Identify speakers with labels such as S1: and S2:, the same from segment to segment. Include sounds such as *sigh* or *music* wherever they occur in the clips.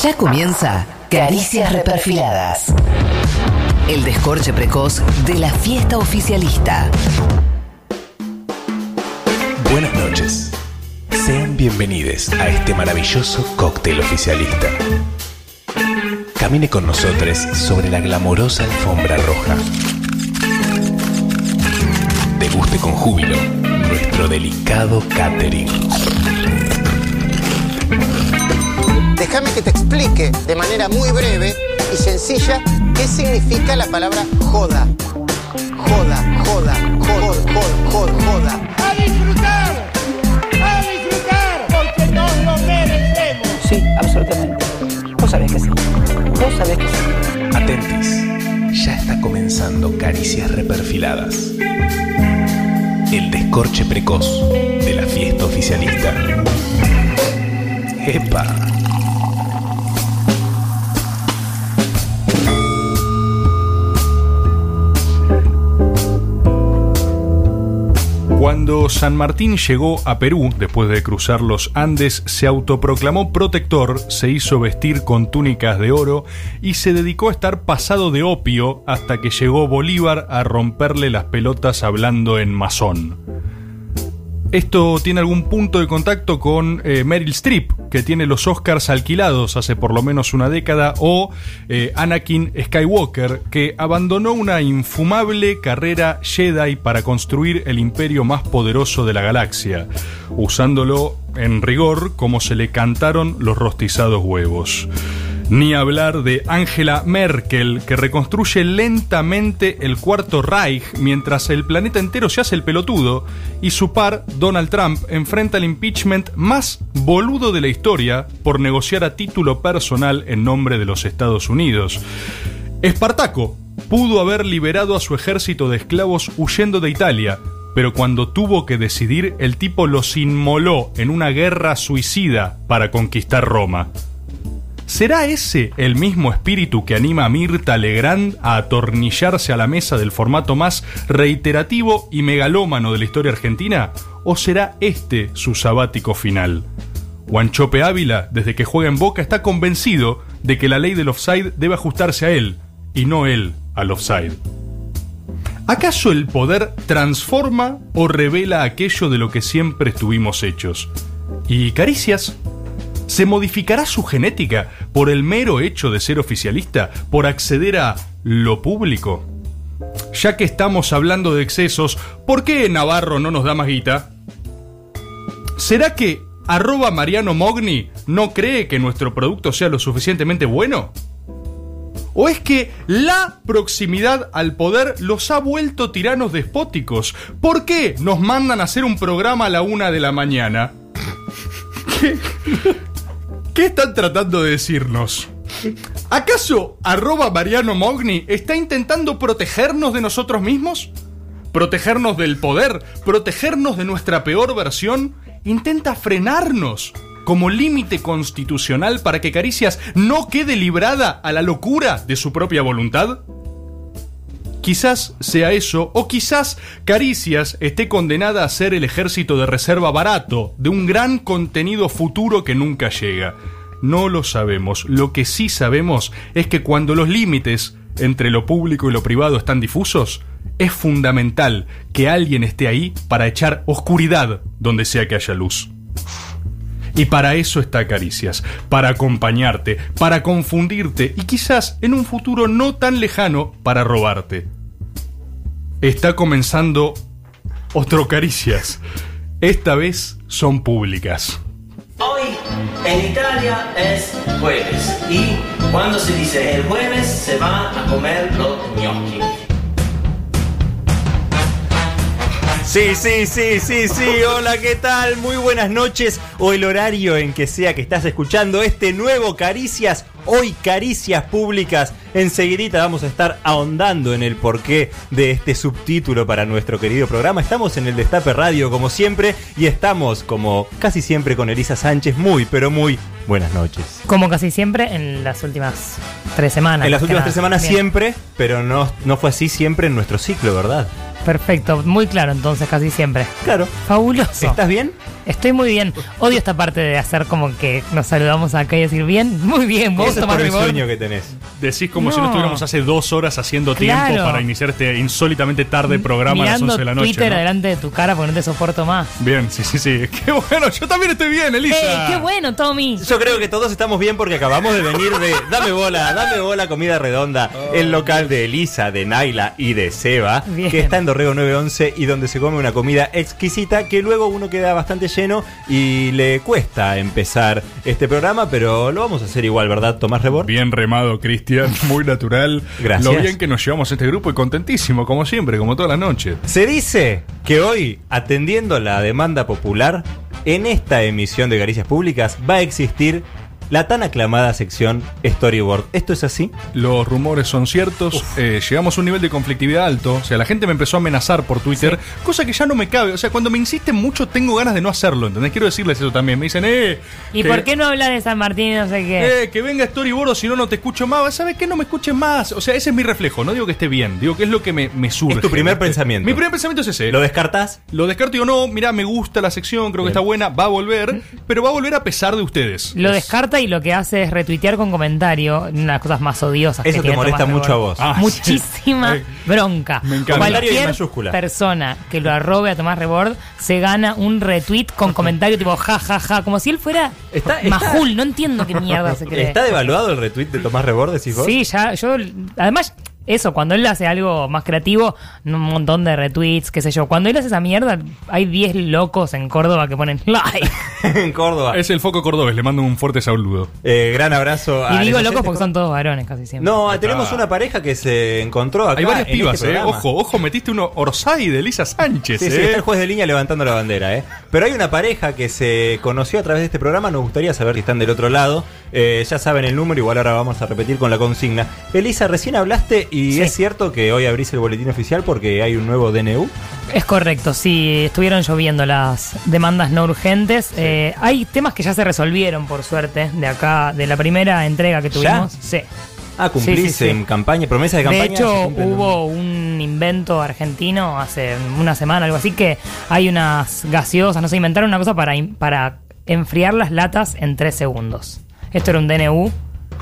S1: Ya comienza Caricias Reperfiladas. El descorche precoz de la fiesta oficialista.
S2: Buenas noches. Sean bienvenidos a este maravilloso cóctel oficialista. Camine con nosotros sobre la glamorosa alfombra roja. Deguste con júbilo nuestro delicado catering.
S3: Déjame que te explique de manera muy breve y sencilla qué significa la palabra joda. Joda, joda, joda, joda, joda, joda.
S4: a disfrutar, a disfrutar, porque nos lo merecemos.
S5: Sí, absolutamente. Vos sabés que sí. Vos sabés que sí.
S2: Atentis, ya está comenzando Caricias Reperfiladas. El descorche precoz de la fiesta oficialista. ¡Epa!
S6: Cuando San Martín llegó a Perú, después de cruzar los Andes, se autoproclamó protector, se hizo vestir con túnicas de oro y se dedicó a estar pasado de opio hasta que llegó Bolívar a romperle las pelotas hablando en masón. Esto tiene algún punto de contacto con eh, Meryl Streep, que tiene los Oscars alquilados hace por lo menos una década, o eh, Anakin Skywalker, que abandonó una infumable carrera Jedi para construir el imperio más poderoso de la galaxia, usándolo en rigor como se le cantaron los rostizados huevos. Ni hablar de Angela Merkel, que reconstruye lentamente el cuarto Reich mientras el planeta entero se hace el pelotudo y su par, Donald Trump, enfrenta el impeachment más boludo de la historia por negociar a título personal en nombre de los Estados Unidos. Espartaco pudo haber liberado a su ejército de esclavos huyendo de Italia, pero cuando tuvo que decidir, el tipo los inmoló en una guerra suicida para conquistar Roma. ¿Será ese el mismo espíritu que anima a Mirta Legrand a atornillarse a la mesa del formato más reiterativo y megalómano de la historia argentina? ¿O será este su sabático final? Guanchope Ávila, desde que juega en Boca, está convencido de que la ley del offside debe ajustarse a él, y no él al offside. ¿Acaso el poder transforma o revela aquello de lo que siempre estuvimos hechos? ¿Y caricias? ¿Se modificará su genética por el mero hecho de ser oficialista, por acceder a lo público? Ya que estamos hablando de excesos, ¿por qué Navarro no nos da más guita? ¿Será que arroba Mariano Mogni no cree que nuestro producto sea lo suficientemente bueno? ¿O es que la proximidad al poder los ha vuelto tiranos despóticos? ¿Por qué nos mandan a hacer un programa a la una de la mañana? ¿Qué están tratando de decirnos? ¿Acaso arroba Mariano Mogni está intentando protegernos de nosotros mismos? ¿Protegernos del poder? ¿Protegernos de nuestra peor versión? Intenta frenarnos como límite constitucional para que Caricias no quede librada a la locura de su propia voluntad? Quizás sea eso, o quizás Caricias esté condenada a ser el ejército de reserva barato, de un gran contenido futuro que nunca llega. No lo sabemos. Lo que sí sabemos es que cuando los límites entre lo público y lo privado están difusos, es fundamental que alguien esté ahí para echar oscuridad donde sea que haya luz. Y para eso está Caricias, para acompañarte, para confundirte y quizás en un futuro no tan lejano para robarte. Está comenzando otro Caricias. Esta vez son públicas.
S7: Hoy en Italia es jueves y cuando se dice el jueves se va a comer los gnocchi.
S8: Sí, sí, sí, sí, sí.
S6: *laughs*
S8: Hola, ¿qué tal? Muy buenas noches o el horario en que sea que estás escuchando este nuevo Caricias, hoy Caricias Públicas. Enseguidita vamos a estar ahondando en el porqué de este subtítulo para nuestro querido programa. Estamos en el Destape Radio como siempre y estamos como casi siempre con Elisa Sánchez. Muy, pero muy buenas noches.
S9: Como casi siempre en las últimas tres semanas.
S8: En las
S9: más que
S8: últimas
S9: nada.
S8: tres semanas
S9: Bien.
S8: siempre, pero no, no fue así siempre en nuestro ciclo, ¿verdad?
S9: Perfecto, muy claro entonces, casi siempre.
S8: Claro.
S9: Fabuloso.
S8: ¿Estás bien?
S9: Estoy muy bien. Odio esta parte de hacer como que nos saludamos acá y decir bien, muy bien, vos
S8: Eso es por
S9: tomar
S8: el
S9: mi bol.
S8: sueño que tenés.
S6: Decís como si
S9: No.
S6: no estuviéramos hace dos horas haciendo
S9: Claro.
S6: tiempo para iniciar este insólitamente tarde programa a las
S9: Mirando
S6: 11 de la noche.
S9: Twitter
S6: ¿no?
S9: adelante de tu cara porque no te soporto más.
S6: Bien, sí, sí, sí. Qué *laughs* bueno, yo también estoy bien, Elisa.
S9: ¡Ey, qué bueno, Tommy!
S8: Yo creo que todos estamos bien porque acabamos de venir de Dame Bola, Dame Bola Comida Redonda, el local de Elisa, de Naila y de Seba,
S9: Bien.
S8: que está en Dorrego 911 y donde se come una comida exquisita que luego uno queda bastante lleno y le cuesta empezar este programa, pero lo vamos a hacer igual, ¿verdad, Tomás Rebor?
S6: Bien remado, Cristian, muy natural.
S8: Gracias.
S6: Lo bien que nos llevamos este grupo y contentísimo, como siempre, como toda la noche.
S8: Se dice que hoy, atendiendo la demanda popular, en esta emisión de Caricias Públicas va a existir la tan aclamada sección Storyboard. ¿Esto es así?
S6: Los rumores son ciertos, eh, llegamos a un nivel de conflictividad alto, o sea, la gente me empezó a amenazar por Twitter, cosa que ya no me cabe, o sea, cuando me insisten mucho tengo ganas de no hacerlo, ¿entendés? Quiero decirles eso también, me dicen, eh...
S9: ¿Y
S6: que-
S9: por qué no habla de San Martín y no sé qué?
S6: Eh, que venga Storyboard o si no, no te escucho más. ¿Sabes qué? No me escuches más. O sea, ese es mi reflejo. No digo que esté bien, digo que es lo que me, me surge.
S8: Es tu primer pensamiento.
S6: Mi primer pensamiento es ese.
S8: ¿Lo descartás?
S6: Lo descarto y digo, no, mirá, me gusta la sección, creo que está buena, va a volver, pero va a volver a pesar de ustedes.
S9: Lo descarta y lo que hace es retuitear con comentario una de las cosas más odiosas
S8: Eso
S9: que
S8: te
S9: tiene
S8: molesta
S9: Tomás
S8: mucho a
S9: Rebord.
S8: vos. Eh.
S6: Ah,
S9: *laughs* Muchísima
S6: sí.
S9: bronca.
S6: Me encanta.
S8: Comentario en
S9: Cualquier
S8: mayúscula.
S9: persona que lo arrobe a Tomás Rebord se gana un retweet con comentario tipo ja, ja, ja, como si él fuera
S8: Está- está-
S9: Majul. No entiendo qué
S8: *laughs*
S9: mierda se cree.
S8: ¿Está devaluado el retweet de Tomás Rebord, decís vos?
S9: Sí, ya, yo, además, eso, cuando él hace algo más creativo, un montón de retweets, qué sé yo. Cuando él hace esa mierda, hay 10 locos en Córdoba que ponen *laughs* like.
S8: *laughs* en Córdoba.
S6: Es el foco cordobés, le mando un fuerte saludo.
S8: Eh, gran abrazo a.
S9: Y digo
S8: los
S9: locos
S8: oyentes
S9: porque son todos varones casi siempre.
S8: este No, tenemos una pareja que se encontró acá.
S6: Hay varias
S8: en este
S6: pibas, eh.
S8: programa.
S6: Ojo, ojo, metiste uno Orsay de Elisa Sánchez,
S8: Sí, sí,
S6: eh.
S8: está el juez de línea levantando la bandera, ¿eh? Pero hay una pareja que se conoció a través de este programa, nos gustaría saber si están del otro lado. Eh, ya saben el número, igual ahora vamos a repetir con la consigna. Elisa, recién hablaste y
S9: Sí.
S8: es cierto que hoy abrís el boletín oficial porque hay un nuevo DNU.
S9: Es correcto, sí, estuvieron lloviendo las demandas no urgentes. Eh, hay temas que ya se resolvieron, por suerte, de acá, de la primera entrega que tuvimos. Sí.
S8: Ah, cumplís
S9: Sí, sí, sí.
S8: en campaña, promesa de
S9: De
S8: campaña. se
S9: hecho,
S8: cumplen.
S9: hubo un invento argentino hace una semana, algo así, que hay unas gaseosas, no sé, inventaron una cosa para, in- para enfriar las latas en tres segundos. Esto era un DNU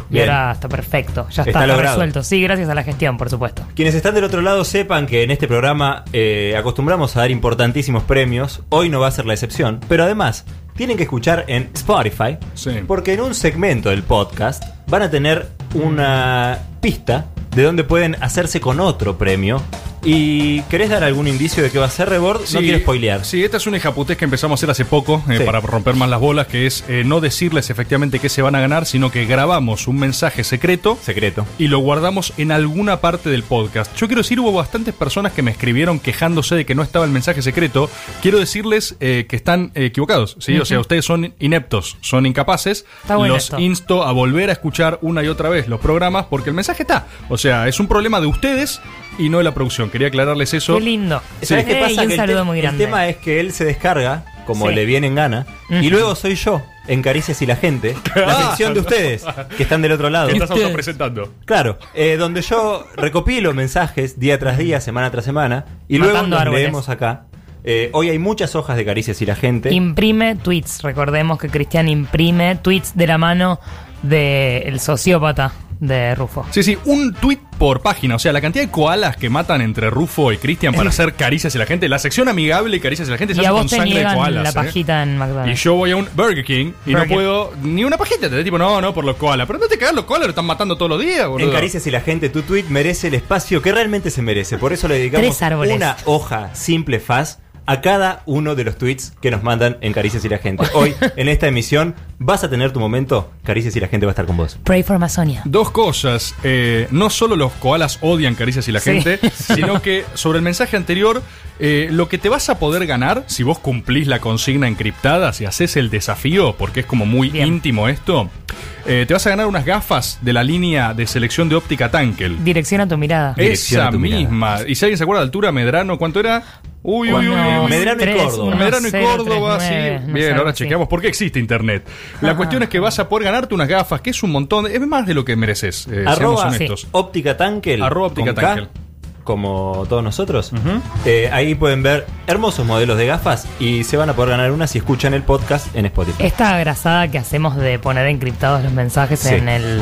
S9: y
S8: Bien.
S9: ahora está perfecto, ya
S8: Está
S9: está,
S8: logrado.
S9: resuelto. Sí, gracias a la gestión, por supuesto.
S8: Quienes están del otro lado sepan que en este programa eh, acostumbramos a dar importantísimos premios. Hoy no va a ser la excepción. Pero además, tienen que escuchar en Spotify.
S6: Sí.
S8: Porque en un segmento del podcast van a tener una pista de dónde pueden hacerse con otro premio. ¿Y querés dar algún indicio de qué va a ser Rebord? no
S6: Sí,
S8: quiero spoilear.
S6: Sí, esta es una hijaputez que empezamos a hacer hace poco eh,
S8: Sí.
S6: para romper más las bolas, que es eh, no decirles efectivamente qué se van a ganar, sino que grabamos un mensaje secreto.
S8: Secreto.
S6: y lo guardamos en alguna parte del podcast. Yo quiero decir, hubo bastantes personas que me escribieron quejándose de que no estaba el mensaje secreto. Quiero decirles eh, que están eh, equivocados, ¿sí? O sea, ustedes son ineptos, son incapaces.
S9: Está bueno
S6: los
S9: esto.
S6: insto a volver a escuchar una y otra vez los programas porque el mensaje está. O sea, es un problema de ustedes y no de la producción. Quería aclararles eso.
S9: Qué lindo.
S8: ¿Sabés qué
S9: Eh,
S8: pasa?
S9: y un
S8: Que el
S9: saludo
S8: te-
S9: muy
S8: El
S9: grande.
S8: tema es que él se descarga, como
S9: Sí.
S8: le viene en gana, y
S9: Ujú.
S8: luego soy yo, en Caricias y la Gente, *laughs*
S6: *laughs*
S8: la sección de ustedes, que están del otro lado.
S6: Te estás
S9: Ustedes.
S6: autopresentando.
S8: Claro, eh, donde yo recopilo mensajes día tras día, semana tras semana, y luego
S9: Matando
S8: nos
S9: árboles.
S8: leemos acá. Eh, hoy hay muchas hojas de Caricias y la Gente.
S9: Imprime tweets. Recordemos que Cristian imprime tweets de la mano del sociópata de Rufo.
S6: Sí, sí, un tweet por página. O sea, la cantidad de koalas que matan entre Rufo y Cristian para hacer caricias a la gente. La sección amigable y caricias a la gente se
S9: Y
S6: hace
S9: a vos
S6: con
S9: te
S6: sangre de
S9: niegan
S6: koalas.
S9: la
S6: ¿eh?
S9: pajita en
S6: Y
S9: McDonald's.
S6: yo voy a un Burger King y
S9: Burger
S6: no puedo ni una pajita. Te tipo, no, no, por los koalas. Pero no te cagas, los koalas lo están matando todos los días, boludo.
S8: En Caricias y la Gente, tu tweet merece el espacio que realmente se merece. Por eso le dedicamos
S9: Tres árboles.
S8: una hoja simple faz a cada uno de los tweets que nos mandan en Caricias y la
S9: *laughs*
S8: Gente. Hoy, en esta emisión, vas a tener tu momento. Caricias y la Gente va a estar con vos.
S9: Pray for Masonia.
S6: Dos cosas. eh, no solo los koalas odian caricias y la
S9: Sí. *laughs*
S6: gente, sino que sobre el mensaje anterior, eh, lo que te vas a poder ganar si vos cumplís la consigna encriptada, si haces el desafío, porque es como muy
S9: Bien.
S6: íntimo esto, eh, te vas a ganar unas gafas de la línea de selección de óptica Tankel.
S9: Direcciona tu mirada.
S8: Dirección a
S6: Esa
S8: tu mirada.
S6: misma. Y si alguien se acuerda de altura, Medrano, ¿cuánto era? Uy, uy, uy, uy, uy.
S8: Medrano y Córdoba.
S9: Eh, uno,
S6: Medrano y
S9: cero,
S6: Córdoba,
S9: tres,
S6: sí.
S9: nueve, Eh, no sé, Ah,
S6: Bien,
S9: algo
S6: ahora
S9: así.
S6: chequeamos por qué existe internet. La cuestión es que vas a poder ganarte unas gafas, que es un montón, de- es más de lo que mereces, eh, seamos
S8: Arroba
S6: honestos.
S8: óptica tankel.
S6: Arroba
S8: con
S6: óptica
S8: K,
S6: Tankel.
S8: como todos nosotros. Eh, ahí pueden ver hermosos modelos de gafas y se van a poder ganar una si escuchan el podcast en Spotify.
S9: Esta grasada que hacemos de poner encriptados los mensajes
S8: Sí.
S9: en el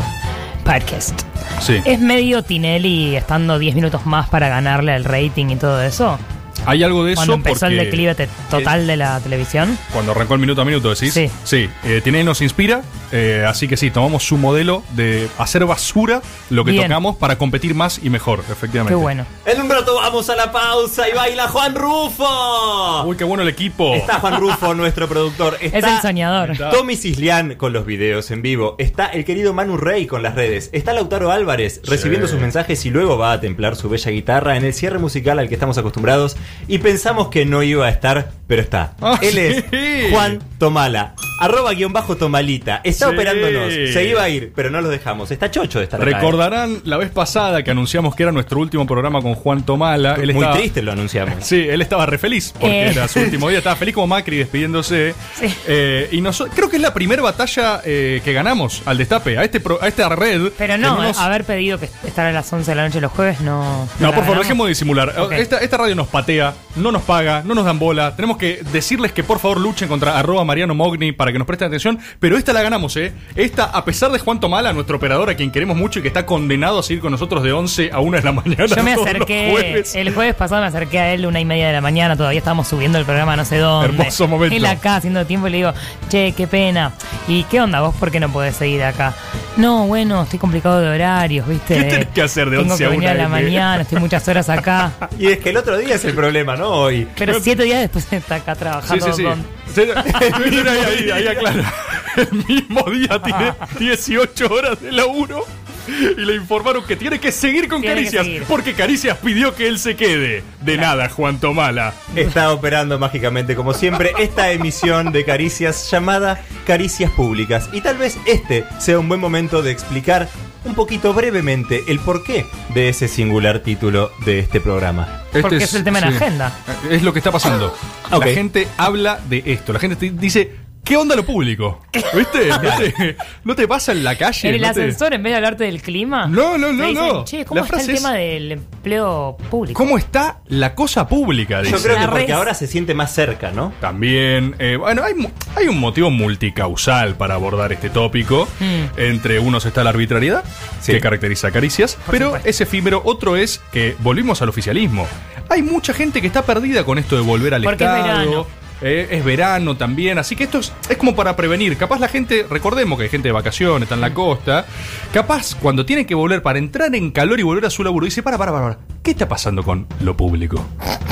S9: podcast.
S6: Sí.
S9: ¿Es medio Tinelli estando 10 minutos más para ganarle el rating y todo eso?
S6: Hay algo de eso
S9: Cuando empezó el
S6: porque-
S9: declive te- total de la televisión.
S6: Cuando arrancó el minuto a minuto, decís.
S9: Sí.
S6: Sí. Eh, Tinelli nos inspira. eh, así que sí, tomamos su modelo de hacer basura lo que
S9: Bien.
S6: tocamos para competir más y mejor, efectivamente.
S9: Qué bueno.
S8: En un rato vamos a la pausa y baila Juan Rufo.
S6: Uy, qué bueno el equipo.
S8: Está Juan Rufo, nuestro productor. Está
S9: Es el soñador.
S8: *laughs*
S6: Está-
S8: Tommy Cislián con los videos en vivo. Está el querido Manu Rey con las redes. Está Lautaro Álvarez recibiendo sus mensajes y luego va a templar su bella guitarra en el cierre musical al que estamos acostumbrados. Y pensamos que no iba a estar, pero está.
S6: Ah,
S8: Él
S6: sí.
S8: es Juan Tomala. Arroba guión bajo Tomalita. Está
S6: Sí.
S8: operándonos. Se iba a ir, pero no los dejamos. Está chocho de estar acá, eh.
S6: Recordarán la vez pasada que anunciamos que era nuestro último programa con Juan Tomala.
S8: Muy
S6: Él estaba-
S8: triste lo anunciamos.
S6: Sí, él estaba re feliz porque
S9: Eh.
S6: era su último día. Estaba feliz como Macri despidiéndose.
S9: Sí.
S6: Eh, y nosotros creo que es la primera batalla eh, que ganamos al destape, a, este pro- a esta red.
S9: Pero
S6: que
S9: no,
S6: nos-
S9: haber pedido que estar a las 11 de la noche los jueves no.
S6: No,
S9: la
S6: por favor,
S9: ganamos.
S6: dejemos de disimular.
S9: Ok.
S6: Esta, esta radio nos patea, no nos paga, no nos dan bola. Tenemos que decirles que por favor luchen contra arroba Mariano Mogni para que nos presten atención. Pero esta la ganamos, ¿eh? Esta, a pesar de Juan Tomala, nuestro operador, a quien queremos mucho y que está condenado a seguir con nosotros de 11 a 1 de la *laughs* mañana.
S9: Yo me
S6: todos los
S9: acerqué,
S6: jueves.
S9: el jueves pasado me acerqué a él una y media de la mañana, todavía estábamos subiendo el programa no sé dónde.
S6: Hermoso momento.
S9: Él acá haciendo tiempo y le digo, che, qué pena. ¿Y qué onda vos? ¿Por qué no podés seguir acá? No, bueno, estoy complicado de horarios, ¿viste?
S6: ¿Qué tenés que hacer de
S9: Tengo
S6: 11 a
S9: que venir
S6: 1
S9: a la
S6: de-
S9: mañana, estoy muchas horas acá.
S8: Y es que el otro día es el problema, ¿no? Hoy.
S9: Pero siete días después está acá
S6: Sí,
S9: trabajando
S6: sí, sí.
S9: con...
S6: Sí, no, ahí, ahí,
S9: *laughs*
S6: ahí aclara. El mismo día tiene
S9: Ah.
S6: 18 horas de laburo y le informaron que tiene que seguir con
S9: Tiene que
S6: Caricias
S9: seguir.
S6: porque Caricias pidió que él se quede. De nada, Juan Tomala.
S8: Está operando mágicamente, como siempre, esta emisión de Caricias llamada Caricias Públicas. Y tal vez este sea un buen momento de explicar un poquito brevemente el porqué de ese singular título de este programa.
S9: Porque es el tema en agenda.
S6: Es lo que está pasando.
S8: Ok.
S6: La gente habla de esto. La gente te dice, ¿qué onda lo público? ¿Viste? No te, no te pasa en la calle.
S9: en el
S6: no te-
S9: ascensor, en vez de hablarte del clima...
S6: No, no,
S9: te
S6: no,
S9: dicen,
S6: no.
S9: Che, ¿cómo
S6: La
S9: está el
S6: frase es-
S9: tema del empleo público?
S6: ¿Cómo está la cosa pública?
S8: Yo
S6: Dice.
S8: creo que
S9: La
S8: porque
S9: res.
S8: ahora se siente más cerca, ¿no?
S6: También, eh, bueno, hay, mu- hay un motivo multicausal para abordar este tópico.
S9: Mm.
S6: Entre unos está la arbitrariedad,
S8: Sí.
S6: que caracteriza a Caricias, pero
S9: supuesto.
S6: es efímero. Otro es que volvimos al oficialismo. Hay mucha gente que está perdida con esto de volver al
S9: Porque es
S6: Estado.
S9: verano.
S6: Eh, es verano también, así que esto es, es como para prevenir. Capaz la gente, recordemos que hay gente de vacaciones, está
S9: Mm.
S6: en la costa. Capaz cuando tiene que volver para entrar en calor y volver a su laburo, dice: para, para, para, para. ¿qué está pasando con lo público?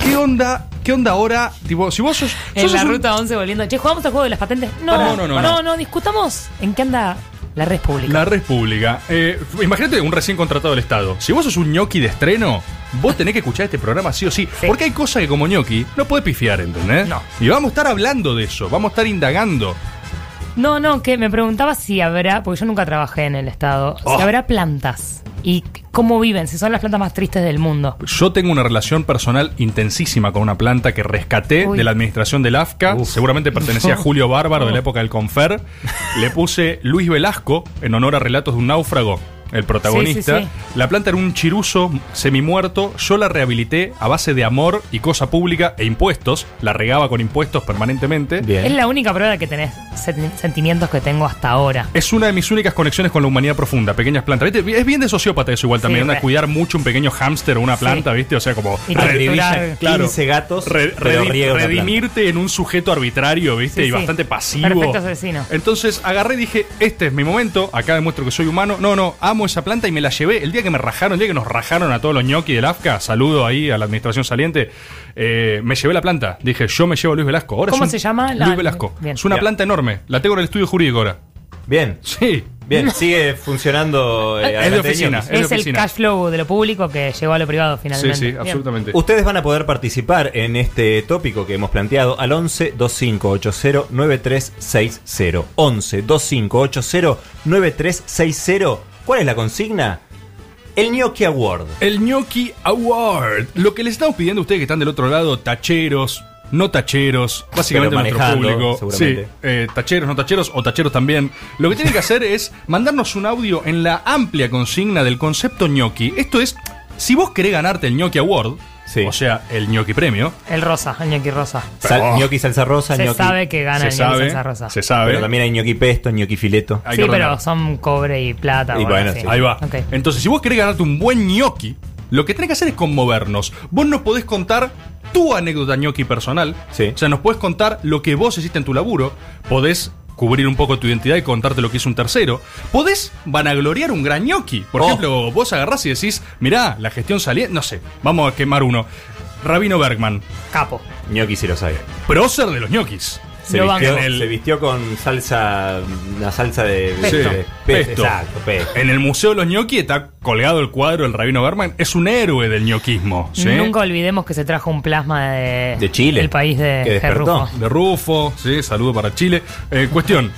S6: ¿Qué onda, qué onda ahora? Tipo, si vos sos.
S9: En
S6: sos
S9: la
S6: un-
S9: ruta 11 volviendo. Che, ¿jugamos al juego de las patentes? No,
S6: Pará, no, no, no.
S9: discutamos en qué anda la red pública.
S6: La red pública. Eh, imagínate un recién contratado del Estado. Si vos sos un ñoqui de estreno, vos tenés que escuchar este programa sí o sí.
S9: Sí.
S6: Porque hay cosas que como ñoqui no podés pifiar, ¿entendés?
S9: No.
S6: Y vamos a estar hablando de eso, vamos a estar indagando.
S9: No, no, que me preguntaba si habrá, porque yo nunca trabajé en el Estado,
S6: Oh.
S9: si habrá plantas y c- cómo viven, si son las plantas más tristes del mundo.
S6: Yo tengo una relación personal intensísima con una planta que rescaté
S9: Uy.
S6: de la administración del AFCA. Seguramente pertenecía a Julio Bárbaro de la época del Confer. Le puse Luis Velasco en honor a Relatos de un Náufrago, el protagonista.
S9: Sí, sí,
S6: La planta era un chiruso semimuerto. Yo la rehabilité a base de amor y cosa pública e impuestos. La regaba con impuestos permanentemente.
S9: Es la única prueba de que tenés sen- sentimientos que tengo hasta ahora.
S6: Es una de mis únicas conexiones con la humanidad profunda, pequeñas plantas. ¿Viste? Es bien de sociópata eso igual también,
S9: Sí,
S6: onda,
S9: re.
S6: cuidar mucho un pequeño hámster o una
S9: Sí.
S6: planta, ¿viste? O sea, como
S9: Y
S6: re-
S9: Acribillar
S8: Acribilla 15 gatos,
S6: Re-
S8: pero
S6: redim-
S8: riega una planta.
S6: redimirte en un sujeto arbitrario, ¿viste?
S9: Sí,
S6: y
S9: sí.
S6: bastante pasivo.
S9: Perfecto asesino.
S6: Entonces agarré y dije, este es mi momento, acá demuestro que soy humano. No, no, amo esa planta y me la llevé. El día que me rajaron, el día que nos rajaron a todos los ñoquis del AFCA, saludo ahí a la administración saliente, eh, me llevé la planta. Dije, yo me llevo a Luis Velasco. Ahora es
S9: ¿Cómo
S6: un-
S9: se llama? La-
S6: Luis Velasco.
S9: Bien.
S6: Es una
S8: Ya.
S6: planta enorme. La tengo en el estudio jurídico ahora.
S8: Bien,
S6: Sí.
S8: bien,
S6: *laughs*
S8: sigue funcionando. eh,
S9: Es de
S8: adelante,
S6: oficina.
S8: ñoquis.
S6: Es de
S9: Es el
S6: oficina.
S9: cash flow de lo público que llegó a lo privado
S6: Sí,
S9: finalmente.
S6: sí,
S9: Bien.
S6: absolutamente.
S8: Ustedes van a poder participar en este tópico que hemos planteado al 11 2580 9360. 11 2580 9360. ¿Cuál es la consigna? El Gnocchi Award.
S6: El Gnocchi Award. Lo que les estamos pidiendo a ustedes que están del otro lado, tacheros, no tacheros, básicamente
S8: Pero
S6: nuestro
S8: manejando,
S6: público.
S8: seguramente.
S6: eh, tacheros, no tacheros o tacheros también. Lo que tienen que hacer es mandarnos un audio en la amplia consigna del concepto Gnocchi. Esto es. Si vos querés ganarte el Gnocchi Award,
S8: Sí.
S6: o sea, el Gnocchi Premio,
S9: El rosa, el ñoqui rosa.
S8: Sal,
S6: Oh.
S8: ñoqui salsa rosa,
S9: Se
S8: ñoqui-
S9: sabe que gana
S6: se
S9: el
S6: sabe,
S9: ñoqui salsa rosa.
S6: se sabe.
S8: Pero también hay ñoqui pesto, ñoqui fileto.
S6: Hay
S9: sí,
S6: que ordenar.
S9: pero son cobre y plata.
S8: Y
S9: o algo
S8: bueno,
S9: así.
S8: sí.
S6: Ahí va.
S9: Ok.
S6: Entonces, si vos querés ganarte un buen gnocchi, lo que tenés que hacer es conmovernos. Vos nos podés contar tu anécdota gnocchi personal.
S8: Sí.
S6: O sea, nos podés contar lo que vos hiciste en tu laburo. Podés cubrir un poco tu identidad y contarte lo que hizo un tercero. Podés vanagloriar un gran gnocchi. Por
S8: Oh.
S6: ejemplo, vos agarrás y decís, mirá, la gestión salía... No sé, vamos a quemar uno. Rabino Bergman,
S9: Capo.
S8: ñoqui si lo sabe.
S6: prócer de los gnocchis.
S8: Se,
S9: Lo
S8: vistió,
S9: banco.
S8: se vistió con salsa, una salsa de
S6: Sí.
S8: de-
S6: Pesto.
S8: Exacto, pesto.
S6: En el Museo de los Gnocchi está colgado el cuadro del Rabino Bergman. Es un héroe del gnochismo. ¿sí?
S9: Nunca olvidemos que se trajo un plasma de,
S8: De Chile,
S9: El país de
S8: que despertó.
S9: Gerrufo.
S6: de Rufo, sí, saludo para Chile. Eh, cuestión.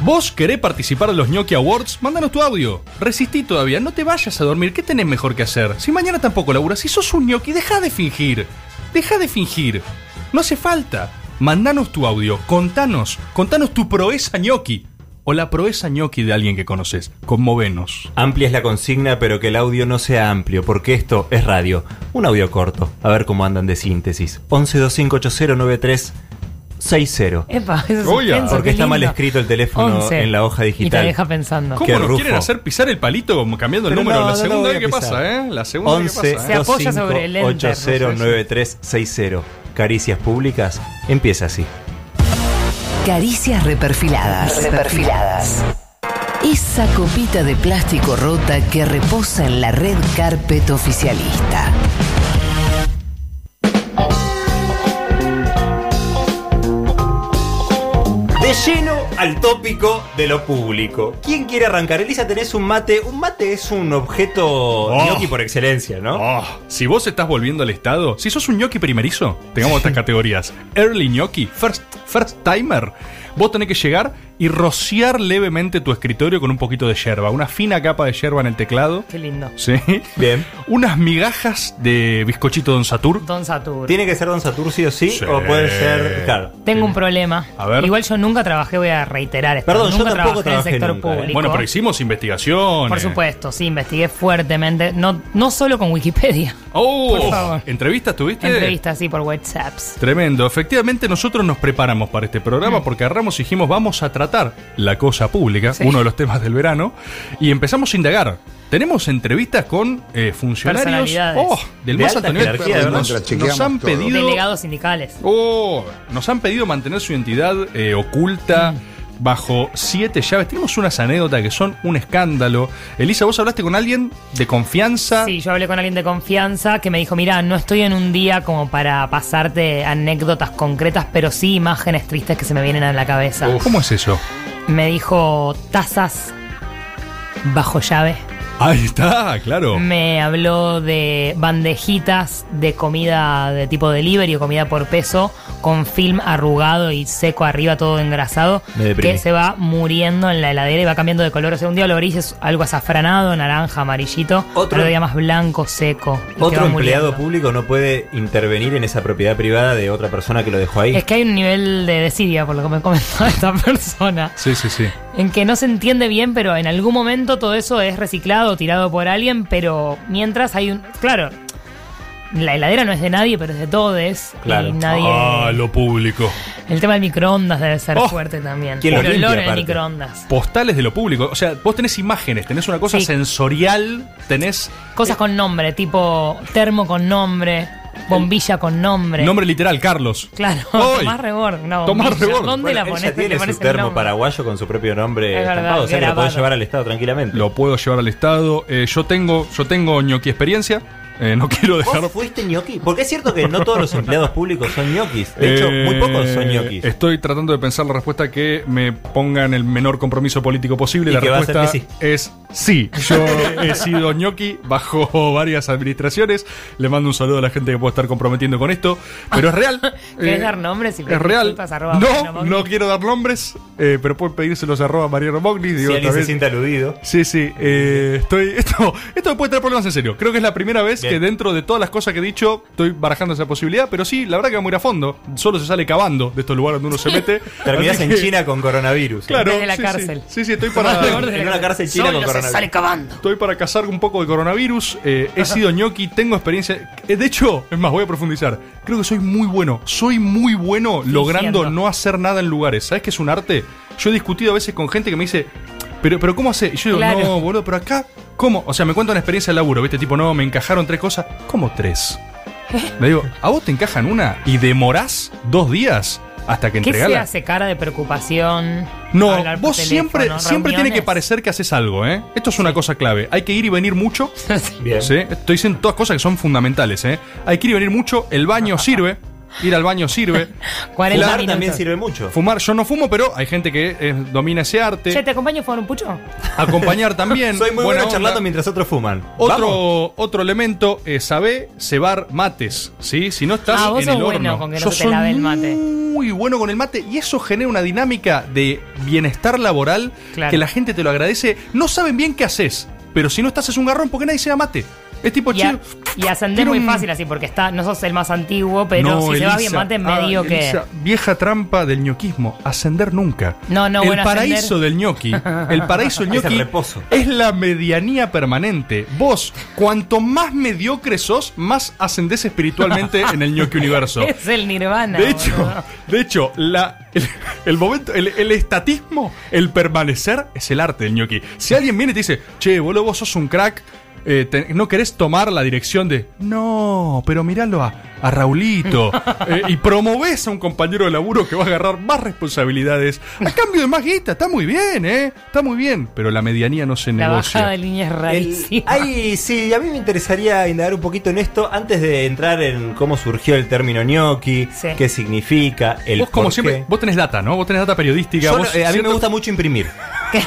S6: ¿Vos querés participar de los Gnocchi Awards? Mándanos tu audio. Resistí todavía, no te vayas a dormir. ¿Qué tenés mejor que hacer? Si mañana tampoco laburas, si sos un gnocchi, deja de fingir. Deja de fingir. No hace falta. Mandanos tu audio, contanos, contanos tu proeza gnocchi. O la proeza gnocchi de alguien que conoces. Conmovenos.
S8: Amplia es la consigna, pero que el audio no sea amplio, porque esto es radio. Un audio corto, a ver cómo andan de síntesis. 1125809360.
S9: Epa, eso es
S6: Oye,
S9: suspenso,
S8: porque
S9: qué
S8: está
S9: lindo.
S8: mal escrito el teléfono
S9: 11.
S8: en la hoja digital.
S9: Y te deja pensando.
S8: Qué
S6: ¿Cómo nos
S8: rufo.
S6: quieren hacer pisar el palito cambiando el
S8: Pero
S6: número?
S8: no, no
S6: la
S8: lo
S6: segunda
S8: voy a
S6: vez que
S8: pisar.
S6: pasa, ¿eh? La segunda vez
S8: 11
S6: que pasa.
S9: Se
S6: ¿eh?
S9: apoya sobre el enter, no
S8: 809360. Caricias públicas empieza así.
S1: Caricias reperfiladas. Reperfiladas. Esa copita de plástico rota que reposa en la red carpet oficialista.
S8: De lleno al tópico de lo público. ¿Quién quiere arrancar? Elisa, tenés un mate. Un mate es un objeto gnocchi por excelencia, ¿no?
S6: Oh, si vos estás volviendo al estado, si sos un gnocchi primerizo,
S8: *laughs*
S6: tengamos estas categorías: early gnocchi, first, first timer. Vos tenés que llegar y rociar levemente tu escritorio con un poquito de yerba, una fina capa de yerba en el teclado.
S9: Qué lindo.
S6: Sí.
S8: Bien.
S6: Unas migajas de bizcochito Don Satur.
S9: Don Satur.
S8: ¿Tiene que ser Don Saturcio sí,
S6: Sí.
S8: o puede ser... Claro.
S9: Tengo un problema.
S6: A ver.
S9: Igual yo nunca trabajé, voy a reiterar esto.
S8: Perdón, yo
S9: nunca
S8: tampoco
S9: en el
S8: trabajé
S9: sector
S8: nunca, ¿eh?
S9: público.
S6: Bueno, pero hicimos investigación.
S9: Por supuesto, sí, investigué fuertemente. No, no solo con Wikipedia.
S6: Oh,
S9: Por favor.
S6: ¿entrevistas tuviste?
S9: Entrevistas, sí, por WhatsApps.
S6: Tremendo. Efectivamente, nosotros nos preparamos para este programa porque agarramos y dijimos, vamos a tratar la cosa pública,
S9: Mm. Sí.
S6: uno de los temas del verano, y empezamos a indagar. Tenemos entrevistas con eh, funcionarios
S9: Personalidades.
S6: oh, del
S8: De
S6: más
S8: alta
S6: alto nivel.
S8: jerarquía, de verdad.
S6: Nos- nos,
S3: Chequeamos
S6: han
S3: todo.
S6: pedido,
S9: Delegados sindicales.
S6: oh, nos han pedido mantener su identidad eh, oculta
S9: Mm.
S6: bajo siete llaves. Tenemos unas anécdotas que son un escándalo. Elisa, vos hablaste con alguien de confianza.
S9: Sí, yo hablé con alguien de confianza que me dijo, mira, no estoy en un día como para pasarte anécdotas concretas, pero sí imágenes tristes que se me vienen a la cabeza.
S6: ¿Cómo es eso?
S9: Me dijo tazas bajo llave.
S6: Ahí
S8: *laughs* Ah,
S6: está, claro.
S9: Me habló de bandejitas de comida de tipo delivery o comida por peso con film arrugado y seco arriba, todo engrasado,
S8: Me deprimí.
S9: que se va muriendo en la heladera y va cambiando de color. O sea, un día lo abrís es algo azafranado, naranja, amarillito.
S8: Otro-
S9: Otro día más blanco, seco. y te
S8: Otro
S9: va
S8: empleado
S9: muriendo.
S8: público no puede intervenir en esa propiedad privada de otra persona que lo dejó ahí.
S9: Es que hay un nivel de desidia, por lo que me *laughs* comentó esta persona.
S6: Sí, sí, sí.
S9: En que no se entiende bien, pero en algún momento todo eso es reciclado, tirado por alguien, pero mientras hay un... Claro, la heladera no es de nadie, pero es de todos.
S8: Claro.
S9: Y nadie...
S6: Ah, lo público.
S9: El tema del microondas debe ser
S6: Oh.
S9: fuerte también.
S8: ¿Quién lo
S9: el
S8: limpia,
S9: olor en el
S8: aparte?
S9: microondas.
S6: postales de lo público. O sea, vos tenés imágenes, tenés una cosa
S9: Sí.
S6: sensorial, tenés
S9: Cosas con nombre, tipo termo con nombre, bombilla con nombre.
S6: nombre literal, Carlos.
S9: Claro,
S6: Hoy.
S9: Tomás Rebord. una
S6: Tomás
S9: bombilla.
S6: Rebord.
S9: ¿Dónde
S8: Bueno,
S9: la
S8: él
S9: pones?
S8: ya tiene su termo paraguayo con su propio nombre
S9: Es verdad,
S8: estampado, o sea que lo podés
S9: grabado.
S8: llevar al Estado tranquilamente.
S6: Lo puedo llevar al Estado. Eh, yo tengo, yo tengo ñoqui experiencia. Eh, no *laughs* quiero
S8: ¿Vos
S6: dejar.
S8: fuiste ñoqui? Porque es cierto que no todos los
S9: *laughs*
S8: empleados públicos son ñoquis. De hecho,
S6: Eh,
S8: muy pocos son ñoquis.
S6: Estoy tratando de pensar la respuesta que me ponga en el menor compromiso político posible.
S8: Y
S6: la
S8: que va a
S6: respuesta
S8: ser que
S6: es sí.
S8: *laughs*
S6: Yo he sido ñoqui bajo varias administraciones. Le mando un saludo a la gente que pueda estar comprometiendo con esto. Pero es real.
S9: *laughs* ¿Querés
S6: Eh,
S9: dar nombres? Y
S6: Es real.
S9: disculpas, arroba Mariano
S6: No,
S9: Mogni.
S6: no quiero dar nombres, eh, pero pueden pedírselos a arroba Mariano Mogni.
S8: Si
S6: Digo,
S8: alguien se
S6: también-
S8: siente aludido.
S6: *laughs* Sí, sí. eh, estoy, esto, esto me puede traer problemas en serio. Creo que es la primera vez
S8: che.
S6: que dentro de todas las cosas que he dicho, estoy barajando esa posibilidad, pero sí, la verdad que va muy a fondo. Solo se sale cavando de estos lugares donde uno se mete.
S8: *laughs* Terminás
S6: Así
S8: en
S6: que,
S8: China con coronavirus. ¿eh?
S6: Claro.
S9: Desde la
S6: sí,
S9: cárcel.
S6: Sí, sí,
S8: *laughs*
S6: estoy para.
S8: En una cárcel china con coronavirus.
S9: cavando.
S6: Estoy para cazar un poco de coronavirus. eh, he sido ñoqui, tengo experiencia. eh, De hecho, es más, voy a profundizar. Creo que soy muy bueno. Soy muy bueno logrando
S9: Fingiendo.
S6: no hacer nada en lugares. ¿Sabes que es un arte? Yo he discutido a veces con gente que me dice, pero, pero ¿cómo hace? Y yo digo,
S9: Claro.
S6: no, boludo, pero acá, ¿cómo? O sea, me cuenta una experiencia de laburo, ¿viste? Tipo, no, me encajaron tres cosas. ¿Cómo tres? Le digo, ¿a vos te encajan una y demorás dos días hasta que
S9: ¿Qué se
S6: entregala?
S9: hace cara de preocupación?
S6: No,
S9: Hablar por
S6: vos siempre,
S9: teléfono,
S6: siempre tiene que
S9: reuniones.
S6: parecer que haces algo, ¿eh? Esto es una cosa clave. Hay que ir y
S9: *laughs*
S6: venir mucho.
S8: Bien.
S6: ¿sí? Estoy diciendo todas cosas que son fundamentales, ¿eh? Hay que ir y venir mucho.
S9: *laughs*
S6: El baño sirve. Ir al baño sirve.
S9: 40
S8: Fumar
S9: minutos.
S8: también sirve mucho.
S6: Fumar, yo no fumo, pero hay gente que eh, domina ese
S9: Che,
S6: arte.
S9: ¿te acompaño a fumar un pucho? *laughs*
S6: Acompañar
S8: *laughs*
S6: también.
S8: Soy muy
S6: buena
S8: bueno
S6: onda.
S8: charlando mientras otros fuman. ¿Vamos?
S6: Otro, otro elemento es saber cebar mates, ¿sí? Si no estás
S9: Ah, vos
S6: en el
S9: sos bueno
S6: horno.
S9: con que no
S6: Yo
S9: se te
S6: soy
S9: lave el mate.
S6: muy bueno con el mate y eso genera una dinámica de bienestar laboral
S9: Claro.
S6: que la gente te lo agradece. No saben bien qué haces, pero si no estás es un garrón porque nadie ceba mate. Es tipo,
S9: Y, a-
S6: Oh, che,
S9: y ascendés
S6: quiero
S9: muy
S6: un-
S9: fácil así, porque está, no sos el más antiguo, pero
S6: No,
S9: si se va bien
S6: Elisa.
S9: mate,
S6: Ah,
S9: medio que.
S6: Elisa, vieja trampa del ñoquismo, ascender nunca.
S9: No, no,
S6: El
S9: bueno,
S6: paraíso
S9: ascender-
S6: del ñoqui,
S9: *laughs*
S6: el paraíso del
S8: Es el
S6: ñoqui
S8: reposo.
S6: es la medianía permanente. Vos, cuanto más mediocre sos, más ascendés espiritualmente en el
S9: *laughs*
S6: ñoqui universo.
S9: Es el nirvana.
S6: De hecho, *laughs*
S9: boludo.
S6: de hecho, la, el, el momento, el, el estatismo, el permanecer, es el arte del ñoqui. Si alguien viene y te dice, che, boludo, vos sos un crack, eh, te- no querés tomar la dirección de, no, pero miralo
S9: *laughs*
S6: a, a Raulito, eh, y promovés a un compañero de laburo que va a agarrar más responsabilidades a cambio de más guita. Está muy bien, ¿eh? Está muy bien, pero la medianía no se
S9: La bajada
S6: negocia.
S9: de línea es
S8: El-
S9: rarísima.
S8: ay, sí, a mí me interesaría indagar un poquito en esto antes de entrar en cómo surgió el término gnocchi,
S9: Sí.
S8: qué significa, el
S6: Vos, como
S8: por
S6: siempre,
S8: qué.
S6: vos tenés data, ¿no? Vos tenés data periodística.
S8: Yo
S6: vos
S8: no- eh, a mí me
S6: siento-
S8: gusta mucho imprimir. *laughs*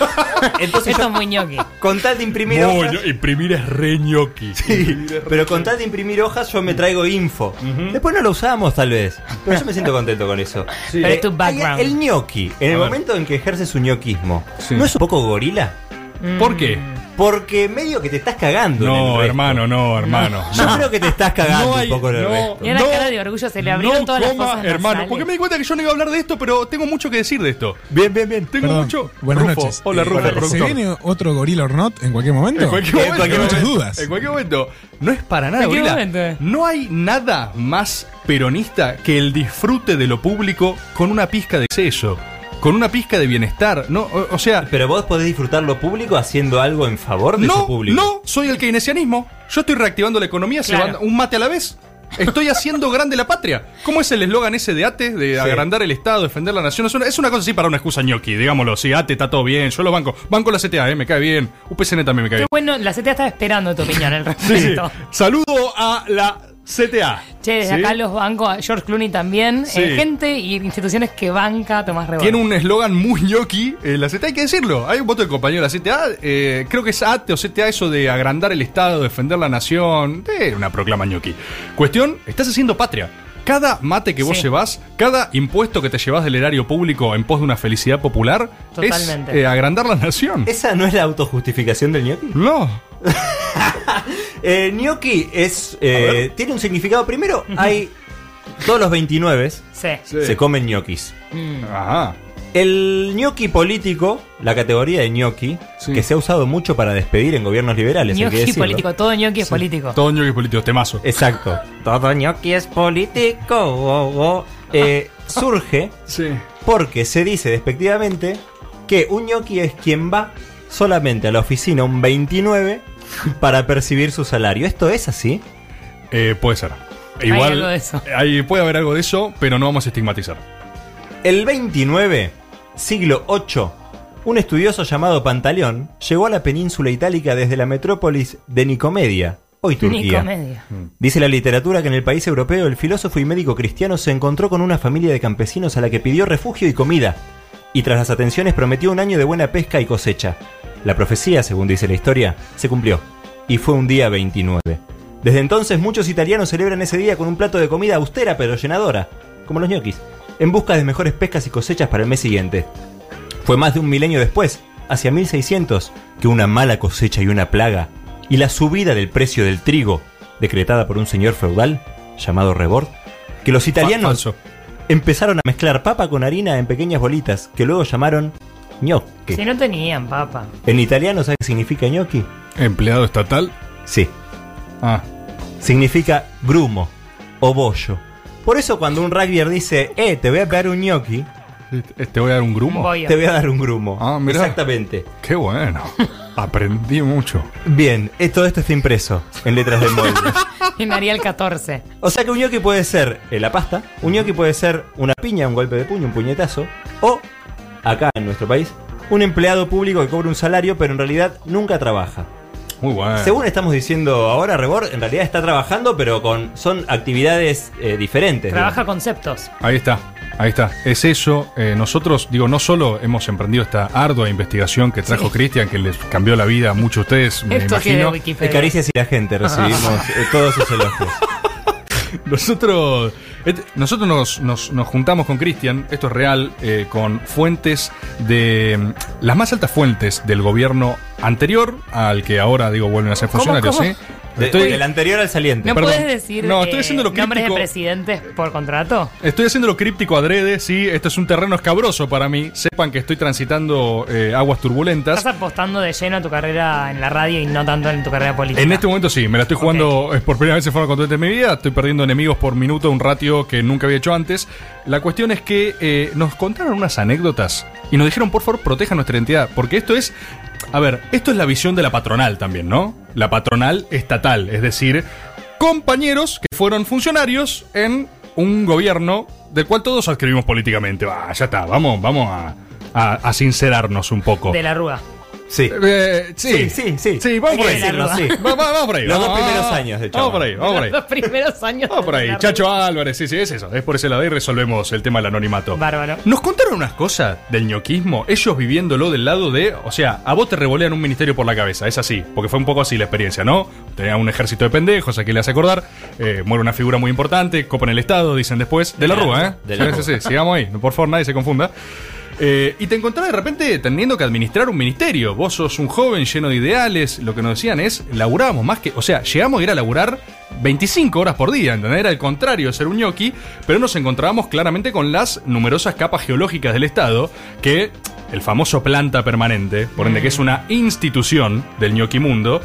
S8: Entonces
S9: Esto
S8: yo-
S9: es muy ñoqui.
S8: con tal de imprimir
S6: Muy
S8: hojas,
S6: ño- imprimir es re
S8: *laughs*
S6: ñoqui. Imprimir es re
S8: pero con tal de imprimir hojas yo me traigo info. Después no lo usamos tal vez, pero yo me siento contento con eso. Eh,
S9: Pero es tu background.
S8: hay- El gnocchi, en el
S6: ver.
S8: momento en que ejerce su gnocquismo,
S6: Sí.
S8: ¿no es un poco gorila?
S9: mm.
S6: ¿Por qué?
S8: Porque medio que te estás cagando. en el
S6: No,
S8: resto.
S6: hermano, no, hermano.
S8: Yo creo que te estás cagando
S6: No hay-
S8: un poco en el
S6: no.
S8: resto.
S9: Mira la
S6: No,
S9: cara de orgullo, se le abrieron
S6: no
S9: todas las
S6: coma,
S9: cosas.
S6: hermano,
S9: nasales.
S6: porque me di cuenta que yo no iba a hablar de esto, pero tengo mucho que decir de esto.
S8: Bien, bien, bien.
S6: Tengo
S10: Perdón,
S6: mucho.
S10: Buenas
S6: Rufo.
S10: noches.
S6: Hola,
S10: Eh,
S6: Rufo,
S10: ¿Se
S6: productor.
S10: viene otro gorila or not en cualquier momento?
S6: En cualquier momento.
S10: Tengo muchas dudas.
S6: En cualquier momento. No es para nada,
S9: En cualquier
S6: gorila.
S9: momento. eh.
S6: No hay nada más peronista que el disfrute de lo público con una pizca de exceso, con una pizca de bienestar. No, o, o sea,
S8: Pero vos podés disfrutar lo público haciendo algo en favor de
S6: no,
S8: su público.
S6: no, soy el keynesianismo. Yo estoy reactivando la economía,
S9: Claro.
S6: cebando un mate a la vez. Estoy haciendo grande la patria. ¿Cómo es el eslogan ese de ATE? De agrandar el Estado, defender la nación. Es una, es una cosa así para una excusa ñoqui, digámoslo. Si ATE está todo bien, yo lo banco. Banco la CTA, eh, me cae bien. UPCN también me cae
S9: Qué
S6: bien.
S9: bueno, la CTA estaba esperando tu opinión al
S6: *laughs* Sí, sí.
S9: respecto.
S6: Saludo a la CTA.
S9: Che, desde
S6: Sí.
S9: acá los bancos, George Clooney también,
S6: Sí.
S9: eh, gente y instituciones que banca a Tomás Rebón.
S6: Tiene un eslogan muy ñoqui, eh, la CTA, hay que decirlo. Hay un voto del compañero de la CTA, eh, creo que es ATE o CTA, eso de agrandar el Estado, defender la nación, de una proclama ñoqui. Cuestión, estás haciendo patria. Cada mate que vos
S9: Sí.
S6: llevas, cada impuesto que te llevas del erario público en pos de una felicidad popular, es
S9: Totalmente.
S6: eh, agrandar la nación.
S8: ¿Esa no es la autojustificación del gnocchi?
S6: No.
S8: Eh, gnocchi es, eh, tiene un significado. Primero, hay todos los 29
S9: Sí.
S8: se comen gnocchis.
S6: Mm. Ajá.
S8: El gnocchi político, la categoría de gnocchi,
S6: Sí.
S8: que se ha usado mucho para despedir en gobiernos liberales. hay que
S9: Ñoqui
S8: decirlo.
S9: político, todo ñoqui es político.
S6: Todo ñoqui político, temazo.
S8: Exacto. Todo gnocchi es político. oh, oh.
S6: *laughs*
S8: Eh, surge
S6: Sí.
S8: Porque se dice despectivamente que un ñoqui es quien va solamente a la oficina un 29 para percibir su salario. ¿Esto es así?
S6: Eh, puede ser. Igual,
S9: algo de eso.
S6: ahí puede haber algo de eso, pero no vamos a estigmatizar.
S8: El 29, siglo VIII, un estudioso llamado Pantaleón llegó a la península itálica desde la metrópolis de Nicomedia, hoy Turquía.
S9: Nicomedia.
S6: Mm.
S8: Dice la literatura que en el país europeo el filósofo y médico cristiano se encontró con una familia de campesinos a la que pidió refugio y comida, y tras las atenciones prometió un año de buena pesca y cosecha. La profecía, según dice la historia, se cumplió, y fue un día 29. Desde entonces muchos italianos celebran ese día con un plato de comida austera pero llenadora, como los ñoquis, en busca de mejores pescas y cosechas para el mes siguiente. Fue más de un milenio después, hacia 1600, que una mala cosecha y una plaga, y la subida del precio del trigo decretada por un señor feudal llamado Rebord, que los italianos empezaron a mezclar papa con harina en pequeñas bolitas, que luego llamaron gnocchi.
S9: Si no tenían
S6: *laughs*
S9: papa. *laughs*
S8: En italiano, ¿sabes qué significa gnocchi?
S6: ¿Empleado estatal?
S8: Sí.
S6: Ah.
S8: Significa grumo o bollo. Por eso cuando un rugbyer dice, eh, te voy a pegar un gnocchi,
S6: ¿Te voy a dar un grumo?
S9: Voy a-
S8: te voy a dar un grumo.
S6: Ah, mirá.
S8: Exactamente. *laughs*
S6: Qué bueno. Aprendí mucho.
S8: Bien, eh, todo esto está impreso en letras de molde.
S9: En Arial 14.
S8: O sea que un gnocchi puede ser eh, la pasta, un gnocchi puede ser una piña, un golpe de puño, un puñetazo, o, acá en nuestro país, un empleado público que cobra un salario pero en realidad nunca trabaja.
S6: Muy bueno.
S8: Según estamos diciendo ahora, Rebor en realidad está trabajando pero con son actividades eh, diferentes.
S9: Trabaja conceptos.
S6: Ahí está, ahí está. Es eso. eh, nosotros, digo, no solo hemos emprendido esta ardua investigación que trajo Cristian, que les cambió la vida a muchos de ustedes, me
S9: Esto que de
S6: imagino.
S8: digamos. Eh,
S9: Wikipedia.
S8: caricias y la gente recibimos eh, todos sus elogios.
S6: *laughs* Nosotros, et- nosotros nos, nos- nos juntamos con Cristian, esto es real, eh, con fuentes de. mm, las más altas fuentes del gobierno anterior, al que ahora, digo, vuelven a ser
S9: ¿Cómo,
S6: funcionarios,
S9: cómo?
S6: ¿eh?
S8: De-
S6: Estoy-
S8: del anterior al saliente.
S9: ¿No
S6: Perdón.
S9: puedes decir
S6: No, estoy
S9: eh,
S6: haciendo lo
S9: nombres de
S6: crítico.
S9: presidentes por contrato?
S6: Estoy haciendo lo críptico adrede, sí, esto es un terreno escabroso para mí. Sepan que estoy transitando eh, aguas turbulentas.
S9: Estás apostando de lleno a tu carrera en la radio y no tanto en tu carrera política.
S6: En este momento sí, me la estoy jugando eh, por primera vez en forma contundente en mi vida. Estoy perdiendo enemigos por minuto, un ratio que nunca había hecho antes. La cuestión es que eh, nos contaron unas anécdotas y nos dijeron, por favor, proteja nuestra identidad. Porque esto es. A ver, esto es la visión de la patronal también, ¿no? La patronal estatal, es decir, compañeros que fueron funcionarios en un gobierno del cual todos adscribimos políticamente. Va, ya está, vamos, vamos a, a- a sincerarnos un poco.
S9: De la Rúa.
S8: Sí.
S6: Eh, sí,
S8: Sí, sí, sí.
S6: vamos
S9: Hay
S6: por
S9: que
S6: ahí.
S9: decirlo,
S8: sí.
S6: Va- va- *laughs* vamos por ahí.
S8: Los dos
S6: vamos,
S8: primeros
S6: vamos,
S8: años del
S6: Vamos
S8: chabón.
S6: por ahí, vamos por ahí.
S9: Los *laughs* primeros años.
S6: Vamos por
S9: de
S6: ahí.
S9: la
S6: Chacho Álvarez, sí, sí, es eso. Es por ese lado y resolvemos el tema del anonimato.
S9: Bárbaro.
S6: Nos contaron unas cosas del ñoquismo, ellos viviéndolo del lado de. O sea, a vos te revolean un ministerio por la cabeza, es así. Porque fue un poco así la experiencia, ¿no? Tenía un ejército de pendejos, aquí le hace acordar. eh, muere una figura muy importante, copan el Estado, dicen después. De, la,
S8: la
S6: Rúa,
S8: Rúa,
S6: ¿eh?
S8: de la
S6: Sí, sí, sí, sigamos ahí. Por favor, nadie se confunda. Eh, y te encontrás de repente teniendo que administrar un ministerio. Vos sos un joven lleno de ideales. Lo que nos decían es, laburamos más que. O sea, llegamos a ir a laburar 25 horas por día, ¿entendés? Era el contrario de ser un ñoqui, pero nos encontrábamos claramente con las numerosas capas geológicas del Estado, que el famoso planta permanente, por ende que es una institución del ñoqui mundo.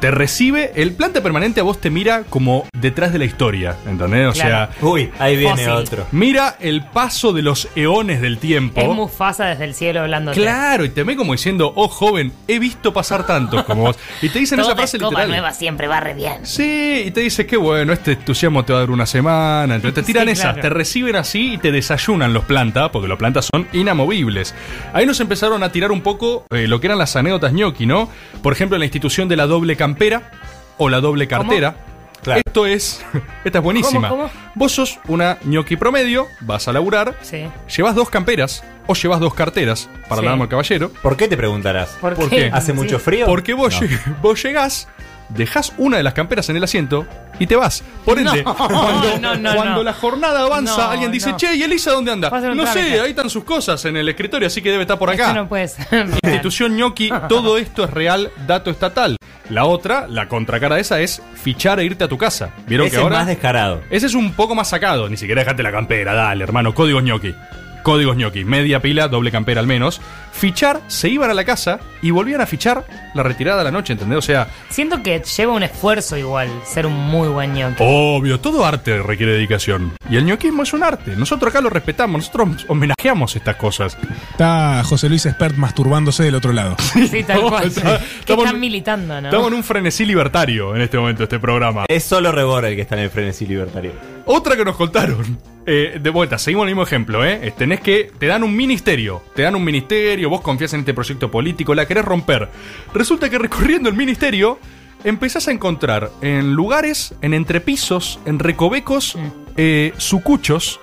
S6: Te recibe, el planta permanente a vos te mira como detrás de la historia, ¿entendés? O
S9: Claro.
S6: sea,
S8: Uy, ahí viene
S9: Fósil.
S8: otro.
S6: mira el paso de los eones del tiempo.
S9: Es Mufasa desde el cielo hablando.
S6: Claro, y te ve como diciendo, oh joven, he visto pasar tantos como vos.
S9: *laughs*
S6: Y te dicen esa frase literal.
S9: nueva siempre barre bien.
S6: Sí, y te dice, qué bueno, este entusiasmo te va a dar una semana. Entonces te
S9: *laughs*
S6: tiran
S9: Sí,
S6: esas,
S9: claro.
S6: te reciben así y te desayunan los plantas, porque los plantas son inamovibles. Ahí nos empezaron a tirar un poco eh, lo que eran las anécdotas ñoqui, ¿no? Por ejemplo, la institución de la doble campera o la doble cartera.
S8: Claro.
S6: Esto es, *laughs* esta es buenísima.
S9: ¿Cómo, cómo?
S6: Vos sos una ñoqui promedio, vas a laburar,
S9: Sí.
S6: llevas dos camperas o llevas dos carteras para
S9: Sí.
S6: la dama al caballero.
S8: ¿Por qué te preguntarás?
S9: ¿Por
S6: ¿Por
S9: qué?
S6: qué?
S8: ¿Hace
S9: Sí.
S8: mucho frío?
S6: Porque vos,
S8: No.
S6: lleg- vos llegás, dejás una de las camperas en el asiento y te vas. Por ende, cuando,
S9: *laughs* no, no,
S6: cuando
S9: no.
S6: la jornada avanza,
S9: No,
S6: alguien dice,
S9: no.
S6: che, ¿y Elisa dónde anda?
S9: Va a hacer un
S6: No sé,
S9: trámite".
S6: ahí están sus cosas en el escritorio, así que debe estar por acá.
S9: Esto no puede *laughs* ser.
S6: *laughs* Institución ñoqui, todo esto es real, dato estatal. La otra, la contracara de esa, es fichar e irte a tu casa. ¿Vieron
S8: Ese
S6: que ahora?
S8: es más descarado.
S6: Ese es un poco más sacado. Ni siquiera dejate la campera, dale, hermano. Códigos ñoqui. Códigos ñoqui. Media pila, doble campera al menos. Fichar, se iban a la casa y volvían a fichar la retirada de la noche, ¿entendés? O sea,
S9: Siento que lleva un esfuerzo igual ser un muy buen ñoqui.
S6: obvio, todo arte requiere dedicación. Y el ñoquismo es un arte. Nosotros acá lo respetamos, nosotros homenajeamos estas cosas.
S10: Está José Luis Espert masturbándose del otro lado.
S9: Sí, tal
S6: No,
S9: cual.
S6: está-
S9: Que
S6: estamos-
S9: están militando, ¿no?
S6: Estamos en un frenesí libertario en este momento, este programa.
S8: Es solo Rebor el que está en el frenesí libertario.
S6: Otra que nos contaron. Eh, de vuelta, seguimos el mismo ejemplo, ¿eh? Eh, Tenés que. Te dan un ministerio. Te dan un ministerio, vos confías en este proyecto político, la querés romper. Resulta que recorriendo el ministerio, empezás a encontrar en lugares, en entrepisos, en recovecos, eh, sucuchos,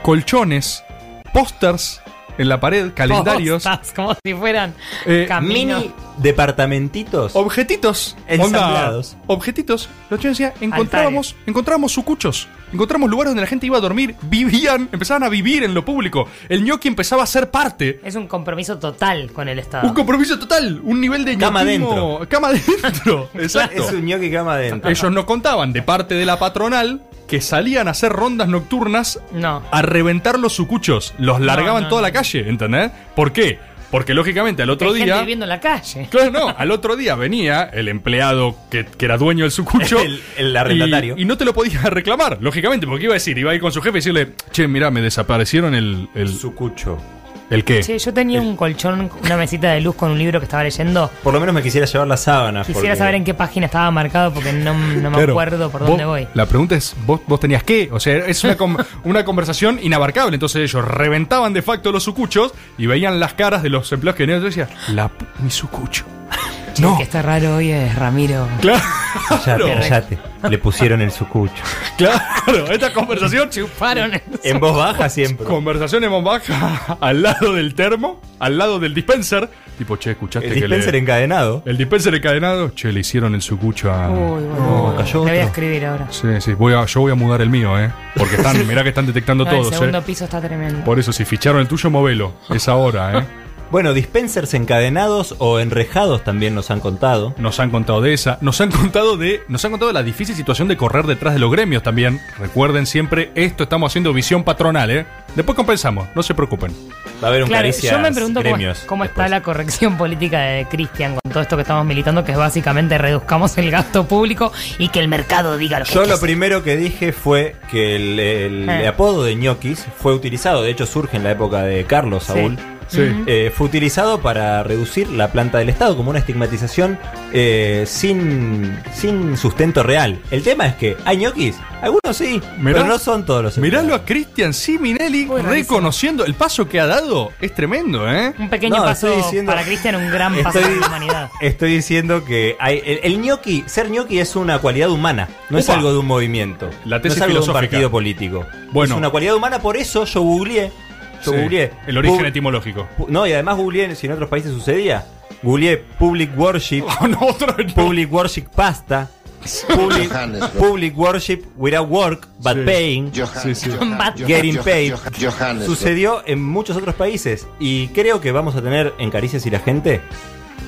S6: colchones, pósters en la pared, calendarios.
S9: Postas, como si fueran
S6: Eh,
S9: camino.
S8: Mini departamentitos.
S6: Objetitos.
S8: Ensamblados.
S6: Onda, objetitos. Los chinos decían, encontrábamos, encontrábamos sucuchos. Encontramos lugares donde la gente iba a dormir, *laughs* vivían, empezaban a vivir en lo público. El ñoqui empezaba a ser parte.
S9: Es un compromiso total con el Estado.
S6: Un compromiso total, un nivel de
S8: Ah. Cama
S6: *laughs* ñoquismo-
S8: *laughs*
S6: Cama adentro. Exacto.
S8: Es un ñoqui cama adentro.
S6: Ellos no contaban de parte de la patronal que salían a hacer rondas nocturnas
S9: No.
S6: a reventar los sucuchos. Los largaban
S9: no,
S6: toda la calle, ¿entendés? ¿Por qué? Porque lógicamente al otro
S9: Hay gente
S6: día.
S9: viviendo en la calle.
S6: Claro, no. Al otro día venía el empleado que, que era dueño del sucucho.
S8: El- el arrendatario.
S6: Y, y no te lo podía *laughs* reclamar, lógicamente, porque iba a decir, iba a ir con su jefe y decirle, che, mirá, me desaparecieron el. ¿El,
S8: Sucucho.
S6: ¿el qué?
S9: Che, yo tenía un colchón, una mesita de luz con un libro que estaba leyendo.
S8: Por lo menos me quisiera llevar las sábanas.
S9: Quisiera saber en qué página estaba marcado porque no, no me
S6: Claro.
S9: acuerdo por
S6: Vos-
S9: dónde voy.
S6: La pregunta es, ¿vos, vos tenías qué? O sea, es
S9: *laughs*
S6: una, com- una conversación inabarcable. Entonces ellos reventaban de facto los sucuchos y veían las caras de los empleados que venían. Yo decía, la, pu- mi sucucho.
S9: *laughs* Che,
S6: no.
S9: el que está raro hoy es Ramiro.
S8: *laughs*
S6: Claro,
S8: Cállate, cállate. Le pusieron el sucucho. *laughs*
S6: claro. Esta conversación,
S9: Chuparon.
S8: En voz baja siempre.
S6: conversación en voz baja, *laughs* al lado del termo, al lado del dispenser. Tipo, che, escuchaste
S8: El
S6: que
S8: dispenser
S6: le...
S8: encadenado.
S6: El dispenser encadenado, che, le hicieron el sucucho a...
S9: Uy, bueno.
S8: No, cayó
S9: Le voy a
S8: otro.
S9: escribir ahora.
S6: Sí, sí, voy a, yo voy a mudar el mío, ¿eh? Porque
S9: *laughs*
S6: están, mirá que están detectando
S9: No,
S6: todos,
S9: el segundo
S6: ¿eh?
S9: piso está tremendo.
S6: Por eso, si ficharon el tuyo, movelo. Es ahora, ¿eh?
S8: *laughs* Bueno, dispensers encadenados o enrejados también nos han contado.
S6: Nos han contado de esa, nos han contado de, nos han contado de la difícil situación de correr detrás de los gremios también. Recuerden siempre, esto estamos haciendo visión patronal, ¿eh? Después compensamos, no se preocupen.
S8: Va a haber un
S9: Claro,
S8: caricias
S9: yo me pregunto cómo,
S8: gremios
S9: cómo está
S8: después.
S9: la corrección política de Cristian con todo esto que estamos militando, que es básicamente reduzcamos el gasto público y que el mercado diga lo que
S8: Yo
S9: quiera.
S8: lo primero que dije fue que el, el
S9: Eh.
S8: apodo de ñoquis fue utilizado, de hecho surge en la época de Carlos
S9: Sí.
S8: Saúl.
S6: Sí.
S8: Eh, fue utilizado para reducir la planta del Estado como una estigmatización eh, sin, sin sustento real. El tema es que hay ñoquis, algunos sí,
S6: Mirá.
S8: pero no son todos los
S6: Miralo a Cristian Siminelli
S9: Muy rarísimo.
S6: reconociendo el paso que ha dado, es tremendo, ¿eh?
S9: Un pequeño
S8: No,
S9: paso
S8: estoy diciendo-
S9: para Cristian, un gran paso
S8: Estoy-
S9: para la humanidad.
S8: Estoy diciendo que hay, el, el ñoqui, ser ñoqui es una cualidad humana, no es
S6: Upa.
S8: algo de un movimiento,
S6: La tesis
S8: no es algo de un
S6: filosófica.
S8: partido político.
S6: Bueno.
S8: Es una cualidad humana, por eso yo googleé. Yo
S6: Sí.
S8: googleé.
S6: El origen
S8: Gu-
S6: etimológico.
S8: pu- No, y además googleé si en otros países sucedía. Googleé public worship,
S6: Oh, *laughs* no, otra vez no.
S8: public worship pasta, public, public worship without work but
S6: Sí.
S8: paying.
S6: Sí, sí.
S8: Getting paid. Sucedió en muchos otros países y creo que vamos a tener en Caricias y la gente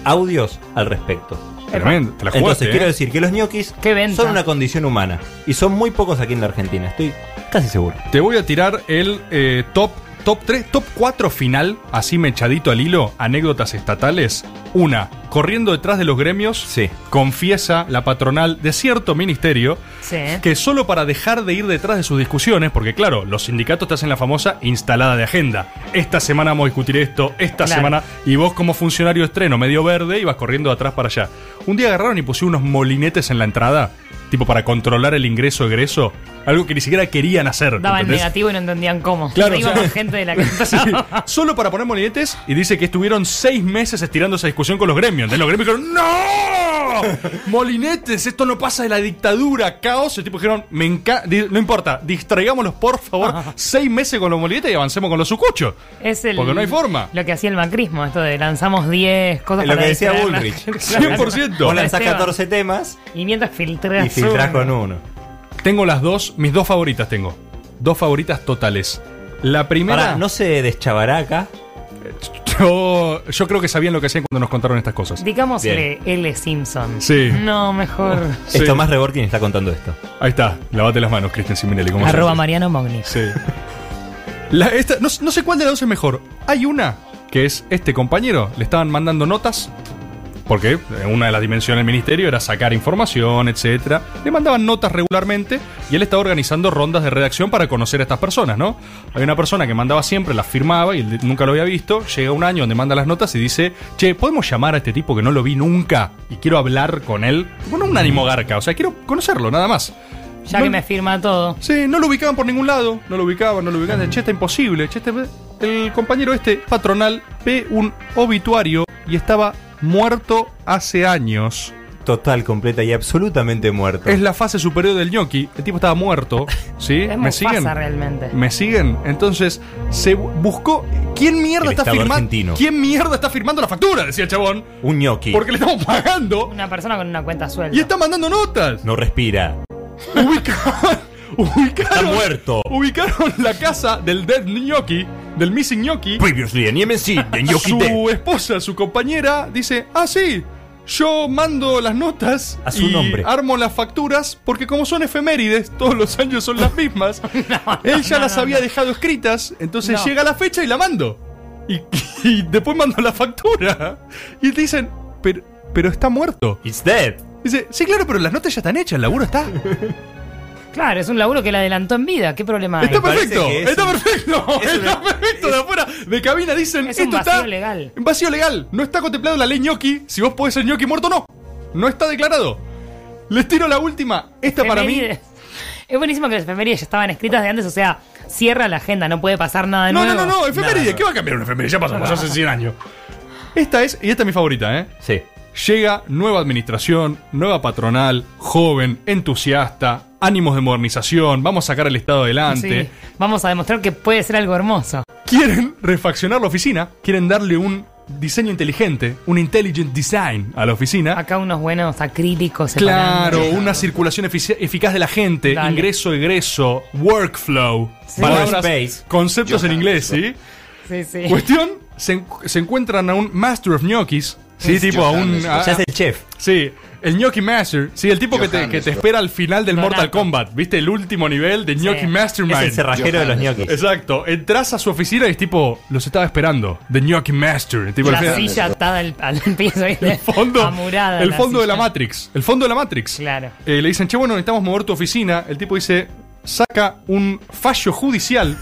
S8: audios al respecto.
S6: Tremendo, te la jugaste,
S8: Entonces
S6: ¿eh?
S8: quiero decir que los ñoquis
S9: Qué venta.
S8: son una condición humana y son muy pocos aquí en la Argentina, estoy casi seguro.
S6: Te voy a tirar el eh, top, top 3, top 4 final, así mechadito al hilo, anécdotas estatales. Una, corriendo detrás de los gremios,
S8: Sí.
S6: confiesa la patronal de cierto ministerio
S9: Sí, ¿eh?
S6: que solo para dejar de ir detrás de sus discusiones, porque claro, los sindicatos te hacen la famosa instalada de agenda. Esta semana vamos a discutir esto, esta
S9: Claro.
S6: semana, y vos como funcionario estreno medio verde ibas corriendo de atrás para allá. Un día agarraron y pusieron unos molinetes en la entrada, tipo para controlar el ingreso-egreso, algo que ni siquiera querían hacer.
S9: Daban
S6: ¿entendés?
S9: negativo y no entendían cómo.
S6: *laughs* Claro,
S9: Se
S6: o sea-
S9: iba con gente de
S6: *laughs*
S9: la que
S6: Sí, solo para poner molinetes y dice que estuvieron seis meses estirando esa discusión con los gremios. Entonces los gremios dijeron,
S9: *laughs*
S6: ¡No! Molinetes, esto no pasa de la dictadura, caos. El tipo dijeron, me enca- di- no importa, distraigámoslos por favor seis meses con los molinetes y avancemos con los sucuchos.
S9: Es el,
S6: Porque no hay forma.
S9: Lo que hacía el macrismo, esto de lanzamos 10 cosas
S8: Es lo
S9: para
S8: que decía
S9: distraer la-
S8: Bullrich.
S6: *laughs*
S9: Claro.
S6: 100%.
S8: Vos lanzás
S9: Esteban.
S8: 14 temas
S9: Y mientras filtras
S8: y filtrás con uno.
S6: Tengo las dos, mis dos favoritas tengo. Dos favoritas totales. La primera...
S8: Pará, ¿no se deschavará acá?
S6: *laughs* yo, yo creo que sabían lo que hacían cuando nos contaron estas cosas.
S9: Digámosle L. Simpson.
S6: Sí.
S9: No, mejor.
S6: Sí.
S8: Esto más Reborkin está contando esto.
S6: Ahí está, lavate las manos, Cristian Siminelli. como
S9: Arroba
S6: siempre.
S9: Mariano Mogni.
S6: Sí. La- esta- no, no sé cuál de las dos es mejor. Hay una que es este compañero. Le estaban mandando notas. Porque eh, una de las dimensiones del ministerio era sacar información, etcétera. Le mandaban notas regularmente y él estaba organizando rondas de redacción para conocer a estas personas, ¿no? Hay una persona que mandaba siempre, las firmaba y él de- nunca lo había visto. Llega un año donde manda las notas y dice: Che, ¿podemos llamar a este tipo que no lo vi nunca y quiero hablar con él? Bueno, un animogarca, o sea, quiero conocerlo, nada más.
S9: Ya
S6: No-
S9: que me firma todo.
S6: Sí, no lo ubicaban por ningún lado. No lo ubicaban, no lo ubicaban. Che, está imposible. Che, este- el compañero este, patronal, ve un obituario y estaba muerto hace años.
S8: Total, completa y absolutamente muerto.
S6: Es la fase superior del ñoqui. El tipo estaba muerto. ¿Sí?
S9: *laughs* Es
S6: ¿Me
S9: muy
S6: siguen?
S9: realmente.
S6: ¿Me siguen? Entonces, se bu- buscó ¿Quién mierda
S8: El
S6: está
S8: Estado
S6: firmando?
S8: argentino.
S6: ¿Quién mierda está firmando la factura? Decía el chabón.
S8: Un ñoqui.
S6: Porque le estamos pagando
S9: Una persona con una cuenta suelta.
S6: y está mandando notas.
S8: No respira. Está muerto.
S6: Ubicaron la casa del dead gnocchi, del missing gnocchi.
S8: Previously en IMC, de ñoqui
S6: Su esposa, su compañera, dice, ah, sí, yo mando las notas
S8: A su
S6: y
S8: nombre.
S6: armo las facturas, porque como son efemérides, todos los años son las
S8: *laughs*
S6: mismas, él ya las había dejado escritas, entonces
S9: No.
S6: llega la fecha y la mando. Y, y después mando la factura. Y dicen, pero, pero está muerto.
S8: It's dead.
S6: Dice, sí, claro, pero las notas ya están hechas, el
S8: *laughs*
S6: laburo está.
S9: Claro, es un laburo que la adelantó en vida. ¿Qué problema hay?
S6: Está
S8: Me parece
S6: perfecto,
S8: que es
S6: está
S8: un-
S6: perfecto,
S8: *laughs* es
S6: está
S8: una-
S6: perfecto de afuera. De cabina dicen,
S9: Es un
S6: esto
S9: vacío
S6: está...
S9: legal.
S6: Un vacío legal. No está contemplado en la ley ñoqui. Si vos podés ser ñoqui muerto, no. No está declarado. Les tiro la última. Esta para mí...
S9: Efemérides. Es buenísimo que las efemérides ya estaban escritas de antes, o sea, cierra la agenda, no puede pasar nada de
S6: No, no,
S9: nuevo.
S6: no, no, efeméride.
S8: Nada.
S6: *laughs* ¿Qué va a cambiar una efeméride? Ya
S10: Ah.
S6: pasó, pasó hace 100 años. Esta es, y esta es mi favorita, ¿eh?
S8: Sí.
S6: Llega nueva administración, nueva patronal, joven, entusiasta, ánimos de modernización, vamos a sacar el Estado adelante.
S9: Sí, vamos a demostrar que puede ser algo hermoso.
S6: quieren refaccionar la oficina, quieren darle un diseño inteligente, un intelligent design a la oficina.
S9: Acá unos buenos acrílicos.
S6: Claro,
S9: separando.
S6: una circulación efici- eficaz de la gente,
S9: Dale.
S6: ingreso, egreso, workflow,
S9: Sí.
S8: Workspace.
S6: conceptos en inglés, ¿sí?
S9: Sí, sí.
S6: Cuestión, se, en- se encuentran a un master of gnocchis, ¿sí? Tipo a un... a-
S8: Ya es el chef.
S6: sí, el gnocchi master, sí, el tipo que te, que te espera al final del
S9: Donato.
S6: Mortal Kombat, ¿viste? El último nivel de gnocchi
S8: Es
S9: Sí.
S8: el
S6: mastermind.
S8: cerrajero de los ñoquis.
S6: Exacto, entras a su oficina y es tipo, los estaba esperando, The Gnocchi Master. Tipo,
S9: la
S6: el-
S9: silla atada al, al *laughs* piso.
S6: el fondo,
S9: amurada
S6: el fondo de la
S9: silla.
S6: Matrix. El fondo de la Matrix.
S9: Claro.
S6: Eh, le dicen, che, bueno, necesitamos mover tu oficina. El tipo dice, saca un fallo judicial.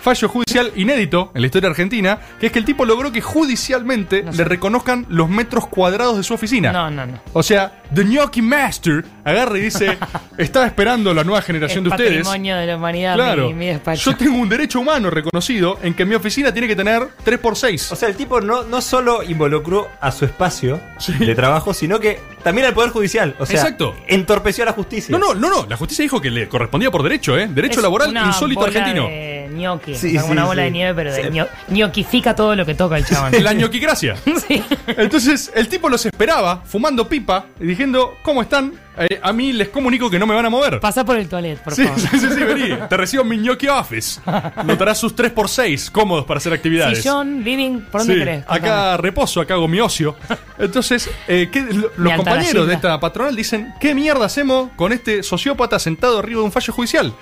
S6: Fallo judicial inédito en la historia argentina, que es que el tipo logró que judicialmente
S9: sé.
S6: le reconozcan los metros cuadrados de su oficina.
S9: No, no, no.
S6: O sea, The Gnocchi Master agarra
S9: *laughs*
S6: y dice, estaba esperando la nueva generación
S9: El
S6: de ustedes.
S9: patrimonio de la humanidad,
S6: Claro.
S9: mi, mi despacho.
S6: Yo tengo un derecho humano reconocido en que mi oficina tiene que tener 3x6.
S8: O sea, el tipo no, no solo involucró a su espacio de trabajo, sino que también al Poder Judicial. O sea,
S6: Exacto.
S8: entorpeció a la justicia.
S6: no, no, no, no. La justicia dijo que le correspondía por derecho, ¿eh? Derecho
S9: Es
S6: laboral
S9: una
S6: insólito
S9: bola
S6: argentino.
S9: De gnocchi.
S8: Sí,
S9: o sea,
S8: sí,
S9: como una bola
S8: sí.
S9: de nieve, pero de
S8: Sí.
S9: ño- ñoquifica todo lo que toca el
S6: *laughs*
S9: chabón.
S6: *laughs* La ñoquicracia.
S9: *laughs* sí.
S6: *laughs* Entonces, el tipo los esperaba, fumando pipa, y diciendo, ¿cómo están? Eh, a mí les comunico que no me van a mover.
S9: Pasa por el toilet, por
S6: Sí,
S9: favor.
S6: *laughs* sí, sí, sí, vení. Te recibo en mi
S9: *laughs*
S6: gnocchi office. Notarás sus 3x6 cómodos para hacer actividades.
S9: Sillón, living, ¿por dónde
S6: Sí,
S9: crees?
S6: Acá reposo, acá hago mi ocio. Entonces, eh, ¿qué- lo- los
S9: alta
S6: compañeros de
S9: leyenda.
S6: esta patronal dicen, ¿qué mierda hacemos con este sociópata sentado arriba de un fallo judicial?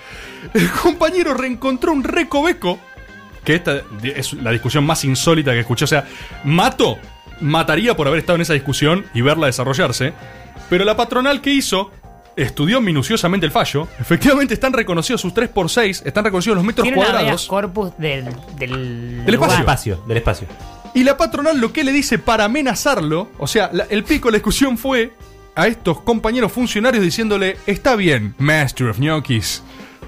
S6: El compañero reencontró un recoveco, que esta di- es la discusión más insólita que escuché. O sea, mato, mataría por haber estado en esa discusión y verla desarrollarse. Pero la patronal que hizo... Estudió minuciosamente el fallo. Efectivamente, están reconocidos sus 3x6, están reconocidos los metros
S9: Tiene una habeas
S6: cuadrados.
S9: corpus del, del,
S6: Del
S8: Del
S9: lugar.
S8: espacio, del espacio.
S6: Y la patronal lo que le dice para amenazarlo, o sea, la- el pico de la discusión fue a estos compañeros funcionarios diciéndole, está bien, Master of Gnocchis,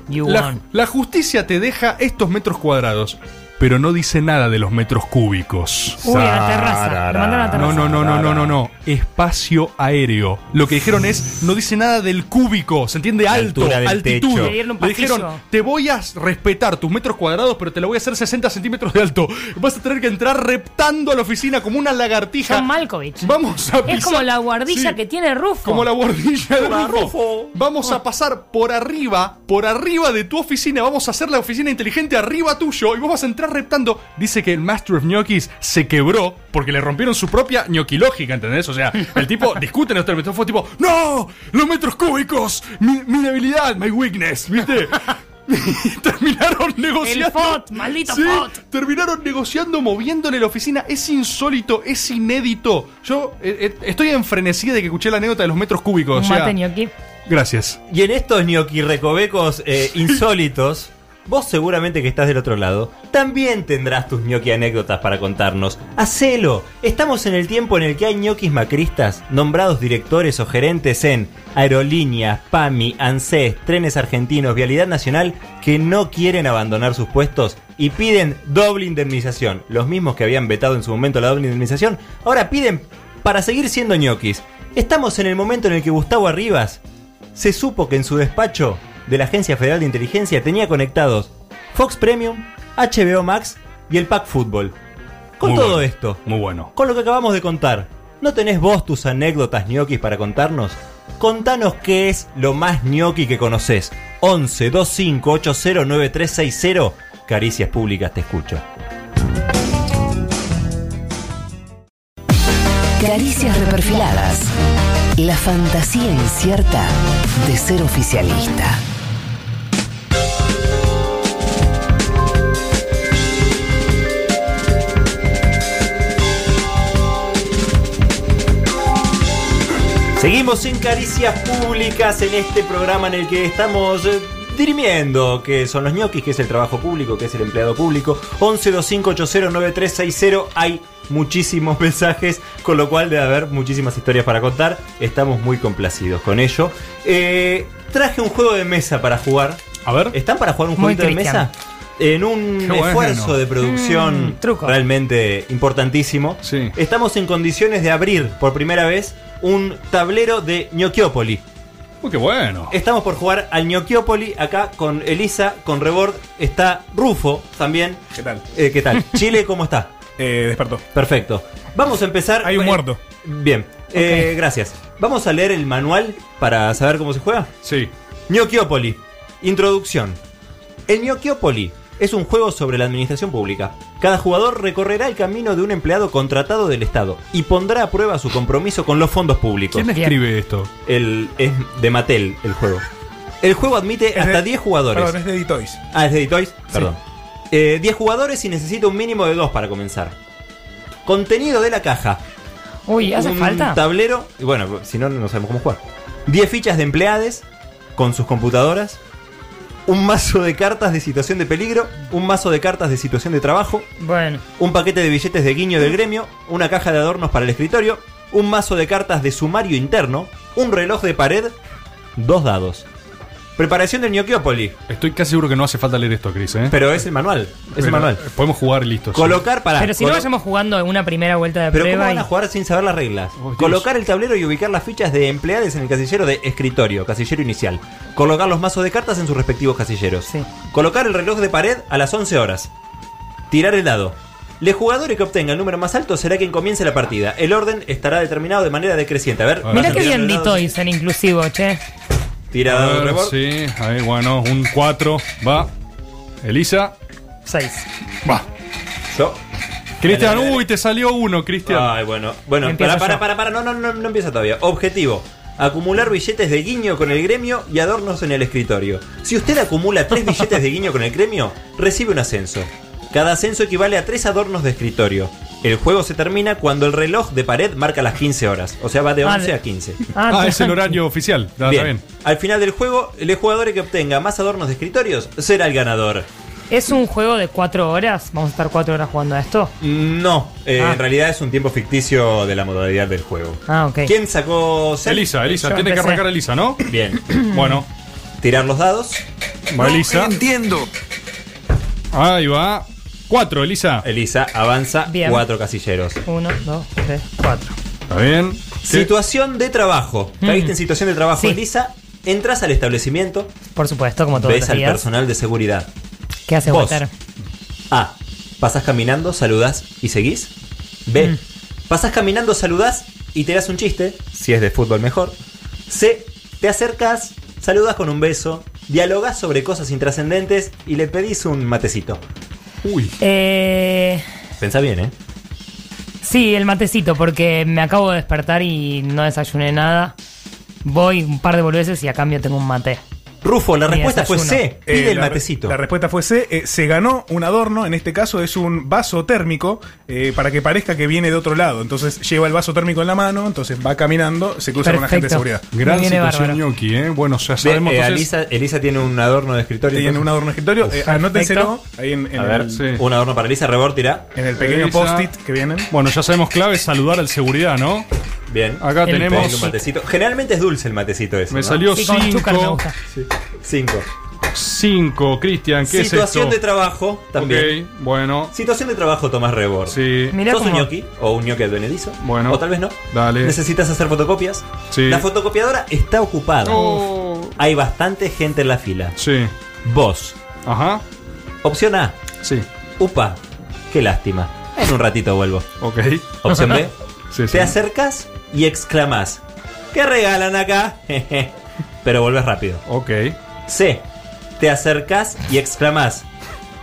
S9: You
S6: la,
S9: won.
S6: la justicia te deja estos metros cuadrados, pero no dice nada de los metros cúbicos.
S9: Uy, a la terraza. Lo mandaron a la
S6: No,
S9: terraza.
S6: no, no, no, no, no, no. Espacio aéreo. Lo que dijeron es, no dice nada del cúbico, se entiende alto,
S8: altura del
S6: altitud.
S8: techo.
S9: Le dieron un pasillo.
S6: dijeron, te voy a respetar tus metros cuadrados, pero te la voy a hacer 60 centímetros de alto. Vas a tener que entrar reptando a la oficina como una lagartija.
S9: John Malkovich.
S6: Vamos a
S9: Es como
S6: pisar-
S9: la guardilla
S6: Sí.
S9: que tiene Rufo.
S6: Como la guardilla de
S8: Hola,
S6: Rufo.
S8: Rufo.
S6: Vamos a pasar por arriba, por arriba de tu oficina. Vamos a hacer la oficina inteligente arriba tuyo y vos vas a entrar reptando. Dice que el Master of Gnocchis se quebró porque le rompieron su propia gnocchilógica, ¿entendés? O sea, el tipo discute en los términos. Fue tipo, ¡No! ¡Los metros cúbicos! ¡Mi, mi debilidad! ¡My weakness! ¿Viste?
S9: *laughs*
S6: Y terminaron negociando.
S9: FOT, maldito
S6: Sí,
S9: FOT.
S6: Terminaron negociando, moviéndole la oficina. Es insólito, es inédito. Yo eh, eh, estoy en frenesí de que escuché la anécdota de los metros cúbicos.
S9: Un
S6: o sea,
S9: mate ñoqui.
S6: gracias.
S8: Y en estos ñoqui recovecos eh, insólitos, vos seguramente que estás del otro lado, también tendrás tus ñoqui anécdotas para contarnos. ¡Hacelo! Estamos en el tiempo en el que hay ñoquis macristas, nombrados directores o gerentes en Aerolíneas, PAMI, ANSES, Trenes Argentinos, Vialidad Nacional, que no quieren abandonar sus puestos y piden doble indemnización. Los mismos que habían vetado en su momento la doble indemnización, ahora piden para seguir siendo ñoquis. Estamos en el momento en el que Gustavo Arribas se supo que en su despacho de la Agencia Federal de Inteligencia tenía conectados Fox Premium, HBO Max y el pack fútbol. Con
S6: Muy
S8: todo
S6: bueno,
S8: esto,
S6: Muy bueno.
S8: con lo que acabamos de contar, ¿no tenés vos tus anécdotas ñoquis para contarnos? Contanos qué es lo más ñoqui que conoces. 11 25 80 9360. Caricias Públicas te escucha.
S1: Caricias reperfiladas. La fantasía incierta de ser oficialista.
S8: Seguimos en Caricias Públicas en este programa en el que estamos eh, dirimiendo que son los ñoquis, que es el trabajo público, que es el empleado público. 1125809360 hay muchísimos *laughs* mensajes, con lo cual debe haber muchísimas historias para contar. Estamos muy complacidos con ello. Eh, traje un juego de mesa para jugar.
S6: A ver.
S8: ¿Están para jugar un
S9: Muy
S8: jueguito de
S9: cristiano.
S8: mesa? En un
S6: Qué bueno.
S8: esfuerzo de producción
S9: Mm, truco.
S8: realmente importantísimo.
S6: Sí.
S8: Estamos en condiciones de abrir por primera vez un tablero de Gnocchiopoli.
S6: Uy, qué bueno.
S8: Estamos por jugar al Gnocchiopoli acá con Elisa, con Rebord. Está Rufo también.
S10: ¿Qué tal?
S8: Eh, ¿Qué tal? Chile, ¿cómo está?
S10: Eh, despertó.
S8: Perfecto. Vamos a empezar.
S10: Hay un
S8: Eh,
S10: muerto.
S8: Bien, Eh, gracias. Vamos a leer el manual para saber cómo se juega.
S6: Sí.
S8: Gnocchiopoli. Introducción. El Gnocchiopoli es un juego sobre la administración pública. Cada jugador recorrerá el camino de un empleado contratado del Estado y pondrá a prueba su compromiso con los fondos públicos.
S6: ¿Quién
S9: Bien.
S6: escribe esto?
S8: El, es de Mattel el juego. El juego admite
S10: Es
S8: hasta
S10: de-
S8: 10 jugadores.
S10: Perdón, es de Editoys.
S8: Ah, es de Toys. Perdón. Eh, 10 jugadores y necesita un mínimo de 2 para comenzar. Contenido de la caja.
S9: Uy, ¿hace
S8: un
S9: falta?
S8: tablero. Y bueno, si no, no sabemos cómo jugar. 10 fichas de empleades con sus computadoras. Un mazo de cartas de situación de peligro. Un mazo de cartas de situación de trabajo.
S9: Bueno,
S8: Un paquete de billetes de guiño del gremio. Una caja de adornos para el escritorio. Un mazo de cartas de sumario interno. Un reloj de pared. Dos dados. Preparación del Gnocchiopoli.
S6: Estoy casi seguro que no hace falta leer esto, Chris, ¿eh?
S8: Pero es el manual. Es
S6: Pero,
S8: el manual.
S6: eh, Podemos jugar y listo. sí.
S8: Colocar para.
S9: pero si no vayamos jugando en una primera vuelta de
S8: Pero ¿cómo
S9: prueba.
S8: van a
S9: y-
S8: jugar sin saber las reglas?
S6: Oh, Dios.
S8: Colocar el tablero y ubicar las fichas de empleados en el casillero de escritorio, casillero inicial. Colocar los mazos de cartas en sus respectivos casilleros.
S9: Sí.
S8: Colocar el reloj de pared a las 11 horas. Tirar el dado. El jugador que obtenga el número más alto será quien comience la partida. El orden estará determinado de manera decreciente. A ver,
S6: Ah,
S9: Mirá
S8: vayan
S9: que bien
S8: tirando el dado.
S9: Ditoy en inclusivo, che.
S8: Tira
S6: A
S8: dado de
S6: ver,
S8: rebord.
S6: Ah, sí, ahí, bueno, un 4. Va. Elisa.
S9: 6.
S6: Va.
S8: Yo.
S6: Cristian,
S8: Dale, dale.
S6: uy, te salió uno, Cristian.
S8: Ay, bueno. Bueno,
S9: Empiezo
S8: para, para,
S9: yo.
S8: para, para. No, no, no, no empieza todavía. Objetivo. Acumular billetes de guiño con el gremio y adornos en el escritorio. Si usted acumula tres billetes de guiño con el gremio, recibe un ascenso. Cada ascenso equivale a tres adornos de escritorio. El juego se termina cuando el reloj de pared marca las 15 horas. O sea, va de
S9: *laughs* Ah,
S8: 11
S9: de-
S8: a 15.
S6: ah, es el
S9: tranqui.
S6: horario oficial. Ah, Está bien.
S8: Bien. Al final del juego, el jugador que obtenga más adornos de escritorios será el ganador.
S9: ¿Es un juego de 4 horas? ¿Vamos a estar 4 horas jugando a esto?
S8: No, eh,
S9: Ah.
S8: en realidad es un tiempo ficticio de la modalidad del juego.
S9: Ah, ok.
S8: ¿Quién sacó seis?
S6: Elisa, Elisa,
S9: Yo
S6: tiene que
S9: empecé.
S6: arrancar Elisa, ¿no?
S8: *coughs* Bien.
S6: *coughs* bueno,
S8: Tirar los dados.
S6: va Elisa. entiendo. Ahí va. 4, Elisa.
S8: Elisa avanza
S9: Bien.
S8: cuatro casilleros.
S9: 1, 2, 3, 4.
S6: Está bien. Sí.
S8: Situación de trabajo. Caíste en situación de trabajo,
S9: Mm. Sí.
S8: Elisa. Entras al establecimiento,
S9: Por supuesto, como todos
S8: ves
S9: los
S8: al
S9: días.
S8: personal de seguridad.
S9: ¿Qué hace
S8: Vos.
S9: Walter?
S8: A. Pasás caminando, saludás y seguís.
S9: Mm.
S8: B. Pasás caminando, saludás y te das un chiste, si es de fútbol mejor. C. Te acercas, saludás con un beso, dialogás sobre cosas intrascendentes y le pedís un matecito.
S6: Uy.
S9: Eh,
S8: Pensá bien, ¿eh?
S9: sí, el matecito, porque me acabo de despertar y no desayuné nada. Voy un par de boludeces y a cambio tengo un mate.
S8: Rufo, la
S9: Mi
S8: respuesta fue
S9: desayuno.
S8: C. Pide
S10: Eh,
S8: el
S10: la re-
S8: matecito.
S10: La respuesta fue C. Eh, se ganó un adorno, en este caso es un vaso térmico, eh, para que parezca que viene de otro lado. Entonces lleva el vaso térmico en la mano, entonces va caminando, se cruza con la gente de
S9: Perfecto.
S10: seguridad.
S6: Gran
S9: Me viene
S6: situación,
S9: bárbaro.
S6: ñoqui, ¿eh? Bueno, ya
S8: Ve,
S6: sabemos
S8: eh,
S6: entonces.
S8: Elisa, Elisa tiene un adorno de escritorio.
S10: Tiene
S8: entonces.
S10: un adorno de escritorio. Eh, anótenselo ahí en, eh, en
S8: A ver,
S10: el,
S6: sí.
S8: un adorno para Elisa, Rebord tirá.
S10: en el pequeño
S6: Elisa.
S10: post-it que vienen.
S6: Bueno, ya sabemos clave saludar al seguridad, ¿no?
S8: Bien.
S6: Acá
S9: El
S8: Pedile un
S6: tenemos.
S8: matecito. Generalmente es dulce el matecito ese.
S6: Me
S8: ¿no?
S6: salió
S9: Sí, con azúcar me
S6: 5.
S9: gusta.
S8: 5.
S6: 5, Cristian, ¿qué
S8: Situación
S6: es
S8: de
S6: esto?
S8: trabajo también.
S6: Ok, bueno.
S8: Situación de trabajo, Tomás Rebord.
S6: Sí.
S9: Mirá
S8: ¿Sos un
S9: cómo-
S8: ñoqui o un ñoqui advenedizo?
S6: Bueno.
S8: O tal vez no.
S6: Dale.
S8: ¿Necesitas hacer fotocopias?
S6: Sí.
S8: La fotocopiadora está ocupada.
S6: Oh.
S8: Hay bastante gente en la fila.
S6: Sí.
S8: Vos.
S6: Ajá.
S8: Opción A.
S6: Sí.
S8: Upa. Qué lástima. En un ratito vuelvo.
S6: Ok.
S8: Opción B.
S6: *laughs* Sí, sí.
S8: Te acercas y exclamas. ¿Qué regalan acá? Jeje. Pero vuelves rápido.
S6: Ok.
S8: C. Te acercas y exclamas.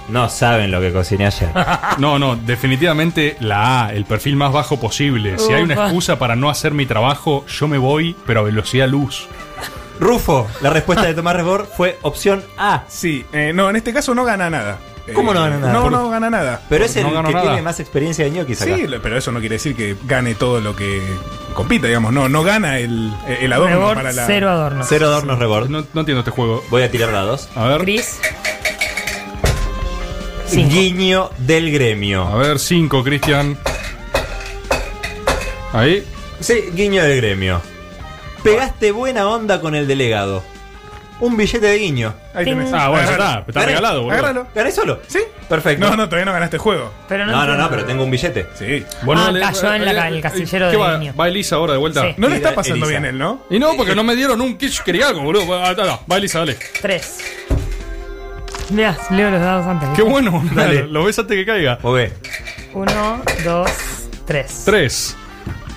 S8: No saben lo que cociné ayer.
S6: *laughs* No, no, definitivamente la A, el perfil más bajo posible. Si hay una
S8: Ufa.
S6: excusa para no hacer mi trabajo, yo me voy, pero a velocidad luz.
S8: Rufo, la respuesta de Tomás Rebor fue opción A.
S10: Sí, eh, no, en este caso no gana nada.
S8: ¿Cómo
S10: Eh,
S8: no gana nada?
S10: No,
S8: Por-
S10: no gana nada.
S8: Pero es el
S10: No ganó
S8: que
S10: nada.
S8: tiene más experiencia de ñoquis acá.
S10: Sí, lo- pero eso no quiere decir que gane todo lo que compita, digamos. No, no gana el, el adorno
S9: Rebord,
S10: para la.
S9: cero adornos.
S8: Cero adornos Rebord.
S6: No, no entiendo este juego.
S8: Voy a tirar dados.
S6: A ver,
S9: Cris. Cinco.
S8: Guiño del gremio.
S6: a ver, cinco, Cristian. Ahí.
S8: Sí, guiño del gremio. Pegaste buena onda con el delegado. Un billete de guiño.
S10: Ahí tenés.
S6: Ah, bueno, ya está.
S10: Agárralo.
S6: Está regalado, boludo.
S10: Agárralo.
S8: ¿Gané solo?
S10: Sí.
S8: Perfecto.
S10: No, no, todavía no ganaste el juego.
S9: Pero no,
S8: no, no,
S9: entiendo.
S8: no, pero tengo un billete.
S10: Sí.
S6: Bueno,
S9: Ah, cayó en la ca- el casillero
S6: ¿qué
S9: de
S6: va?
S9: niño.
S6: ¿Va Elisa ahora de vuelta?
S9: Sí.
S10: No le está
S8: Mira,
S10: pasando
S8: Elisa.
S10: bien él, ¿no?
S6: Y no, porque no me dieron un kit quería algo, boludo. Va, va, va, Elisa, dale.
S9: Tres. Mirá, leo los dados antes.
S6: Qué bueno,
S8: Dale.
S6: Lo ves antes que caiga.
S8: Move.
S9: Uno, dos, tres.
S6: Tres.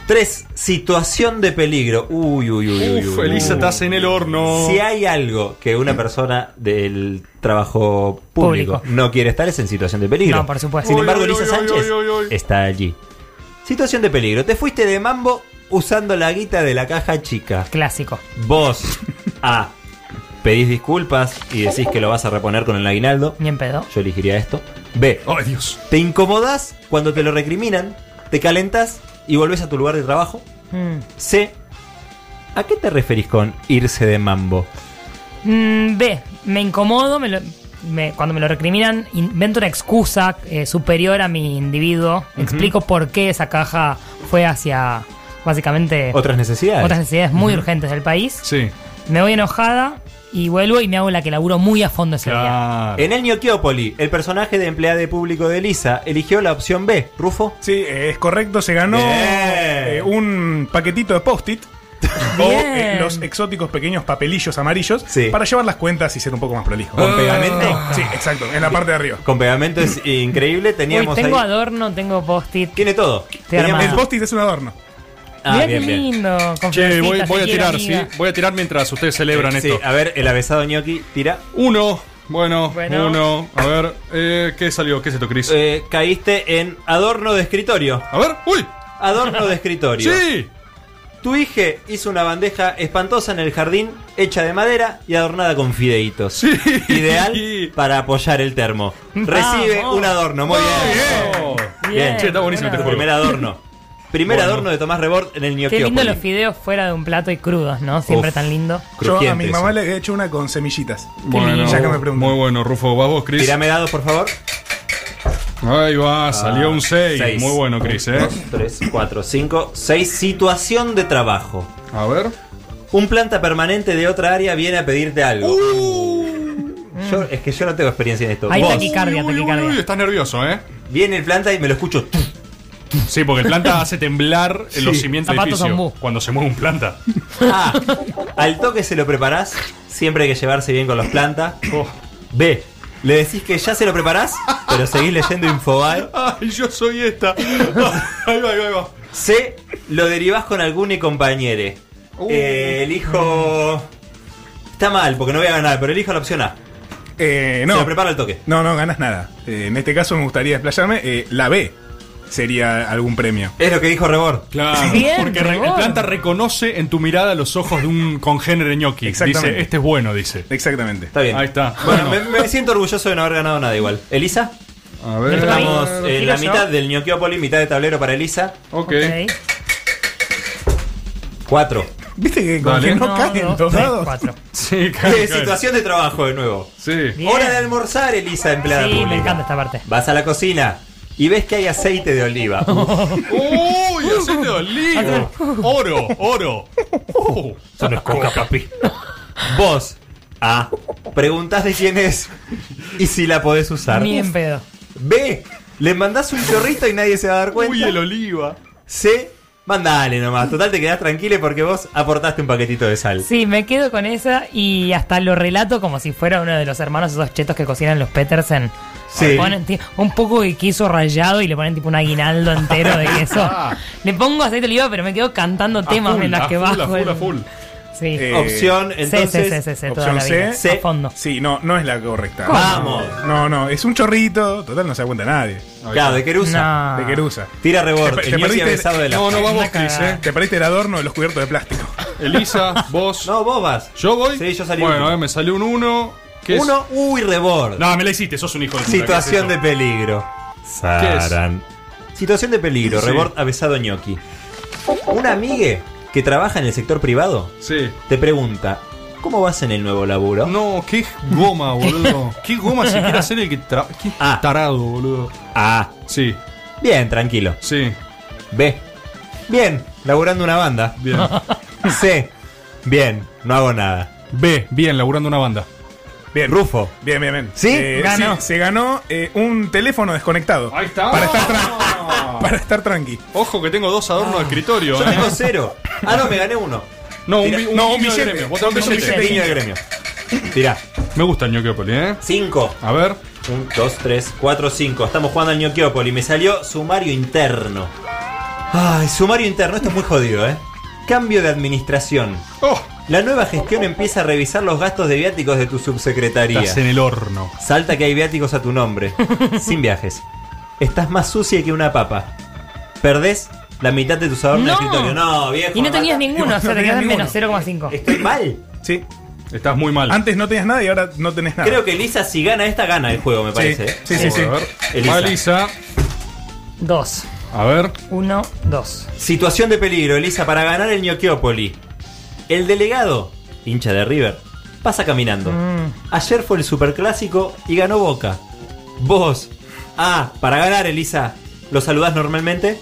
S8: Tres, situación de peligro. Uy, uy, uy, uy.
S6: Uf,
S8: uy,
S6: Elisa,
S8: uy.
S6: estás en el horno.
S8: Si hay algo que una persona del trabajo público,
S9: Público.
S8: no quiere estar es en situación de peligro.
S9: No, por supuesto.
S8: Sin
S6: Uy,
S8: embargo,
S6: uy,
S8: Elisa
S6: uy,
S8: Sánchez
S6: uy, uy, uy.
S8: está allí. Situación de peligro. Te fuiste de mambo usando la guita de la caja chica.
S9: Clásico.
S6: *laughs*
S8: Vos A. Pedís disculpas y decís que lo vas a reponer con el aguinaldo.
S9: Ni en pedo.
S8: Yo elegiría esto. B.
S6: Ay, Dios.
S8: Te incomodás cuando te lo recriminan, te calentás y volvés a tu lugar de trabajo.
S9: Mm.
S8: C. ¿A qué te referís con irse de mambo?
S9: Mm, B. Me incomodo, me lo- me- cuando me lo recriminan, invento una excusa eh, superior a mi individuo. Explico por qué esa caja fue hacia, básicamente,
S8: ¿Otras necesidades?
S9: otras necesidades muy urgentes del país.
S6: Sí.
S9: Me voy enojada y vuelvo y me hago la que laburo muy a fondo ese día.
S6: Claro.
S8: En el Ñoquiópoli, el personaje de empleada de público de Elisa eligió la opción B, Rufo.
S10: Sí, eh, es correcto, se ganó
S8: Bien.
S10: eh, un paquetito de
S9: *laughs*
S10: post-it. o
S9: Bien.
S10: eh, los exóticos pequeños papelillos amarillos
S8: Sí.
S10: para llevar las cuentas y ser un poco más prolijo. Ah.
S8: ¿Con pegamento?
S10: Sí, exacto, en la parte de arriba.
S8: Con pegamento es increíble,
S9: Uy,
S8: teníamos
S9: tengo
S8: ahí-
S9: adorno, tengo post-it.
S8: Tiene todo.
S9: armado.
S10: El post-it es un adorno.
S8: Ah,
S9: Mirá
S8: bien,
S9: qué
S8: bien.
S9: lindo. con
S6: Che, voy,
S9: florcitas,
S6: voy a
S9: te quiero,
S6: tirar, sí.
S9: amiga.
S6: Voy a tirar mientras ustedes celebran
S8: Sí,
S6: esto.
S8: a ver, el avesado ñoqui tira.
S6: Uno. Bueno,
S9: Bueno.
S6: uno. A ver, eh, ¿qué salió? ¿Qué es esto, Chris?
S8: Eh, caíste en adorno de escritorio.
S6: A ver, uy.
S8: Adorno de escritorio.
S6: *laughs* Sí.
S8: Tu hija hizo una bandeja espantosa en el jardín, hecha de madera y adornada con fideitos.
S6: Sí. *laughs*
S8: Ideal para apoyar el termo. Recibe
S9: Vamos.
S8: un adorno. Muy bien.
S6: Oh.
S8: Bien.
S6: Che, está buenísimo
S9: Hola.
S6: este juego.
S8: Primer adorno. Primer
S6: Bueno.
S8: adorno de Tomás Rebord en el
S9: Qué
S8: Ñoquiópolis.
S9: lindo los fideos fuera de un plato y crudos, ¿no? Siempre
S8: Uf.
S9: tan lindo.
S10: Yo a mi
S8: Crujientes.
S10: mamá le he hecho una con semillitas.
S6: Bueno,
S10: ya que me preguntan.
S6: muy bueno, Rufo. ¿Vas vos, Chris?
S8: Tirame dados, por favor. Ah,
S6: Ahí va, salió un 6.
S8: Seis.
S6: Muy bueno, Chris,
S8: Un,
S6: ¿eh?
S8: dos, tres, cuatro, cinco, seis. Situación de trabajo.
S6: A ver.
S8: Un planta permanente de otra área viene a pedirte algo. Yo- es que yo no tengo experiencia en esto.
S9: Uh. Ahí
S8: Vos,
S9: está aquí. Taquicardia,
S6: Uy, uy, uy,
S9: taquicardia.
S6: uy, estás nervioso, ¿eh?
S8: viene el planta y me lo escucho.
S6: Sí, porque el planta
S8: *laughs*
S6: hace temblar los cimientos del
S9: Zapatos
S6: edificio
S9: bambú.
S6: cuando se mueve un planta.
S8: A. Ah, Al toque se lo preparás. Siempre hay que llevarse bien con los plantas.
S6: Oh.
S8: B. Le decís que ya se lo preparás, pero seguís leyendo Infobae.
S6: Ay, yo soy
S8: *laughs*
S6: esta. Ahí va, ahí va, ahí va.
S8: C. Lo derivás con algún compañero.
S10: Uh,
S6: Uh.
S8: Eh, elijo. Está mal, porque no voy a ganar, pero elijo la opción A.
S10: Eh,
S8: Se
S10: no,
S8: lo preparo al toque.
S10: no, no ganas nada. Eh, en este caso me gustaría desplayarme. eh, la B sería algún premio.
S8: Es lo que dijo Rebor.
S6: Claro,
S9: Bien,
S6: porque re- el
S9: Rebord.
S6: planta reconoce en tu mirada los ojos de un congénere ñoqui.
S10: Exactamente.
S6: Dice, este es bueno, dice.
S10: Exactamente.
S8: Está bien.
S6: Ahí está.
S8: Bueno,
S6: Bueno.
S8: Me, me siento orgulloso de no haber ganado nada igual. ¿Elisa?
S6: A ver.
S8: Estamos
S9: Ahí,
S8: en
S9: giro
S8: la
S9: yo.
S8: mitad del Ñoquiópoli, mitad de tablero para Elisa.
S6: Ok.
S9: Ok.
S8: Cuatro.
S10: ¿Viste que con
S6: Dale.
S10: que no
S9: Uno,
S10: caen
S9: dos,
S10: dos
S9: tres,
S10: dados?
S9: cuatro.
S6: Sí, *laughs* claro,
S8: Eh,
S6: claro.
S8: situación de trabajo de nuevo.
S6: Sí.
S9: Bien.
S8: Hora de almorzar, Elisa, empleada
S9: Sí,
S8: pública.
S9: me encanta esta parte.
S8: Vas a la cocina y ves que hay aceite de
S6: *laughs*
S8: oliva. Uf,
S6: ¡Uy! Aceite de olivo. Oro, oro. Oh.
S8: Eso no es coca, papi. Vos, A, preguntás de quién es y si la podés usar.
S9: Ni en pedo.
S8: B, le mandás un chorrito y nadie se va a dar
S6: Uy,
S8: cuenta.
S6: el oliva.
S8: C, mandale nomás. Total, te quedás tranquilo porque vos aportaste un paquetito de sal.
S9: Sí, me quedo con esa y hasta lo relato como si fuera uno de los hermanos esos chetos que cocinan los Petersen Sí. Le ponen, tío, un poco de queso rallado y le ponen tipo un aguinaldo entero de
S6: *laughs*
S9: queso. le pongo aceite de oliva, pero me quedo cantando temas
S6: full,
S9: mientras
S6: a
S9: que
S6: full,
S9: bajo.
S6: a full,
S9: el-
S6: a full.
S9: Sí.
S10: Eh,
S8: Opción, entonces.
S9: sí, sí, sí, toda
S10: Opción
S9: la vida.
S10: C.
S9: A fondo.
S10: Sí, no, no es la correcta.
S9: ¿Cómo?
S8: Vamos.
S10: No, no, es un chorrito. Total, no se aguanta nadie.
S8: Claro, de Querusa.
S9: No.
S10: De querusa.
S8: Tira
S10: Te- te
S8: rebote. inicia
S10: perdiste-
S8: besado de la-
S6: No, no vamos,
S9: Una
S6: Cris,
S9: cagada.
S6: eh.
S10: Te pariste el adorno de los cubiertos de plástico.
S6: Elisa, vos.
S8: No, vos vas.
S6: ¿Yo voy?
S8: Sí, yo salí
S6: Bueno,
S8: último.
S6: eh, me salió un 1.
S8: Uno, uy, rebord.
S6: No, me la hiciste, sos un hijo de puta,
S8: Situación
S6: ¿qué
S8: de
S6: es
S8: peligro.
S6: Saran.
S8: Situación de peligro,
S6: Sí.
S8: rebord avesado ñoqui. Una amigue que trabaja en el sector privado
S6: eso? Sí.
S8: te pregunta, ¿cómo vas en el nuevo laburo?
S6: No, qué
S8: *laughs*
S6: goma, boludo. ¿Qué goma se quiere hacer el que tra qué
S8: Ah.
S6: tarado, boludo?
S8: Ah,
S6: Sí,
S8: bien, tranquilo.
S6: sí,
S8: B, bien, laburando una banda. *laughs*
S6: bien.
S8: C, bien, no hago nada.
S6: B, bien, laburando una banda.
S10: Bien.
S8: Rufo,
S10: Bien, bien, bien.
S8: ¿Sí? Ganó.
S10: se ganó eh, un teléfono desconectado.
S6: Ahí está.
S10: Para estar,
S6: *laughs*
S10: tran- para estar tranqui.
S6: Ojo que tengo dos adornos de escritorio.
S8: yo
S6: eh.
S8: tengo
S6: *laughs*
S8: cero. Ah, no, me gané uno.
S6: No, un,
S8: Tira-
S6: bi- un,
S10: no, un
S6: guiño de
S10: billete.
S6: gremio. Vos tenés
S10: Un
S6: un billete.
S8: Niño de gremio. Tirá.
S6: Me gusta el ñoqueopoli, ¿eh?
S8: Cinco.
S6: A ver.
S8: 1, 2, 3, 4, 5. Estamos jugando al Ñoquiópoli. Me salió sumario interno. Ay, sumario interno. Esto es muy jodido, ¿eh? Cambio de administración.
S6: Oh,
S8: La nueva gestión empieza a revisar los gastos de viáticos de tu subsecretaría.
S6: estás en el horno.
S8: Salta que hay viáticos a tu
S6: *laughs*
S8: nombre. Sin viajes. Estás más sucia que una papa. Perdés la mitad de tus adornos
S9: No.
S8: de escritorio. No, viejo.
S9: Y no tenías
S8: andate.
S9: ninguno, o sea, te
S10: tenías
S9: quedas en menos
S10: ninguno.
S9: 0,5.
S6: Este,
S8: Estoy mal.
S10: Sí.
S6: Estás muy mal.
S10: Antes no tenías nada y ahora no tenés
S6: *laughs*
S10: nada.
S8: Creo que Lisa, si gana esta, gana el juego, me parece. ¿eh?
S10: Sí, sí, sí.
S6: A ver.
S8: Elisa.
S6: Va, Elisa.
S9: 2,
S6: A ver.
S9: 1, 2.
S8: Situación de peligro, Elisa, para ganar el Ñoquiópoli. El delegado, hincha de River, pasa caminando.
S11: Mm.
S9: mm.
S8: Ayer fue el superclásico y ganó Boca. Vos. A. Para ganar, Elisa. ¿Lo saludás normalmente?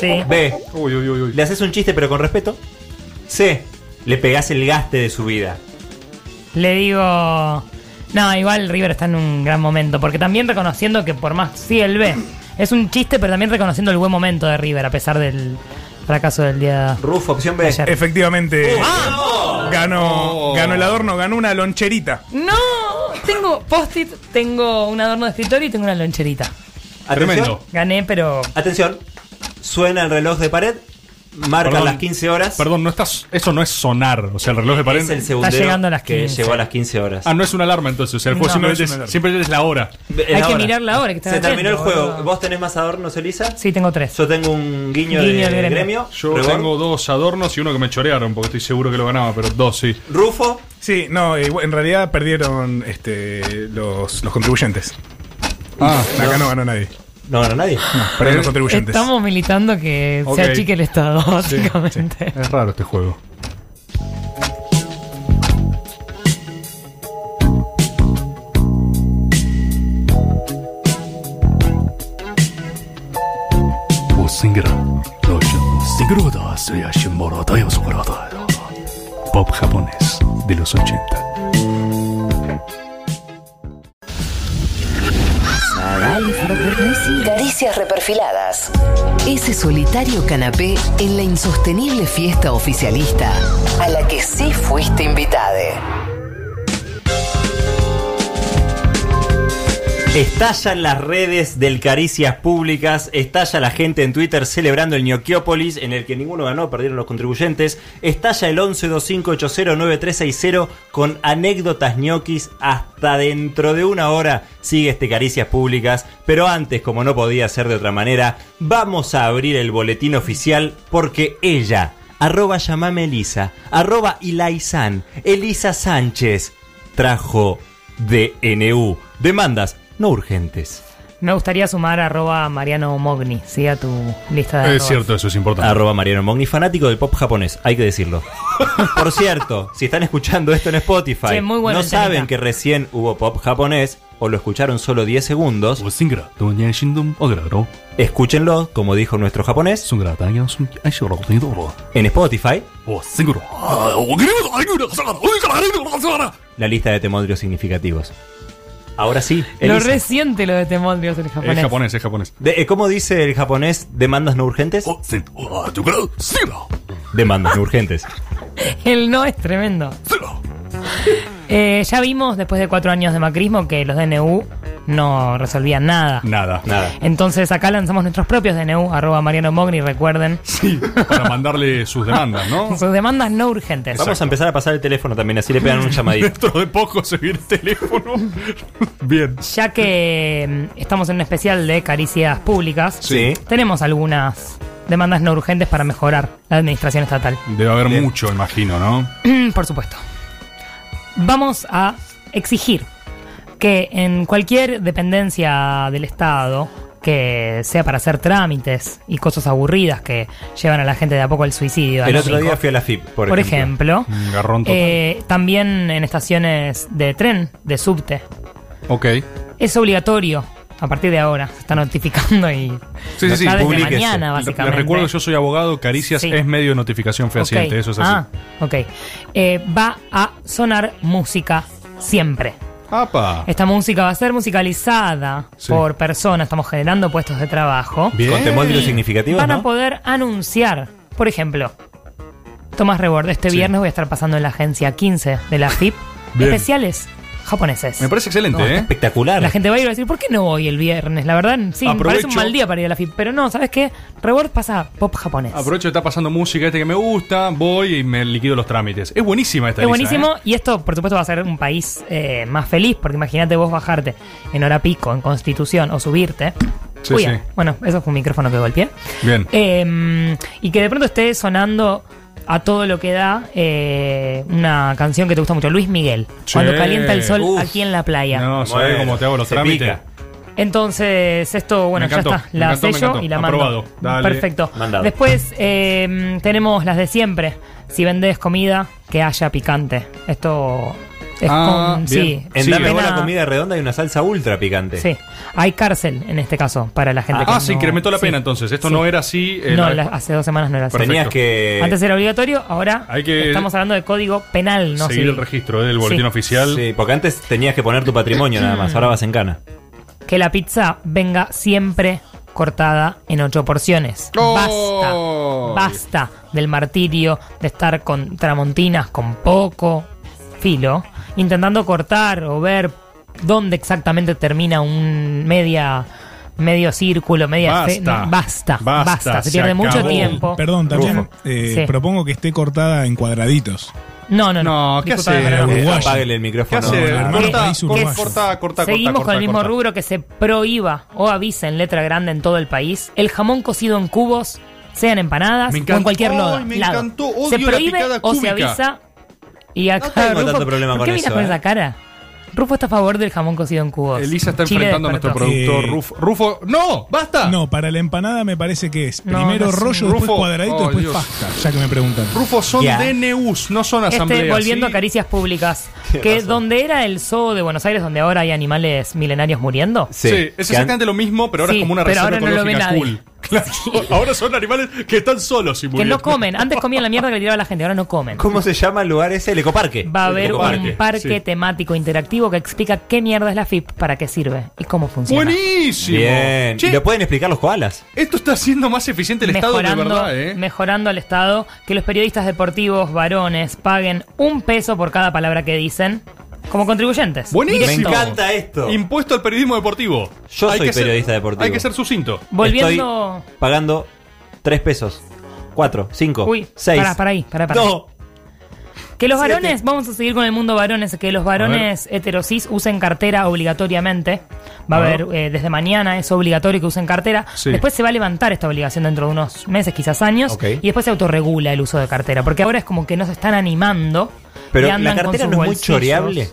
S9: Sí.
S8: B.
S6: Uy, uy, uy, uy.
S8: Le haces un chiste pero con respeto. C. Le pegás el gaste de su vida.
S9: Le digo. No, igual River está en un gran momento. Porque también reconociendo que por más. Sí, el B. Es un chiste, pero también reconociendo el buen momento de River, a pesar del fracaso del día.
S8: Rufo, opción B.
S9: Ayer.
S10: Efectivamente.
S8: ¡Ah!
S10: Ganó,
S6: Oh.
S10: ganó el adorno, ganó una loncherita.
S9: ¡No! Tengo post-it, tengo un adorno de escritorio y tengo una loncherita.
S8: Atención.
S6: Tremendo.
S9: Gané, pero.
S8: Atención. Suena el reloj de pared. Marcan
S6: Perdón.
S8: las 15 horas.
S6: Perdón, no estás. Eso no es sonar. O sea, el reloj
S8: Es
S6: de
S8: el
S6: paréntesis.
S8: segundero
S9: Está llegando a las
S8: que
S9: 15.
S8: llegó a las 15 horas.
S6: Ah, no es una alarma entonces. O sea, el
S9: No,
S6: juego
S9: no
S6: simplemente,
S10: es una
S6: es-
S10: alarma.
S6: simplemente es la hora.
S8: Es
S9: Hay
S8: la
S9: que
S8: hora.
S9: mirar la hora que estás
S8: Se terminó el
S9: haciendo,
S8: juego.
S9: boludo.
S8: ¿Vos tenés más adornos, Elisa?
S9: Sí, tengo tres.
S8: Yo tengo un guiño,
S9: Guiño
S8: de
S9: al
S8: gremio.
S9: gremio.
S6: Yo
S8: Rebord.
S6: tengo dos adornos y uno que me chorearon, porque estoy seguro que lo ganaba, pero dos sí.
S8: Rufo.
S10: Sí, no, eh, en realidad perdieron este, los, los contribuyentes.
S6: Ah,
S10: Acá no ganó nadie.
S8: No ganó nadie.
S10: Perdieron los contribuyentes.
S9: Estamos militando que
S6: Ok.
S9: se achique el Estado,
S6: Sí,
S9: básicamente.
S6: sí. Es raro este juego. Pop japonés de los 80.
S1: Caricias reperfiladas. Ese solitario canapé en la insostenible fiesta oficialista a la que sí fuiste invitada.
S8: Estallan las redes del Caricias Públicas, estalla la gente en Twitter celebrando el Ñoquiópolis, en el que ninguno ganó, perdieron los contribuyentes, estalla el 1125809360 con anécdotas ñoquis hasta dentro de una hora sigue este Caricias Públicas, pero antes, como no podía ser de otra manera, vamos a abrir el boletín oficial porque ella, arroba llamame Elisa, arroba Ilaizan, Elisa Sánchez, trajo DNU, demandas no urgentes.
S9: Me gustaría sumar arroba Mariano Mogni, sí, a tu lista de.
S6: Es
S9: arrobas.
S6: cierto, eso es importante.
S8: Arroba Mariano Mogni, fanático del pop japonés, hay que
S9: *laughs*
S8: decirlo. Por cierto, si están escuchando esto en Spotify,
S9: Sí, muy bueno
S8: no
S9: el temita.
S8: saben que recién hubo pop japonés o lo escucharon solo 10 segundos, escúchenlo, como dijo nuestro japonés, en Spotify, la lista de temodrios significativos. Ahora sí,
S9: Lo
S8: Elisa.
S9: resiente lo de Temón, Dios, el
S6: Es
S9: japonés.
S6: japonés, es japonés.
S8: De- eh, ¿Cómo dice el japonés demandas no urgentes? Demandas no urgentes.
S9: *laughs* El no es tremendo. Eh, ya vimos después de cuatro años de macrismo que los DNU no resolvía nada.
S6: Nada, nada.
S9: Entonces acá lanzamos nuestros propios DNU, arroba Mariano Mogni, recuerden.
S6: Sí, para mandarle sus demandas,
S9: *laughs*
S6: ¿no?
S9: Sus demandas no urgentes.
S8: Vamos a empezar a pasar el teléfono también, así le pegan
S6: *laughs*
S8: un llamadito.
S6: Dentro de poco se viene el teléfono. *laughs* Bien.
S9: Ya que mm, estamos en un especial de caricias públicas,
S8: Sí.
S9: tenemos algunas demandas no urgentes para mejorar la administración estatal.
S6: Debe haber mucho, imagino, ¿no?
S9: *clears throat* Por supuesto. Vamos a exigir que en cualquier dependencia del Estado, que sea para hacer trámites y cosas aburridas que llevan a la gente de a poco al suicidio.
S8: El
S9: al
S8: otro día
S9: brinco,
S8: fui a la FIP, por,
S9: por ejemplo,
S6: Un Mm, garrón total.
S9: eh, también en estaciones de tren, de subte,
S6: ok.
S9: es obligatorio. A partir de ahora se está notificando y
S6: Sí, sí, sí,
S9: está desde
S6: publíquese.
S9: mañana
S6: Les-
S9: básicamente.
S6: Les recuerdo, yo soy abogado, Caricias
S9: Sí.
S6: es medio de notificación fehaciente,
S9: Ok.
S6: eso es así.
S9: Ah, ok. Eh, va a sonar música siempre.
S6: ¡Apa!
S9: Esta música va a ser musicalizada
S6: Ah. Sí.
S9: por personas, estamos generando puestos de trabajo.
S6: Bien.
S8: Con temódilos
S9: Y
S8: significativos,
S9: Van a
S8: ¿no?
S9: poder anunciar, por ejemplo, Tomás Rebord, este
S6: Sí.
S9: viernes voy a estar pasando en la agencia 15 de la FIP
S6: Bien.
S9: especiales japoneses.
S6: Me parece excelente,
S8: No, está
S6: ¿eh?
S8: Espectacular.
S9: La gente va a ir y va a decir, ¿por qué no voy el viernes? La verdad, sí, me parece un
S6: Aprovecho.
S9: mal día para ir a la FIP. Pero no, ¿sabes qué? Rebord pasa pop japonés.
S6: Aprovecho que está pasando música este que me gusta, voy y me liquido los trámites. Es buenísima esta
S9: Es
S6: lista,
S9: buenísimo
S6: ¿eh?
S9: y esto, por supuesto, va a ser un país eh, más feliz, porque imagínate vos bajarte en hora pico, en Constitución, o subirte.
S6: Sí,
S9: Uy,
S6: sí.
S9: Bueno, eso fue un micrófono que golpeé.
S6: Bien.
S9: Eh, y que de pronto esté sonando a todo lo que da eh, una canción que te gusta mucho, Luis Miguel,
S6: Sí.
S9: cuando calienta el sol
S8: Uf.
S9: aquí en la playa.
S6: No, ¿sabés
S8: Bueno,
S6: cómo te hago los
S8: se
S6: trámites?
S8: pica.
S9: Entonces, esto, bueno,
S6: Me encantó,
S9: ya está.
S6: me
S9: La
S6: encantó, me
S9: sello
S6: encantó.
S9: y la mando.
S6: Aprobado. Dale.
S9: Perfecto.
S8: Mandado.
S9: Después eh, tenemos las de siempre. Si vendés comida, que haya picante. Esto es
S6: Ah,
S9: con.
S6: bien.
S9: Sí,
S8: En
S6: Sí,
S8: Dame
S9: pena-
S8: Bola Comida Redonda hay una salsa ultra picante.
S9: Sí. Hay cárcel en este caso para la gente
S6: Ah,
S9: que.
S6: se
S9: no-
S6: incrementó la
S9: sí.
S6: pena entonces. Esto
S9: Sí.
S6: no era así. eh,
S9: No,
S6: la-
S9: la- hace dos semanas no era así.
S8: Tenías
S6: Perfecto.
S8: que.
S9: Antes era obligatorio, ahora
S6: Hay que-
S9: estamos hablando de código penal, no
S6: seguir
S9: civil.
S6: el registro eh, del boletín
S9: Sí.
S6: oficial.
S8: Sí, porque antes tenías que poner tu patrimonio nada más, ahora vas en cana.
S9: Que la pizza venga siempre cortada en ocho porciones.
S6: ¡Oh!
S9: Basta, basta del martirio de estar con tramontinas con poco filo, intentando cortar o ver dónde exactamente termina un media medio círculo, media
S6: Basta.
S9: fe- no, basta,
S6: Basta,
S9: basta,
S6: se
S9: se pierde mucho
S6: acabó.
S9: tiempo.
S10: Perdón, también
S6: Rufo.
S10: eh,
S9: Sí.
S10: propongo que esté cortada en cuadraditos.
S9: No, no, no.
S6: No, ¿qué
S9: Disculpa, no,
S6: hace?
S9: no, no.
S10: Uruguay.
S8: Eh,
S10: Uruguayo.
S8: apáguele el micrófono.
S10: hace?
S8: No, no, no.
S10: Hermano,
S9: Que-
S10: país
S9: que-
S10: uruguayo.
S6: corta, corta,
S9: Seguimos
S6: corta,
S9: con el mismo
S6: corta.
S9: rubro que se prohíba o avisa en letra grande en todo el país el jamón cocido en cubos, sean empanadas
S6: Me
S9: o
S6: encantó.
S9: en cualquier
S6: Ay,
S9: lado.
S6: me
S9: lado.
S6: encantó. Odio
S9: se
S6: la
S9: prohíbe
S6: picada
S9: o se
S6: cúbica.
S9: avisa. Y acá,
S8: tengo
S9: Rufo,
S8: tanto problema
S9: ¿por
S8: con
S9: qué miras
S8: eso,
S9: con
S8: eh?
S9: esa cara? Rufo está a favor del jamón cocido en cubos.
S6: Elisa está
S9: Chile
S6: enfrentando a nuestro
S9: despertó.
S6: productor
S10: Eh,
S6: Rufo. Rufo, ¡no! ¡Basta!
S10: No, para la empanada me parece que es
S9: No,
S10: primero
S9: no es un-
S10: rollo, después
S6: Rufo.
S10: cuadradito,
S6: Oh,
S10: después
S6: Dios.
S10: pasta, ya que me preguntan.
S6: Rufo, son
S8: Ya.
S6: DNUs, no son asambleas.
S9: Este, volviendo a
S6: ¿sí?
S9: caricias públicas, que donde era el zoo de Buenos Aires, donde ahora hay animales milenarios muriendo,
S6: Sí, es exactamente lo mismo, pero ahora
S9: Sí,
S6: es como una
S9: pero
S6: reserva
S9: ahora no lo ve
S6: ecológica
S9: nadie.
S6: cool. *laughs* Claro, ahora son animales que están solos y
S9: que
S6: murieron.
S9: no comen. Antes comían la mierda que le tiraba la gente, ahora no comen.
S8: ¿Cómo se llama el lugar ese? El ecoparque.
S9: Va a haber
S6: Como parque,
S9: un parque
S6: sí.
S9: temático interactivo que explica qué mierda es la FIP, para qué sirve y cómo funciona.
S6: Buenísimo.
S8: Bien.
S6: Che,
S8: ¿Y lo pueden explicar los koalas?
S6: esto está haciendo más eficiente el Estado de verdad, ¿eh?
S9: mejorando al Estado, que los periodistas deportivos varones paguen un peso por cada palabra que dicen como contribuyentes.
S6: Buenísimo.
S9: Directo.
S8: Me encanta esto.
S6: Impuesto al periodismo deportivo.
S8: Yo soy
S6: que ser-
S8: periodista deportivo.
S6: Hay que ser sucinto.
S9: Volviendo.
S8: Estoy pagando 3 pesos, 4, 5,
S9: Uy,
S8: 6.
S9: pará, pará ahí, pará, pará.
S8: No.
S9: Que los varones, vamos a seguir con el mundo varones, que los varones heterosis usen cartera obligatoriamente. Va a
S6: A ver.
S9: haber, eh, desde mañana es obligatorio que usen cartera.
S6: Sí.
S9: Después se va a levantar esta obligación dentro de unos meses, quizás años.
S8: Ok.
S9: Y después se autorregula el uso de cartera. Porque ahora es como que no se están animando. y
S8: Pero la
S9: andan con
S8: cartera
S9: sus
S8: no es muy
S9: bolsillos.
S8: choreable.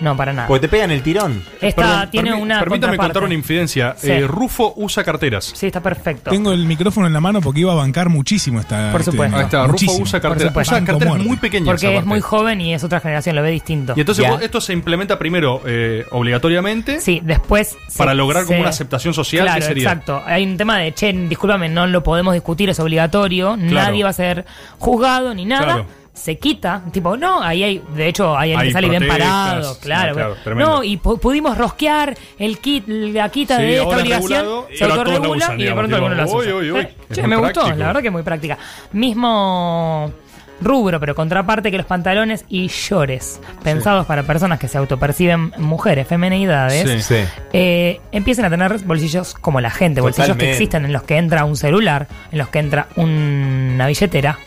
S9: No, para nada.
S8: Porque te pegan el tirón.
S9: Esta
S6: Pues, Perdón,
S9: tiene
S6: permi-
S9: una.
S6: Permítame
S9: contraparte.
S6: contar una infidencia.
S9: Sí.
S6: Eh, Rufo usa carteras.
S9: Sí, está perfecto.
S10: Tengo el micrófono en la mano porque iba a bancar muchísimo esta.
S9: Por
S10: este
S9: supuesto.
S10: tema.
S6: Ahí está,
S10: Muchísimo.
S6: Rufo usa
S9: Por
S6: carteras.
S9: supuesto.
S6: Usa carteras
S10: Banco
S6: muy
S10: muerte.
S6: pequeñas.
S9: porque es
S6: aparte.
S9: muy joven y es otra generación, lo ve distinto.
S6: Y entonces
S8: Ya.
S6: vos- esto se implementa primero eh, obligatoriamente.
S9: Sí, después. se-
S6: Para lograr como
S9: se-
S6: una aceptación social,
S9: Claro,
S6: ¿qué sería?
S9: exacto. Hay un tema de, che, discúlpame, no lo podemos discutir, es obligatorio, nadie va a ser juzgado ni nada.
S6: Claro.
S9: Se quita, tipo, no, ahí hay, de hecho, hay alguien
S6: Hay
S9: que sale bien
S6: protestas,
S9: parado, claro.
S6: no, claro, tremendo.
S9: no, y pu- pudimos rosquear el kit, la quita
S6: Sí,
S9: de esta
S6: ahora es
S9: obligación,
S6: regulado,
S9: se
S6: pero a todos la
S9: autorregula
S6: usan,
S9: y de
S6: digamos,
S9: pronto
S6: tipo,
S9: algunos la
S6: uy,
S9: usan.
S6: uy, uy.
S9: Eh,
S6: Es
S9: che,
S6: muy
S9: me gustó,
S6: práctico.
S9: la verdad que es muy práctica. Mismo rubro, pero contraparte que los pantalones y llores, pensados para personas que se autoperciben mujeres, femenidades,
S12: Sí. Sí.
S9: eh, empiecen a tener bolsillos como la gente, bolsillos que
S8: Totalmente.
S9: existen, en los que entra un celular, en los que entra una billetera.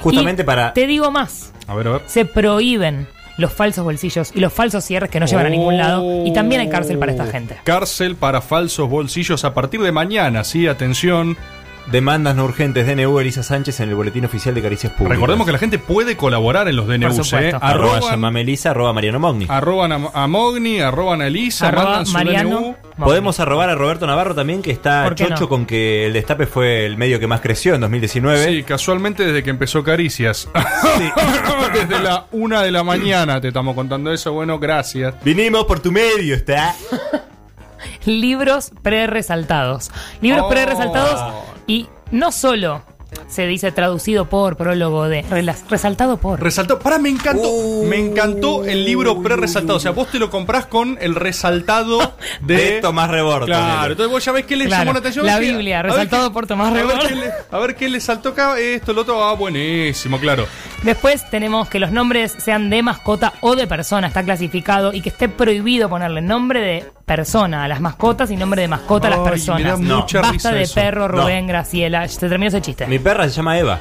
S8: Justamente
S9: Y
S8: para-
S9: Te digo más.
S6: A ver, a ver.
S9: Se prohíben los falsos bolsillos y los falsos cierres que no llevan a ningún lado. Y también hay cárcel para
S8: Oh.
S9: esta gente.
S6: Cárcel para falsos bolsillos a partir de mañana, sí, atención.
S8: Demandas no urgentes, DNU Elisa Sánchez en el Boletín Oficial de Caricias Públicas.
S6: Recordemos que la gente puede colaborar en los DNUs, ¿eh? Ah,
S8: Arroba
S6: Arroban,
S8: llamame Elisa, arroba Mariano Mogni.
S6: arroban a, a Mogni, arroban a Elisa,
S9: Arroba
S6: mandan su
S9: Mariano
S6: DNU.
S8: Podemos arrobar a Roberto Navarro también, que está
S9: ¿Por qué
S8: chocho
S9: no?
S8: con que el destape fue el medio que más creció en 2019.
S6: Sí, casualmente desde que empezó Caricias. *laughs* desde la una de la mañana te estamos contando eso. Bueno, gracias.
S8: Vinimos por tu medio, está.
S9: Libros pre-resaltados. Libros
S6: Oh.
S9: pre-resaltados y no solo se dice traducido por, prólogo de, relas- resaltado por.
S6: Resaltó. Para, me encantó. Me encantó el libro pre-resaltado. O sea, vos te lo comprás con el resaltado de,
S8: De Tomás Rebord,
S6: Claro.
S8: ponele.
S6: Entonces vos ya ves que le
S9: Claro,
S6: llamó la atención.
S9: la
S6: que-
S9: Biblia,
S6: a ver
S9: resaltado
S6: qué-
S9: por Tomás
S6: a ver
S9: Rebord.
S6: qué le- A ver qué le saltó acá. Esto, lo otro. Ah, buenísimo, claro.
S9: Después tenemos que los nombres sean de mascota o de persona, está clasificado y que esté prohibido ponerle nombre de persona a las mascotas y nombre de mascota a las
S6: Ay,
S9: personas.
S6: me da mucha
S9: Basta
S6: risa
S9: de
S6: eso.
S9: perro,
S8: No.
S9: Rubén, Graciela. Se terminó ese chiste.
S8: Mi perra se llama Eva.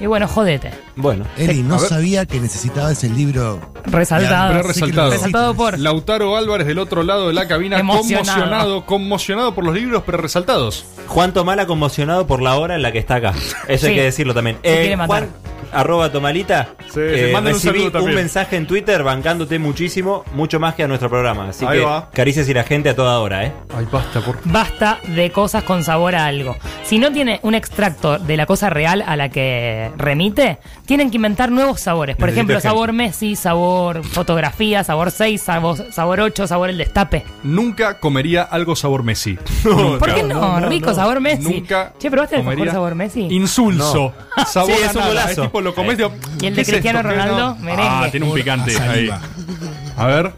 S9: Y bueno, jodete.
S8: Bueno.
S12: Eri,
S6: A
S12: no
S6: ver.
S12: sabía que necesitabas el libro.
S9: Resaltado.
S12: Pero
S6: Pero
S12: sí que
S6: resaltado.
S12: lo
S9: Resaltado por.
S6: Lautaro Álvarez del otro lado de la cabina,
S9: Emocionado.
S6: conmocionado, conmocionado por los libros pre-resaltados.
S8: Juan Tomala conmocionado por la hora en la que está acá. Eso
S9: Sí.
S8: hay que decirlo también. Eh,
S9: Se quiere matar.
S8: Juan, arroba Tomalita.
S6: Sí, sí, mándale Eh, un
S8: Eh, recibí
S6: saludo
S8: un,
S6: también.
S8: mensaje en Twitter bancándote muchísimo, mucho más que a nuestro programa. Así
S6: Ahí
S8: que
S6: va.
S8: caricias y la gente a toda hora, ¿eh?
S6: Ay, basta, por
S9: Basta de cosas con sabor a algo. Si no tiene un extracto de la cosa real a la que remite, tienen que inventar nuevos sabores. Por
S8: Necesito
S9: ejemplo,
S8: ejemplo.
S9: sabor Messi, sabor fotografía, sabor 6, sabor, sabor 8, sabor el destape.
S6: Nunca comería algo
S8: *laughs*
S6: sabor Messi.
S9: ¿Por qué no? Rico sabor Messi.
S6: Nunca.
S9: Che, ¿probaste el
S6: comería
S9: mejor sabor Messi?
S6: Insulso. *laughs* Sabor
S8: Sí,
S6: a
S8: es un
S6: nada.
S8: golazo.
S6: tipo lo comes de-
S9: Y el
S6: ¿Qué
S9: de
S6: es
S9: Cristiano
S6: esto? ¿Qué no?
S9: Ronaldo, merengue.
S6: Ah, tiene un picante ahí. A ver.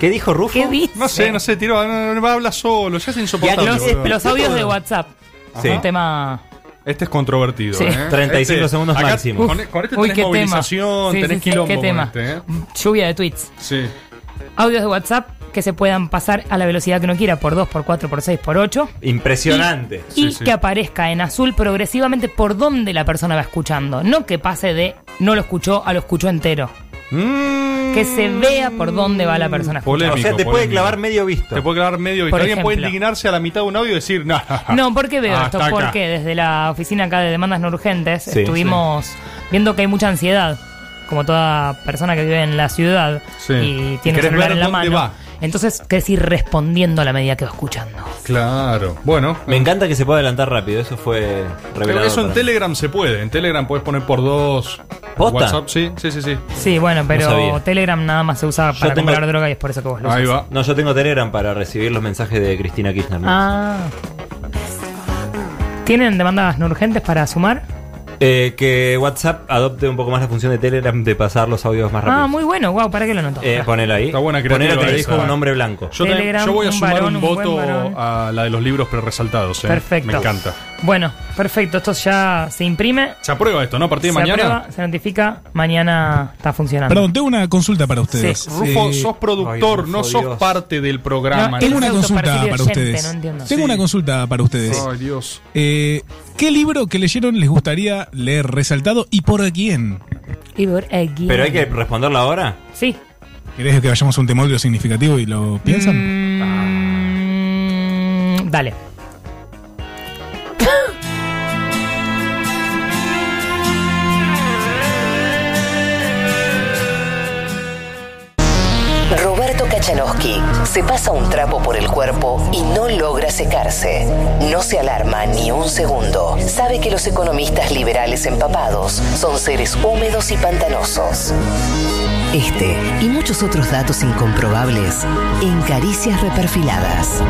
S8: ¿Qué dijo Rufo?
S9: ¿Qué dices?
S6: No sé, no sé, tiró. No, no, no, habla solo, ya es insoportable.
S9: Los,
S6: boludo.
S9: los audios de WhatsApp.
S8: Sí.
S9: Un tema.
S6: Este es controvertido.
S9: Sí.
S8: *laughs*
S6: ¿eh?
S8: 35
S6: Este-
S8: segundos
S6: acá
S8: máximo.
S6: Con, con este
S9: Uy,
S6: tenés
S9: qué tema.
S6: movilización,
S9: Sí,
S6: tenés
S9: sí, sí,
S6: quilombo.
S9: qué
S6: con
S9: tema.
S6: este, ¿eh?
S9: Lluvia de tweets.
S6: Sí.
S9: Audios de WhatsApp que se puedan pasar a la velocidad que uno quiera, por 2, por 4, por 6, por 8.
S8: *laughs* Impresionante.
S9: y
S6: Sí, sí.
S9: que aparezca en azul progresivamente por donde la persona va escuchando. No que pase de no lo escuchó a lo escuchó entero. Que se vea por dónde va la persona. escuchando.
S8: o sea, te
S6: Mm. Polémico,
S8: puede
S6: polémico.
S8: clavar medio visto.
S6: Te puede quedar medio visto.
S9: Por
S6: Alguien puede
S9: ejemplo.
S6: indignarse a la mitad de un audio y decir, no,
S9: No, ¿por qué veo
S6: Ah,
S9: esto?
S6: está acá.
S9: Porque desde la oficina acá de demandas no urgentes
S8: Sí,
S9: estuvimos viendo que hay mucha ansiedad, como toda persona que vive en la ciudad
S6: Sí.
S9: y
S6: Y
S9: tiene
S6: querés
S9: el celular
S6: ver
S9: en la
S6: dónde
S9: mano.
S6: va.
S9: Entonces, querés ir respondiendo a la medida que va escuchando.
S6: Claro. Bueno.
S8: Me encanta que se pueda adelantar rápido. Eso fue
S6: Pero
S8: revelador.
S6: eso en
S8: para mí.
S6: Telegram se puede. En Telegram puedes poner por dos.
S8: ¿Posta?
S6: WhatsApp, sí, sí, sí. sí.
S9: Sí, bueno, pero
S8: sabía.
S9: Telegram nada más se usa para
S8: tengo-
S9: comprar droga y es por eso que vos lo
S6: Ahí
S9: usas.
S6: va.
S8: No, yo tengo Telegram para recibir los mensajes de Cristina Kirchner. ¿no?
S9: Ah. ¿Tienen demandas no urgentes para sumar?
S8: Eh, que WhatsApp adopte un poco más la función de Telegram de pasar los audios más rápido.
S9: Ah, muy bueno, wow, ¿para qué lo noto?
S8: Eh, ponelo ahí.
S6: Está buena
S8: ponelo
S6: criatura
S8: que dijo
S6: esa.
S8: un hombre blanco.
S6: Yo, también-
S9: Telegram,
S6: yo voy a
S9: un
S6: sumar
S9: varón,
S6: un
S9: un
S6: voto
S9: buen varón.
S6: a la de los libros pre-resaltados. eh.
S9: perfecto.
S6: Me encanta.
S9: Bueno, perfecto, esto ya se imprime.
S6: Se aprueba esto, ¿no? A partir
S9: Se
S6: de mañana.
S9: aprueba, se notifica, mañana está funcionando.
S10: Perdón, tengo una consulta para ustedes. Eh,
S9: Sí.
S6: Rufo, sos productor,
S8: Ay, Rufo,
S6: no sos
S8: Dios.
S6: parte del programa.
S9: No,
S10: Tengo
S9: él-
S10: una
S9: Auto
S10: consulta
S9: parece
S10: para
S9: oyente,
S10: ustedes.
S9: no entiendo.
S10: Tengo una consulta para ustedes.
S6: Ay, Dios.
S10: Eh, ¿Qué libro que leyeron les gustaría leer resaltado y por quién?
S9: Y por aquí.
S8: Pero hay que responderla ahora.
S9: eh, Sí.
S10: ¿Querés que vayamos a un temolio significativo y lo piensan?
S9: Mm, dale.
S1: Roberto Kachanowski se pasa un trapo por el cuerpo y no logra secarse. No se alarma ni un segundo. Sabe que los economistas liberales empapados son seres húmedos y pantanosos. Este y muchos otros datos incomprobables en Caricias Reperfiladas.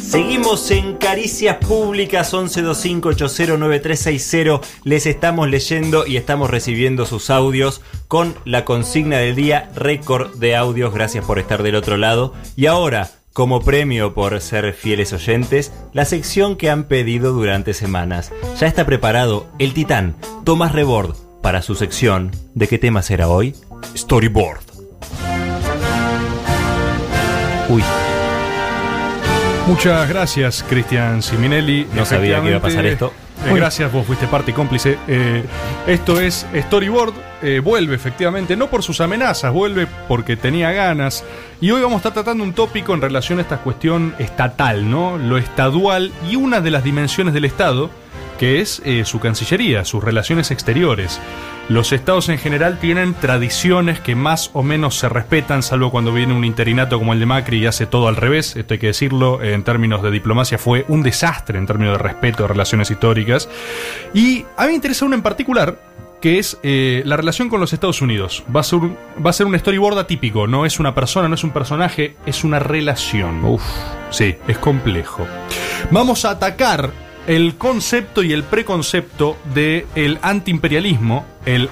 S8: Seguimos en Caricias Públicas 1125809360. Les estamos leyendo y estamos recibiendo sus audios con la consigna del día récord de audios. Gracias por estar del otro lado. Y ahora, Como premio por ser fieles oyentes, la sección que han pedido durante semanas. Ya está preparado el titán Tomás Rebord para su sección. ¿De qué tema será hoy? Storyboard. Uy.
S6: Muchas gracias, Cristian Siminelli.
S8: No sabía que iba a pasar esto.
S6: Eh, gracias, vos fuiste parte y cómplice. Eh, esto es Storyboard. eh, vuelve, efectivamente, no por sus amenazas, vuelve porque tenía ganas. Y hoy vamos a estar tratando un tópico en relación a esta cuestión estatal, ¿no? Lo estadual y una de las dimensiones del Estado, que es eh, su Cancillería, sus relaciones exteriores. Los estados en general tienen tradiciones que más o menos se respetan, salvo cuando viene un interinato como el de Macri y hace todo al revés. Esto hay que decirlo, en términos de diplomacia fue un desastre en términos de respeto de relaciones históricas. Y a mí me interesa una en particular, que es eh, la relación con los Estados Unidos. Va a, ser un, va a ser un storyboard atípico, no es una persona, no es un personaje, es una relación. Uf, sí, es complejo. Vamos a atacar el concepto y el preconcepto del el antiimperialismo, el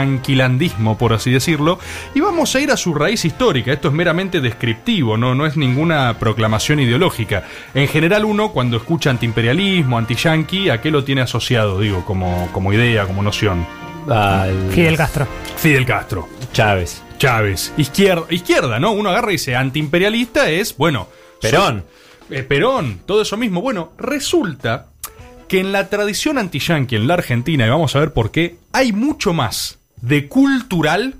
S6: anti-yanquilandismo, por así decirlo, y vamos a ir a su raíz histórica. Esto es meramente descriptivo, ¿no? no es ninguna proclamación ideológica. En general, uno cuando escucha antiimperialismo, anti-yanqui, ¿a qué lo tiene asociado, digo, como, como idea, como noción?
S9: Fidel Castro.
S6: Fidel Castro.
S8: Chávez.
S6: Chávez. Izquierda, izquierda, ¿no? Uno agarra y dice antiimperialista es, bueno.
S8: Perón.
S6: soy- eh, Perón, todo eso mismo. Bueno, resulta que en la tradición anti-yankee en la Argentina, y vamos a ver por qué, hay mucho más de cultural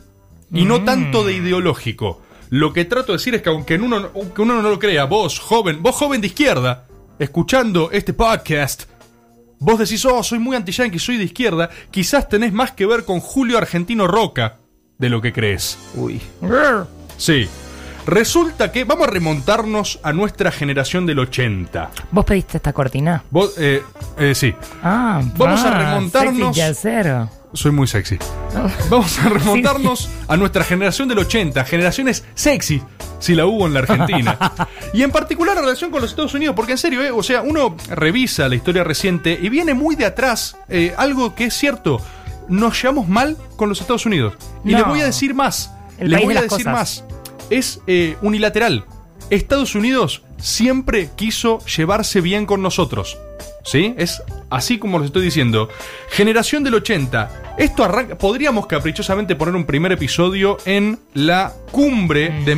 S6: y
S8: Mm.
S6: no tanto de ideológico. Lo que trato de decir es que aunque en uno, aunque uno no lo crea, vos, joven, vos joven de izquierda, escuchando este podcast, vos decís, oh, soy muy anti-yankee, soy de izquierda, quizás tenés más que ver con Julio Argentino Roca de lo que crees.
S8: Uy.
S6: Sí. Resulta que vamos a remontarnos a nuestra generación del 80.
S9: ¿Vos pediste esta cortina?
S6: Vos, eh, eh, sí.
S9: Ah,
S6: Vamos a
S9: ah,
S6: remontarnos-
S9: sexy jazzero.
S6: Soy
S10: *laughs*
S6: muy sexy. Vamos a remontarnos a nuestra generación del 80, generaciones sexy, si la hubo en
S9: *laughs*
S6: la Argentina. y en particular en relación con los Estados Unidos, porque en serio, eh, o sea, uno revisa la historia reciente y viene muy de atrás eh, algo que es cierto. Nos llevamos mal con los Estados Unidos. Y
S9: No.
S6: le voy a decir más.
S9: El
S6: le
S9: país
S6: voy
S9: de
S6: a
S9: las
S6: decir
S9: cosas.
S6: más. Es eh, unilateral. Estados Unidos siempre quiso llevarse bien con nosotros. ¿Sí? Es así como los estoy diciendo. Generación del 80. Esto arranca. Podríamos caprichosamente poner un primer episodio en la cumbre de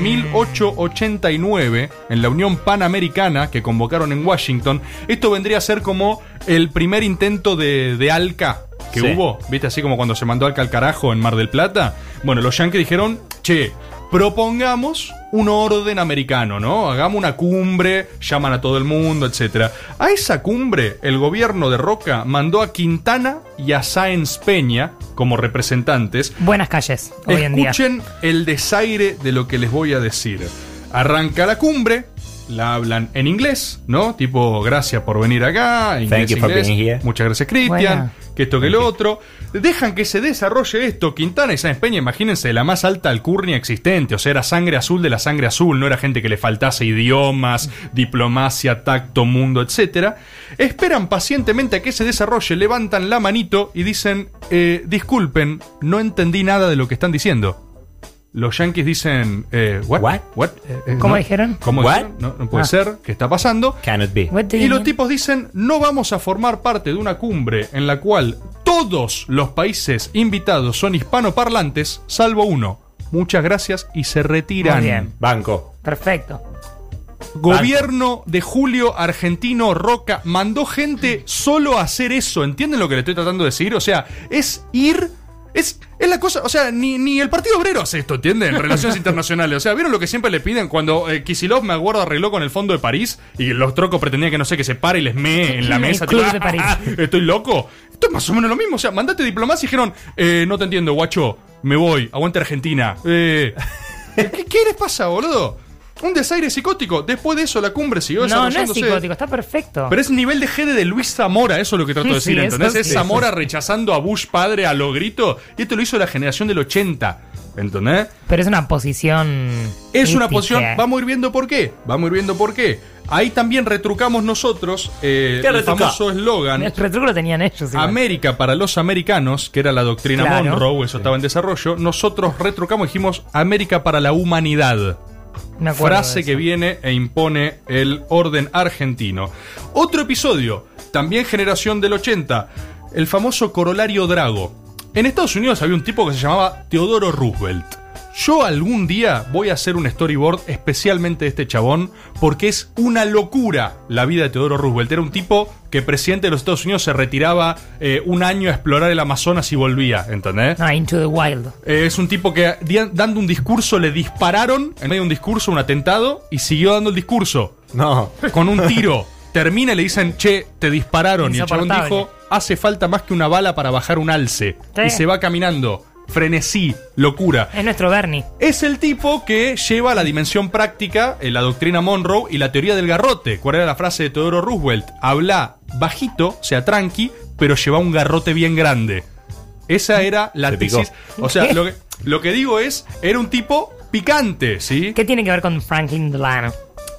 S6: 1889, en la Unión Panamericana que convocaron en Washington. Esto vendría a ser como el primer intento de, de ALCA que
S8: Sí.
S6: hubo. ¿Viste? Así como cuando se mandó al calcarajo en Mar del Plata. Bueno, los yankees dijeron, che, propongamos un orden americano, ¿no? Hagamos una cumbre, llaman a todo el mundo, etc. A esa cumbre, el gobierno de Roca mandó a Quintana y a Sáenz Peña como representantes.
S9: Buenas calles, hoy en día.
S6: Escuchen el desaire de lo que les voy a decir. Arranca la cumbre, la hablan en inglés, ¿no? Tipo, gracias por venir acá, inglés,
S8: you for
S6: inglés.
S8: being here.
S6: Muchas gracias, Cristian,
S8: Buena.
S6: que esto que lo otro. Dejan que se desarrolle esto. Quintana y Sáenz Peña, imagínense, la más alta alcurnia existente. O sea, era sangre azul de la sangre azul. No era gente que le faltase idiomas, diplomacia, tacto, mundo, etc. Esperan pacientemente a que se desarrolle, levantan la manito y dicen, eh, disculpen, no entendí nada de lo que están diciendo. Los yankees dicen, eh, what? What? Eh, eh,
S9: ¿Cómo
S6: no.
S9: dijeron?
S6: ¿Cómo
S9: What?
S6: dijeron? No, no puede
S9: Ah.
S6: ser. ¿Qué está pasando?
S8: Cannot be.
S9: What do
S6: Y
S9: you
S6: los
S9: mean?
S6: tipos dicen, no vamos a formar parte de una cumbre en la cual todos los países invitados son hispanoparlantes, salvo uno. Muchas gracias y se retiran.
S9: Muy bien.
S8: Banco.
S9: Perfecto.
S6: Gobierno de Julio Argentino Roca mandó gente solo a hacer eso. ¿Entienden lo que le estoy tratando de decir? O sea, es ir. Es, es la cosa, o sea, ni, ni el Partido Obrero hace esto, ¿entienden?
S9: *laughs*
S6: En relaciones internacionales. O sea, ¿vieron lo que siempre le piden cuando eh, Kicillof me acuerdo arregló con el Fondo de París y los trocos pretendían que no sé, que se pare y les mee en
S9: *laughs*
S6: la
S9: El
S6: mesa?
S9: Club
S6: tipo, ah,
S9: de París.
S6: *laughs* Estoy loco. Esto es más o menos lo mismo. O sea, mandate diplomacia y dijeron, eh, no te entiendo, guacho, me voy, aguante Argentina. Eh, ¿qué, ¿Qué les pasa, boludo? Un desaire psicótico. Después de eso, la cumbre
S9: No,
S6: siguió
S9: no es
S6: desarrollándose.
S9: psicótico, está perfecto.
S6: Pero es nivel de Gede de Luis Zamora, eso es lo que trato de
S9: Sí,
S6: decir,
S9: eso
S6: ¿entendés?
S9: sí.
S6: Es Zamora rechazando a Bush padre a lo grito. Y esto lo hizo la generación del 80, ¿entendés?
S9: Pero es una posición.
S6: Es una
S9: mítica.
S6: posición. Vamos a ir viendo por qué. Vamos a ir viendo por qué. Ahí también retrucamos nosotros eh,
S8: ¿Qué
S6: el
S8: retruca?
S6: famoso eslogan.
S9: El retruco lo tenían ellos. igual.
S6: América para los americanos, que era la doctrina
S9: Claro.
S6: Monroe, eso estaba en desarrollo, nosotros retrucamos y dijimos América para la humanidad.
S9: Me acuerdo
S6: frase
S9: de
S6: que viene e impone el orden argentino. Otro episodio, también generación del 80, el famoso corolario Drago. En Estados Unidos había un tipo que se llamaba Teodoro Roosevelt. Yo algún día voy a hacer un storyboard especialmente de este chabón porque es una locura la vida de Teodoro Roosevelt. Era un tipo que presidente de los Estados Unidos se retiraba eh, un año a explorar el Amazonas y volvía, ¿entendés?
S9: Ah, Into the Wild.
S6: Eh, es un tipo que di- dando un discurso le dispararon en medio de un discurso, un atentado, y siguió dando el discurso.
S8: No.
S6: Con un tiro. Termina y le dicen, che, te dispararon. Y el chabón
S9: Insoportable.
S6: dijo, hace falta más que una bala para bajar un alce.
S9: Sí.
S6: Y se va caminando. Frenesí, locura.
S9: Es nuestro Bernie.
S6: Es el tipo que lleva a la dimensión práctica, eh, la doctrina Monroe y la teoría del garrote. ¿Cuál era la frase de Teodoro Roosevelt? Habla bajito, o sea, tranqui, pero lleva un garrote bien grande. Esa era la
S8: Se picó.
S6: tesis. O sea, lo que, lo que digo es, era un tipo picante, ¿sí?
S9: ¿Qué tiene que ver con Franklin Delano? Mm,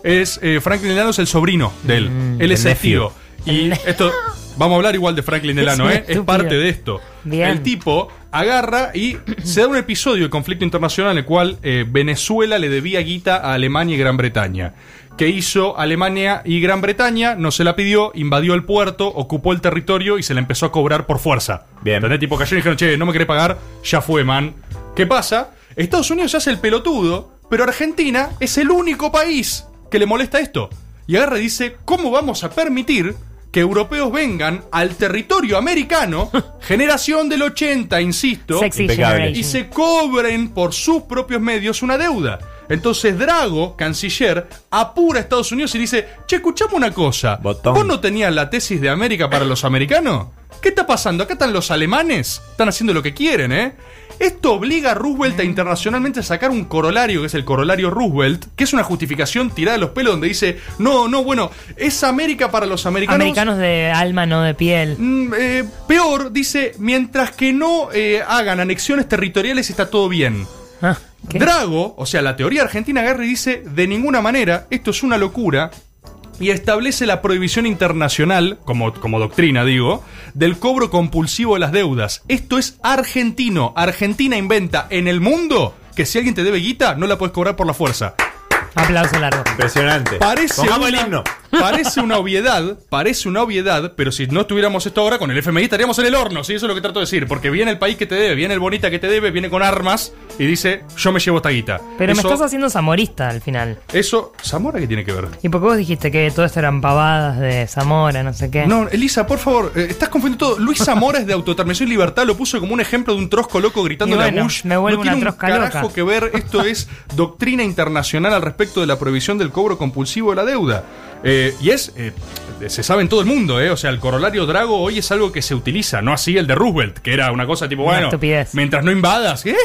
S6: Es, eh, Franklin Delano es el sobrino de él. él es
S8: el
S6: el tío. Y esto, vamos a hablar igual de Franklin
S9: *laughs*
S6: Delano,
S9: Es
S6: ¿eh? Es
S9: estúpido.
S6: parte
S8: *laughs*
S6: de esto.
S9: Bien.
S6: El tipo agarra y se da un episodio de conflicto internacional en el cual eh, Venezuela le debía guita a Alemania y Gran Bretaña. Que hizo Alemania y Gran Bretaña, no se la pidió, invadió el puerto, ocupó el territorio y se la empezó a cobrar por fuerza.
S8: Bien.
S6: ¿Entendés? Tipo, cayeron y dijeron, che, no me querés pagar, ya fue, man. ¿Qué pasa? Estados Unidos se hace el pelotudo, pero Argentina es el único país que le molesta esto. Y agarra y dice, ¿cómo vamos a permitir que europeos vengan al territorio americano, generación del 80, insisto,
S9: Sexy
S8: Impecable.
S6: y
S9: Generation.
S6: se cobren por sus propios medios una deuda. Entonces Drago, canciller, apura a Estados Unidos y dice, che, escuchame una cosa,
S8: Botón.
S6: ¿vos no tenías la tesis de América para los americanos? ¿Qué está pasando? Acá están los alemanes, están haciendo lo que quieren, ¿eh? Esto obliga a Roosevelt a internacionalmente a sacar un corolario, que es el corolario Roosevelt, que es una justificación tirada a los pelos donde dice, no, no, bueno, es América para los
S9: Americanos de alma, no de piel.
S6: Mm, eh, peor, dice, mientras que no eh, hagan anexiones territoriales está todo bien.
S9: Ah, ¿qué?
S6: Drago, o sea, la teoría argentina Garry dice, de ninguna manera, esto es una locura, y establece la prohibición internacional, como, como doctrina digo, del cobro compulsivo de las deudas. Esto es argentino. Argentina inventa en el mundo que si alguien te debe guita, no la puedes cobrar por la fuerza.
S9: Aplauso largo.
S8: Impresionante.
S6: Parece
S8: Pongamos
S6: una,
S8: Este, el himno.
S6: *laughs* Parece una obviedad, parece una obviedad, pero si no tuviéramos esto ahora con el FMI estaríamos en el horno, ¿sí? Eso es lo que trato de decir, porque viene el país que te debe, viene el bonita que te debe, viene con armas y dice, yo me llevo esta guita.
S9: Pero
S6: eso,
S9: me estás haciendo zamorista al final.
S6: Eso, ¿Zamora qué tiene que ver?
S9: ¿Y por qué vos dijiste que todo esto eran pavadas de Zamora, no sé qué?
S6: No, Elisa, por favor, eh, estás confundiendo todo. Luis Zamora es de Autodeterminación y Libertad, lo puso como un ejemplo de un trosco loco gritando
S9: Y
S6: en la
S9: bueno,
S6: Bush.
S9: me vuelvo
S6: no tiene
S9: una
S6: un
S9: trosca
S6: carajo
S9: loca.
S6: que ver. Esto
S9: *laughs*
S6: es doctrina internacional al respecto de la prohibición del cobro compulsivo de la deuda. Eh, y es. eh, se sabe en todo el mundo, ¿eh? O sea, el corolario Drago hoy es algo que se utiliza, no así el de Roosevelt, que era una cosa tipo,
S9: Una
S6: bueno,
S9: estupidez.
S6: mientras no
S9: *laughs*
S6: invadas, ¿eh?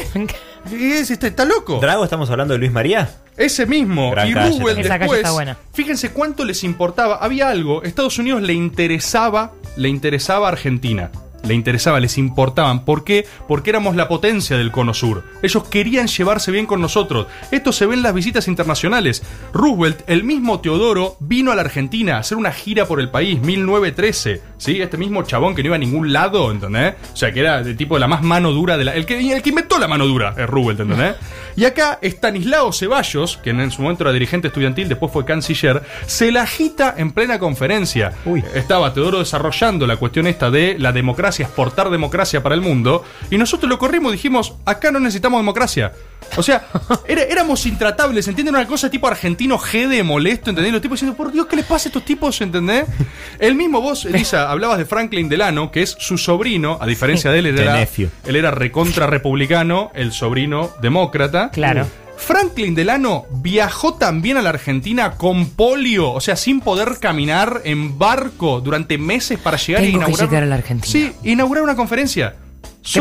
S6: ¿Qué es? Este, ¿Está loco?
S8: Drago, estamos hablando de Luis María.
S6: Ese mismo.
S8: Gran
S6: y
S8: calle
S6: Roosevelt
S8: también.
S9: Esa calle
S6: después.
S9: está buena.
S6: Fíjense cuánto les importaba. Había algo. Estados Unidos le interesaba, le interesaba a Argentina. Le interesaba, les importaban. ¿Por qué? Porque éramos la potencia del Cono Sur. Ellos querían llevarse bien con nosotros. Esto se ve en las visitas internacionales. Roosevelt, el mismo Teodoro, vino a la Argentina a hacer una gira por el país, 1913. ¿Sí? Este mismo chabón que no iba a ningún lado, ¿entendés? O sea, que era de tipo de la más mano dura de la. El que, el que inventó la mano dura es Roosevelt, ¿entendés? Y acá Estanislao Ceballos, quien en su momento era dirigente estudiantil, después fue canciller, se la agita en plena conferencia.
S8: Uy.
S6: Estaba Teodoro desarrollando la cuestión esta de la democracia, exportar democracia para el mundo, y nosotros lo corrimos, dijimos, acá no necesitamos democracia.
S8: *laughs*
S6: O sea, era- éramos intratables, ¿entienden? Una cosa tipo argentino G de molesto, ¿entendés? Los tipos diciendo, por Dios, ¿qué les pasa a estos tipos, ¿entendés? El mismo vos, Elisa, hablabas de Franklin Delano, que es su sobrino, a diferencia de él, él
S8: The
S6: era,
S8: nephew.
S6: él era recontra republicano, el sobrino demócrata. Uh.
S9: Claro.
S6: Franklin Delano viajó también a la Argentina con polio, o sea, sin poder caminar en barco durante meses para llegar
S9: Tengo
S6: a
S9: que
S6: inaugurar.
S9: llegar a la Argentina.
S6: Sí, inaugurar una conferencia.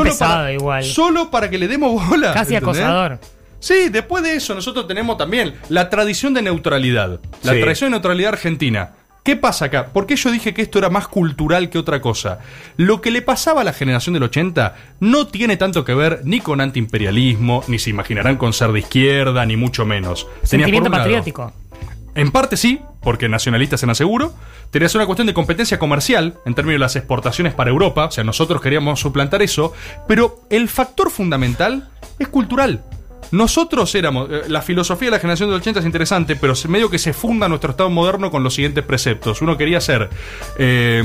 S9: pesado
S6: para,
S9: igual.
S6: Solo para que le demos bola.
S9: Casi
S6: ¿entendés?
S9: acosador.
S6: Sí, después de eso nosotros tenemos también la tradición de neutralidad. La
S8: Sí.
S6: tradición de neutralidad argentina. ¿Qué pasa acá? Porque yo dije que esto era más cultural que otra cosa. Lo que le pasaba a la generación del 80 no tiene tanto que ver ni con antiimperialismo, ni se imaginarán con ser de izquierda, ni mucho menos. Tenías por
S9: Sentimiento
S6: un lado-
S9: patriótico.
S6: en parte sí, porque nacionalistas en aseguro. Tenías una cuestión de competencia comercial en términos de las exportaciones para Europa. O sea, nosotros queríamos suplantar eso. Pero el factor fundamental es cultural. Nosotros éramos, eh, la filosofía de la generación del 80 es interesante, pero se- medio que se funda nuestro Estado moderno con los siguientes preceptos. Uno quería ser eh,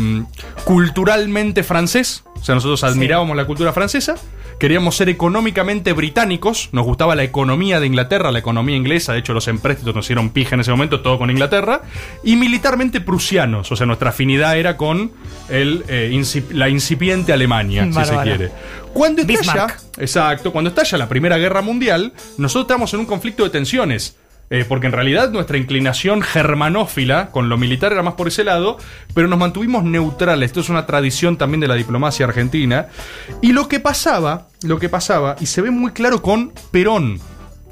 S6: culturalmente francés, o sea, nosotros admirábamos la cultura francesa, queríamos ser económicamente británicos, nos gustaba la economía de Inglaterra, la economía inglesa, de hecho los empréstitos nos hicieron pija en ese momento, todo con Inglaterra, y militarmente prusianos, o sea, nuestra afinidad era con el, eh, incip- la incipiente Alemania, si se
S9: Bárbara.
S6: quiere. Cuando estalla,
S9: Bismarck.
S6: exacto, cuando estalla la Primera Guerra Mundial, nosotros estamos en un conflicto de tensiones. eh, porque en realidad nuestra inclinación germanófila con lo militar era más por ese lado, pero nos mantuvimos neutrales. Esto es una tradición también de la diplomacia argentina. Y lo que pasaba, lo que pasaba, y se ve muy claro con Perón,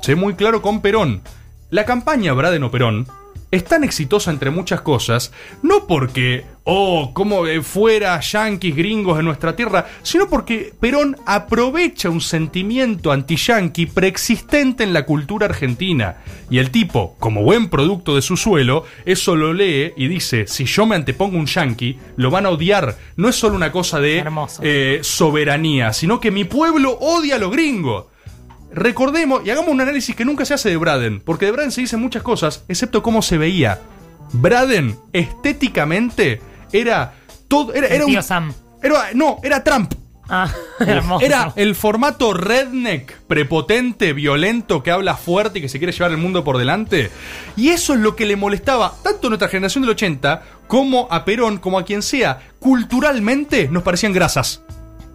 S6: se ve muy claro con Perón. La campaña Bradeno Perón es tan exitosa entre muchas cosas, no porque, oh, como fuera yanquis gringos en nuestra tierra, sino porque Perón aprovecha un sentimiento anti-yanqui preexistente en la cultura argentina. Y el tipo, como buen producto de su suelo, eso lo lee y dice, si yo me antepongo un yanqui, lo van a odiar. No es solo una cosa de eh, soberanía, sino que mi pueblo odia a los gringos. Recordemos y hagamos un análisis que nunca se hace de Braden, porque de Braden se dicen muchas cosas, excepto cómo se veía. Braden, estéticamente, era todo. Era,
S9: El
S6: era
S9: tío
S6: un.
S9: Sam. Ah,
S6: era- no, era Trump.
S9: *laughs* hermoso.
S6: Era el formato redneck, prepotente, violento, que habla fuerte y que se quiere llevar el mundo por delante. Y eso es lo que le molestaba tanto a nuestra generación del 80 como a Perón, como a quien sea. Culturalmente nos parecían grasas.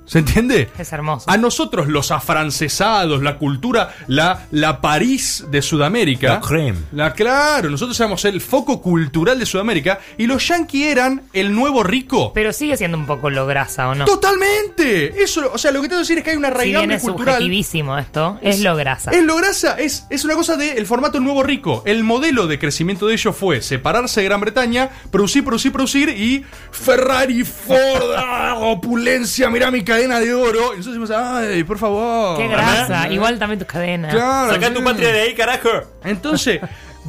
S6: ¿Se entiende?
S9: Es hermoso.
S6: A nosotros, los afrancesados, la cultura, la, la París de Sudamérica. La creme. La, claro, nosotros éramos el foco cultural de Sudamérica y los yanquis eran el nuevo rico.
S9: Pero sigue siendo un poco lo grasa, ¿o no?
S6: ¡Totalmente! Eso, o sea, lo que te decir es que hay una
S9: Si bien
S6: raigambre
S9: es
S6: cultural.
S9: subjetivísimo esto, es lo grasa.
S6: Es lo grasa, es, es una cosa del formato nuevo rico. El modelo de crecimiento de ellos fue separarse de Gran Bretaña, producir, producir, producir y Ferrari, Ford, *laughs* ah, opulencia, mirá mi cadena de oro. Y nosotros decimos, ay, por favor.
S9: Qué grasa. Igual también tus cadenas.
S6: Claro, sí.
S8: carajo.
S6: Entonces,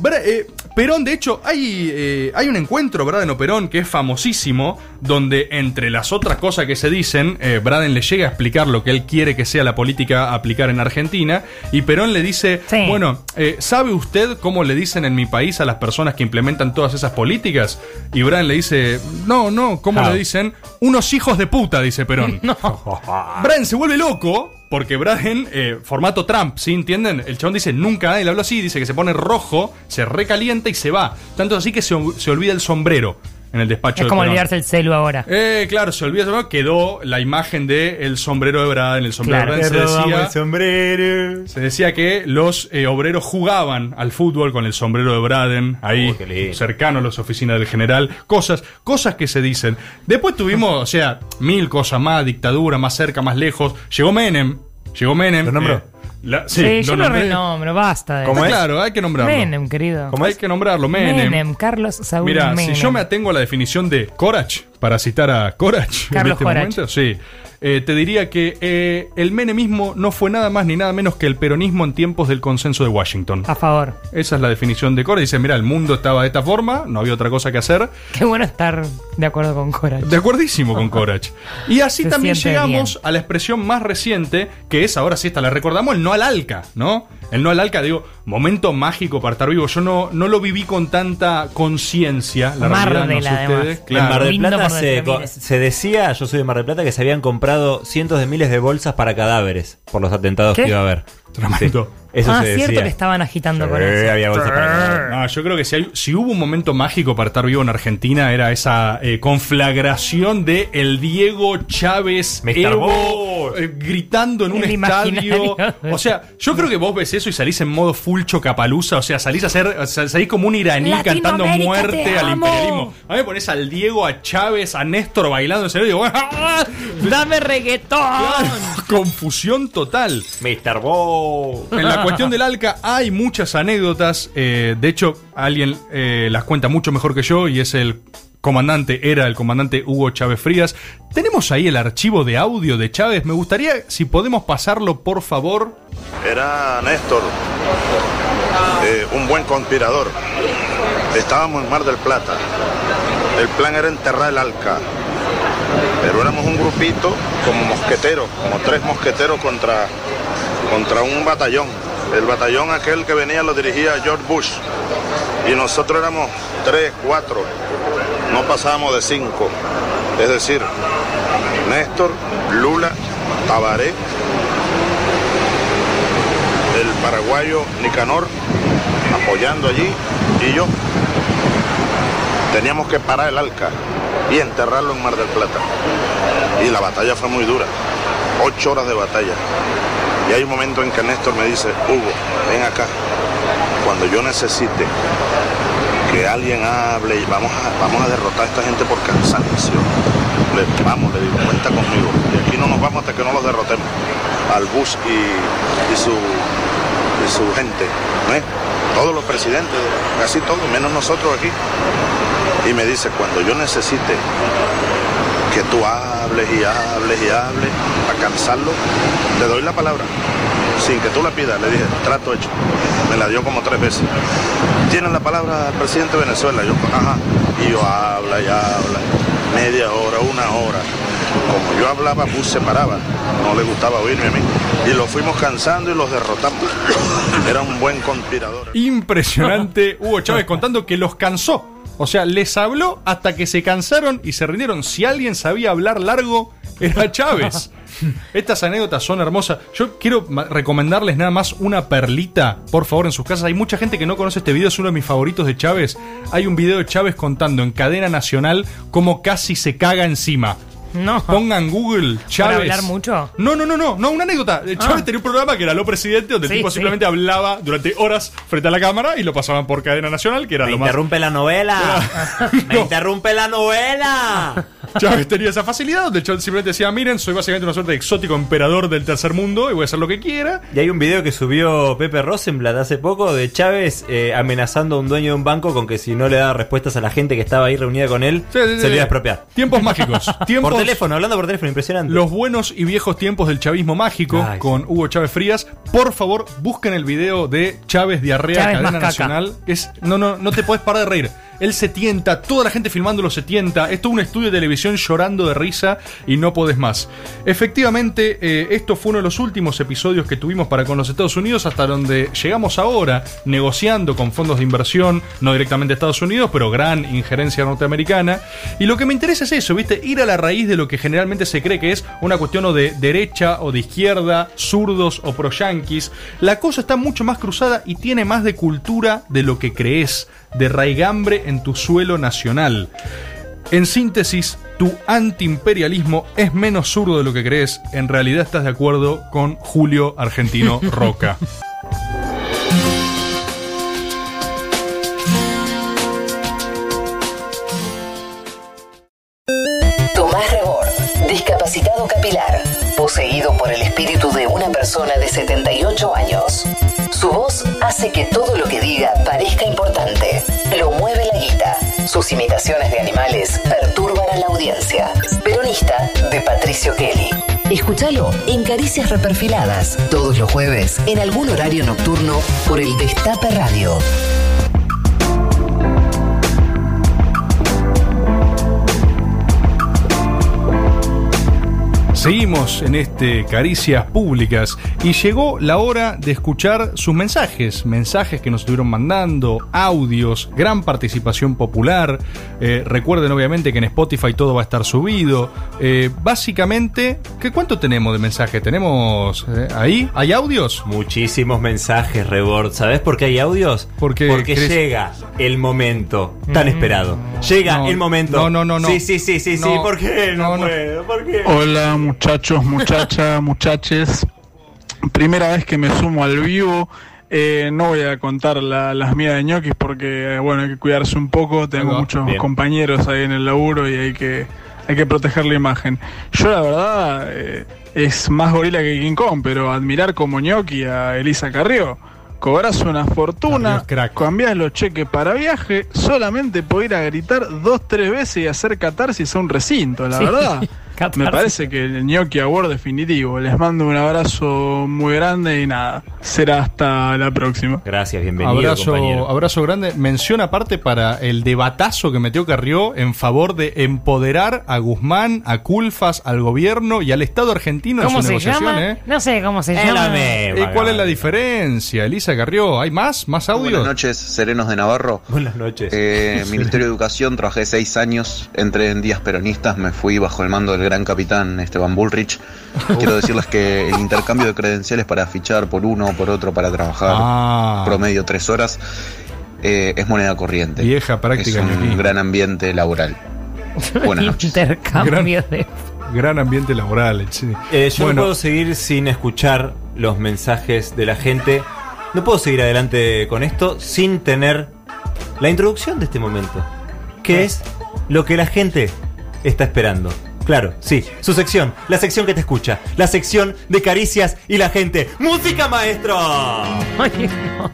S6: Bra- eh, Perón, de hecho, hay, eh, hay un encuentro, Braden o Perón, que es famosísimo, donde entre las otras cosas que se dicen, eh, Braden le llega a explicar lo que él quiere que sea la política a aplicar en Argentina, y Perón le dice, bueno, eh, ¿sabe usted cómo le dicen en mi país a las personas que implementan todas esas políticas? Y Braden le dice, no, no, ¿cómo
S13: Ah.
S6: le dicen? Unos hijos de puta, dice Perón. Braden Ah. se vuelve loco porque Braden, eh, formato Trump, ¿sí? ¿Entienden? El chabón dice nunca, él habla así, dice que se pone rojo, se recalienta y se va. Tanto así que se, se olvida el sombrero en el despacho
S9: Es
S6: de
S9: como
S6: Perón.
S9: olvidarse el celu ahora.
S6: Eh, claro, se olvida el sombrero. Quedó la imagen del el sombrero de Braden. El sombrero
S8: Claro.
S6: de Braden
S8: Te
S6: se
S8: robamos
S6: decía.
S8: el sombrero.
S6: Se decía que los eh, obreros jugaban al fútbol con el sombrero de Braden, ahí cercano a las oficinas del general, cosas, cosas que se dicen. Después tuvimos, o sea, mil cosas más, dictadura, más cerca, más lejos. Llegó Menem, llegó Menem. ¿Lo nombró? sí,
S9: Sí, yo lo
S6: nombré.
S9: renombro, basta. De
S6: ¿Cómo
S9: Está
S6: es? Claro, hay que nombrarlo.
S9: Menem, querido.
S6: Hay que nombrarlo, Menem.
S9: Menem, Carlos Saúl
S6: Mira,
S9: Menem.
S6: si yo me atengo a la definición de Corach, para citar a Corach en
S9: Carlos
S6: este
S9: Corach.
S6: momento, sí, eh, te diría que eh, el menemismo no fue nada más ni nada menos que el peronismo en tiempos del consenso de Washington.
S9: A favor.
S6: Esa es la definición de Corach. Dice, mira, el mundo estaba de esta forma, no había otra cosa que hacer.
S9: Qué bueno estar de acuerdo con Cora.
S6: De acuerdísimo con Corach. Y así
S9: Se
S6: también
S9: siente
S6: llegamos a la expresión más reciente, que es, ahora sí esta la recordamos, el no al alca, ¿no? El no al alca, digo, momento mágico para estar vivo. Yo no, no lo viví con tanta conciencia, la realidad, no sé ustedes.
S8: En
S6: Claro.
S8: Mar del Plata se, co- se decía, yo soy de Mar del Plata, que se habían comprado cientos de miles de bolsas para cadáveres por los atentados
S9: ¿Qué?
S8: que iba a haber.
S6: Tremendo.
S8: Sí, eso
S9: ah,
S8: se decía.
S9: cierto que estaban agitando con
S8: Sí,
S9: eso.
S8: Eh, había bolsas para cadáveres.
S6: No, yo creo que si, hay- si hubo un momento mágico para estar vivo en Argentina era esa eh, conflagración de el Diego Chávez
S8: Mr.
S6: Evo, eh, gritando en un
S8: El
S6: estadio.
S8: imaginario.
S6: O sea, yo creo que vos ves eso y salís en modo full chocapaluza. O sea, salís a hacer, o sea, salís como un iraní cantando
S13: Latinoamérica,
S6: muerte
S13: te
S6: al
S13: amo.
S6: imperialismo. A mí me pones al Diego, a Chávez, a Néstor bailando en serio. Digo, ¡ah!
S9: ¡Dame reggaetón!
S6: Confusión total.
S8: Mr. Bo.
S6: En la cuestión del Alca hay muchas anécdotas. eh, de hecho, alguien eh, las cuenta mucho mejor que yo y es el comandante, era el comandante Hugo Chávez Frías. Tenemos ahí el archivo de audio de Chávez. Me gustaría, si podemos pasarlo, por favor.
S14: Era Néstor, eh, un buen conspirador. Estábamos en Mar del Plata. El plan era enterrar el Alca. Pero éramos un grupito como mosqueteros, como tres mosqueteros contra, contra un batallón. El batallón aquel que venía lo dirigía George Bush. Y nosotros éramos tres, cuatro. No pasábamos de cinco. Es decir, Néstor, Lula, Tabaré, el paraguayo Nicanor, apoyando allí, y yo. Teníamos que parar el Alca y enterrarlo en Mar del Plata. Y la batalla fue muy dura. Ocho horas de batalla. Y hay un momento en que Néstor me dice, Hugo, ven acá. Cuando yo necesite que alguien hable y vamos a, vamos a derrotar a esta gente por cansancio. Le, vamos, le digo, cuenta conmigo. Y aquí no nos vamos hasta que no los derrotemos. Al bus y, y su, y su gente. ¿eh? Todos los presidentes, casi todos, menos nosotros aquí. Y me dice, cuando yo necesite que tú hables y hables y hables para cansarlo, te doy la palabra. Sin que tú la pidas, le dije, trato hecho. Me la dio como tres veces. Tienen la palabra al presidente de Venezuela. Yo, ajá. Y yo habla y habla. Media hora, una hora. Como yo hablaba, Bush se paraba. No le gustaba oírme a mí. Y los fuimos cansando y los derrotamos. Era un buen conspirador.
S6: *laughs* Impresionante Hugo Chávez contando que los cansó. O sea, les habló hasta que se cansaron y se rindieron. Si alguien sabía hablar largo,
S9: *laughs*
S6: era Chávez. Estas anécdotas son hermosas. Yo quiero ma- recomendarles nada más una perlita, por favor, en sus casas. Hay mucha gente que no conoce este video, es uno de mis favoritos de Chávez. Hay un video de Chávez contando en cadena nacional cómo casi se caga encima. No. Pongan Google Chávez.
S9: hablar mucho?
S6: No, no, no, no, no, una anécdota. Eh,
S8: Ah.
S6: Chávez tenía un programa que era Lo Presidente, donde el
S9: Sí,
S6: tipo
S9: sí.
S6: simplemente hablaba durante horas frente a la cámara y lo pasaban por cadena nacional, que era lo más.
S8: interrumpe la
S9: *laughs*
S8: novela.
S6: *laughs*
S8: Me interrumpe la novela.
S6: Chávez tenía esa facilidad donde Chávez simplemente decía, miren, soy básicamente una suerte de exótico emperador del tercer mundo y voy a hacer lo que quiera.
S8: Y hay un video que subió Pepe Rosenblatt hace poco de Chávez eh, amenazando a un dueño de un banco con que si no le daba respuestas a la gente que estaba ahí reunida con él,
S6: Sí, sí, sí.
S8: se le iba a expropiar.
S6: Tiempos mágicos. *laughs* Tiempos,
S8: Por teléfono, hablando por teléfono, impresionante.
S6: Los buenos y viejos tiempos del chavismo mágico
S8: Ay,
S6: con Hugo Chávez Frías. Por favor, busquen el video de Chávez Diarrea
S9: Chávez
S6: Cadena
S9: más caca.
S6: Nacional. Es, no, no, no te puedes parar de reír. Él se tienta, toda la gente filmándolo se tienta. Es todo un estudio de televisión llorando de risa y no podés más. Efectivamente, eh, esto fue uno de los últimos episodios que tuvimos para con los Estados Unidos, hasta donde llegamos ahora, negociando con fondos de inversión, no directamente de Estados Unidos, pero gran injerencia norteamericana. Y lo que me interesa es eso, ¿viste? Ir a la raíz de lo que generalmente se cree que es una cuestión o de derecha o de izquierda, zurdos o pro-yanquis. La cosa está mucho más cruzada y tiene más de cultura de lo que crees, de raigambre en tu suelo nacional. En síntesis, tu antiimperialismo es menos zurdo de lo que crees. En realidad estás de acuerdo con Julio Argentino Roca.
S1: Tomás Rebord, discapacitado capilar, poseído por el espíritu de una persona de 78 años. Su voz hace que todo lo que diga parezca importante. Lo mueve la guita. Sus imitaciones de animales perturban a la audiencia. Peronista de Patricio Kelly. Escúchalo en Caricias Reperfiladas, todos los jueves, en algún horario nocturno, por el Destape Radio.
S6: Seguimos en este Caricias Públicas y llegó la hora de escuchar sus mensajes, mensajes que nos estuvieron mandando, audios, gran participación popular. Eh, recuerden obviamente que en Spotify todo va a estar subido. Eh, básicamente, ¿qué cuánto tenemos de mensaje? ¿Tenemos eh, ahí? ¿Hay audios?
S8: Muchísimos mensajes, Rebord. ¿Sabés por qué hay audios?
S6: Porque,
S8: Porque
S6: crees- Mm.
S8: llega el momento tan esperado. Llega
S6: No,
S8: el momento.
S6: no, no, no, no.
S8: Sí, sí, sí, sí, sí.
S6: No,
S8: ¿Por qué? No,
S6: no, no.
S8: puedo. ¿Por qué?
S13: Hola muchachos,
S8: *laughs*
S13: muchachas, muchaches. Primera vez que me sumo al vivo. Eh, no voy a contar la- las mías de ñoquis porque, eh, bueno, hay que cuidarse un poco. Tengo muchos
S15: bien.
S13: compañeros ahí en el laburo y hay que, hay que proteger la imagen. Yo, la verdad, eh, es más gorila que King Kong, pero admirar como ñoqui a Elisa Carrió. Cobras una fortuna, cambiás los cheques para viaje, solamente por ir a gritar dos, tres veces y hacer catarsis a un recinto, la
S16: Sí. *laughs*
S6: *laughs*
S13: verdad. Me parece que el Gnocchi Award definitivo. Les mando un abrazo muy grande y nada. Será hasta la próxima.
S8: Gracias, bienvenido.
S6: Abrazo,
S8: compañero.
S6: abrazo grande. Mención aparte para el debatazo que metió Carrió en favor de empoderar a Guzmán, a Culfas, al gobierno y al Estado argentino en
S9: ¿Cómo se
S6: su negociación.
S9: llama? Ah.
S6: ¿eh?
S9: No sé cómo se
S6: Es
S9: llama. Eh,
S6: la ¿Y cuál es la diferencia, Elisa Carrió?
S8: *laughs*
S6: ¿Hay más? ¿Más audio?
S16: Buenas noches, Serenos de
S6: *laughs*
S16: Navarro.
S8: Buenas noches.
S16: Eh, Ministerio de Educación, trabajé seis años, entré en días peronistas, me fui bajo el mando del gran capitán Esteban
S6: *laughs*
S16: Bullrich. Quiero decirles que el intercambio de credenciales para fichar por uno o por otro para trabajar,
S6: Ah.
S16: promedio tres horas, eh, es moneda corriente.
S6: Vieja práctica
S16: Es
S6: ñoquí.
S16: un gran ambiente laboral. Buenas noches.
S9: Intercambio de.
S6: Gran ambiente laboral. sí.
S8: Eh, yo
S6: Bueno.
S8: no puedo seguir sin escuchar los mensajes de la gente. No puedo seguir adelante con esto sin tener la introducción de este momento, que es lo que la gente está esperando. Claro, sí, su sección, la sección que te escucha, la sección de caricias y la gente. ¡Música, maestro!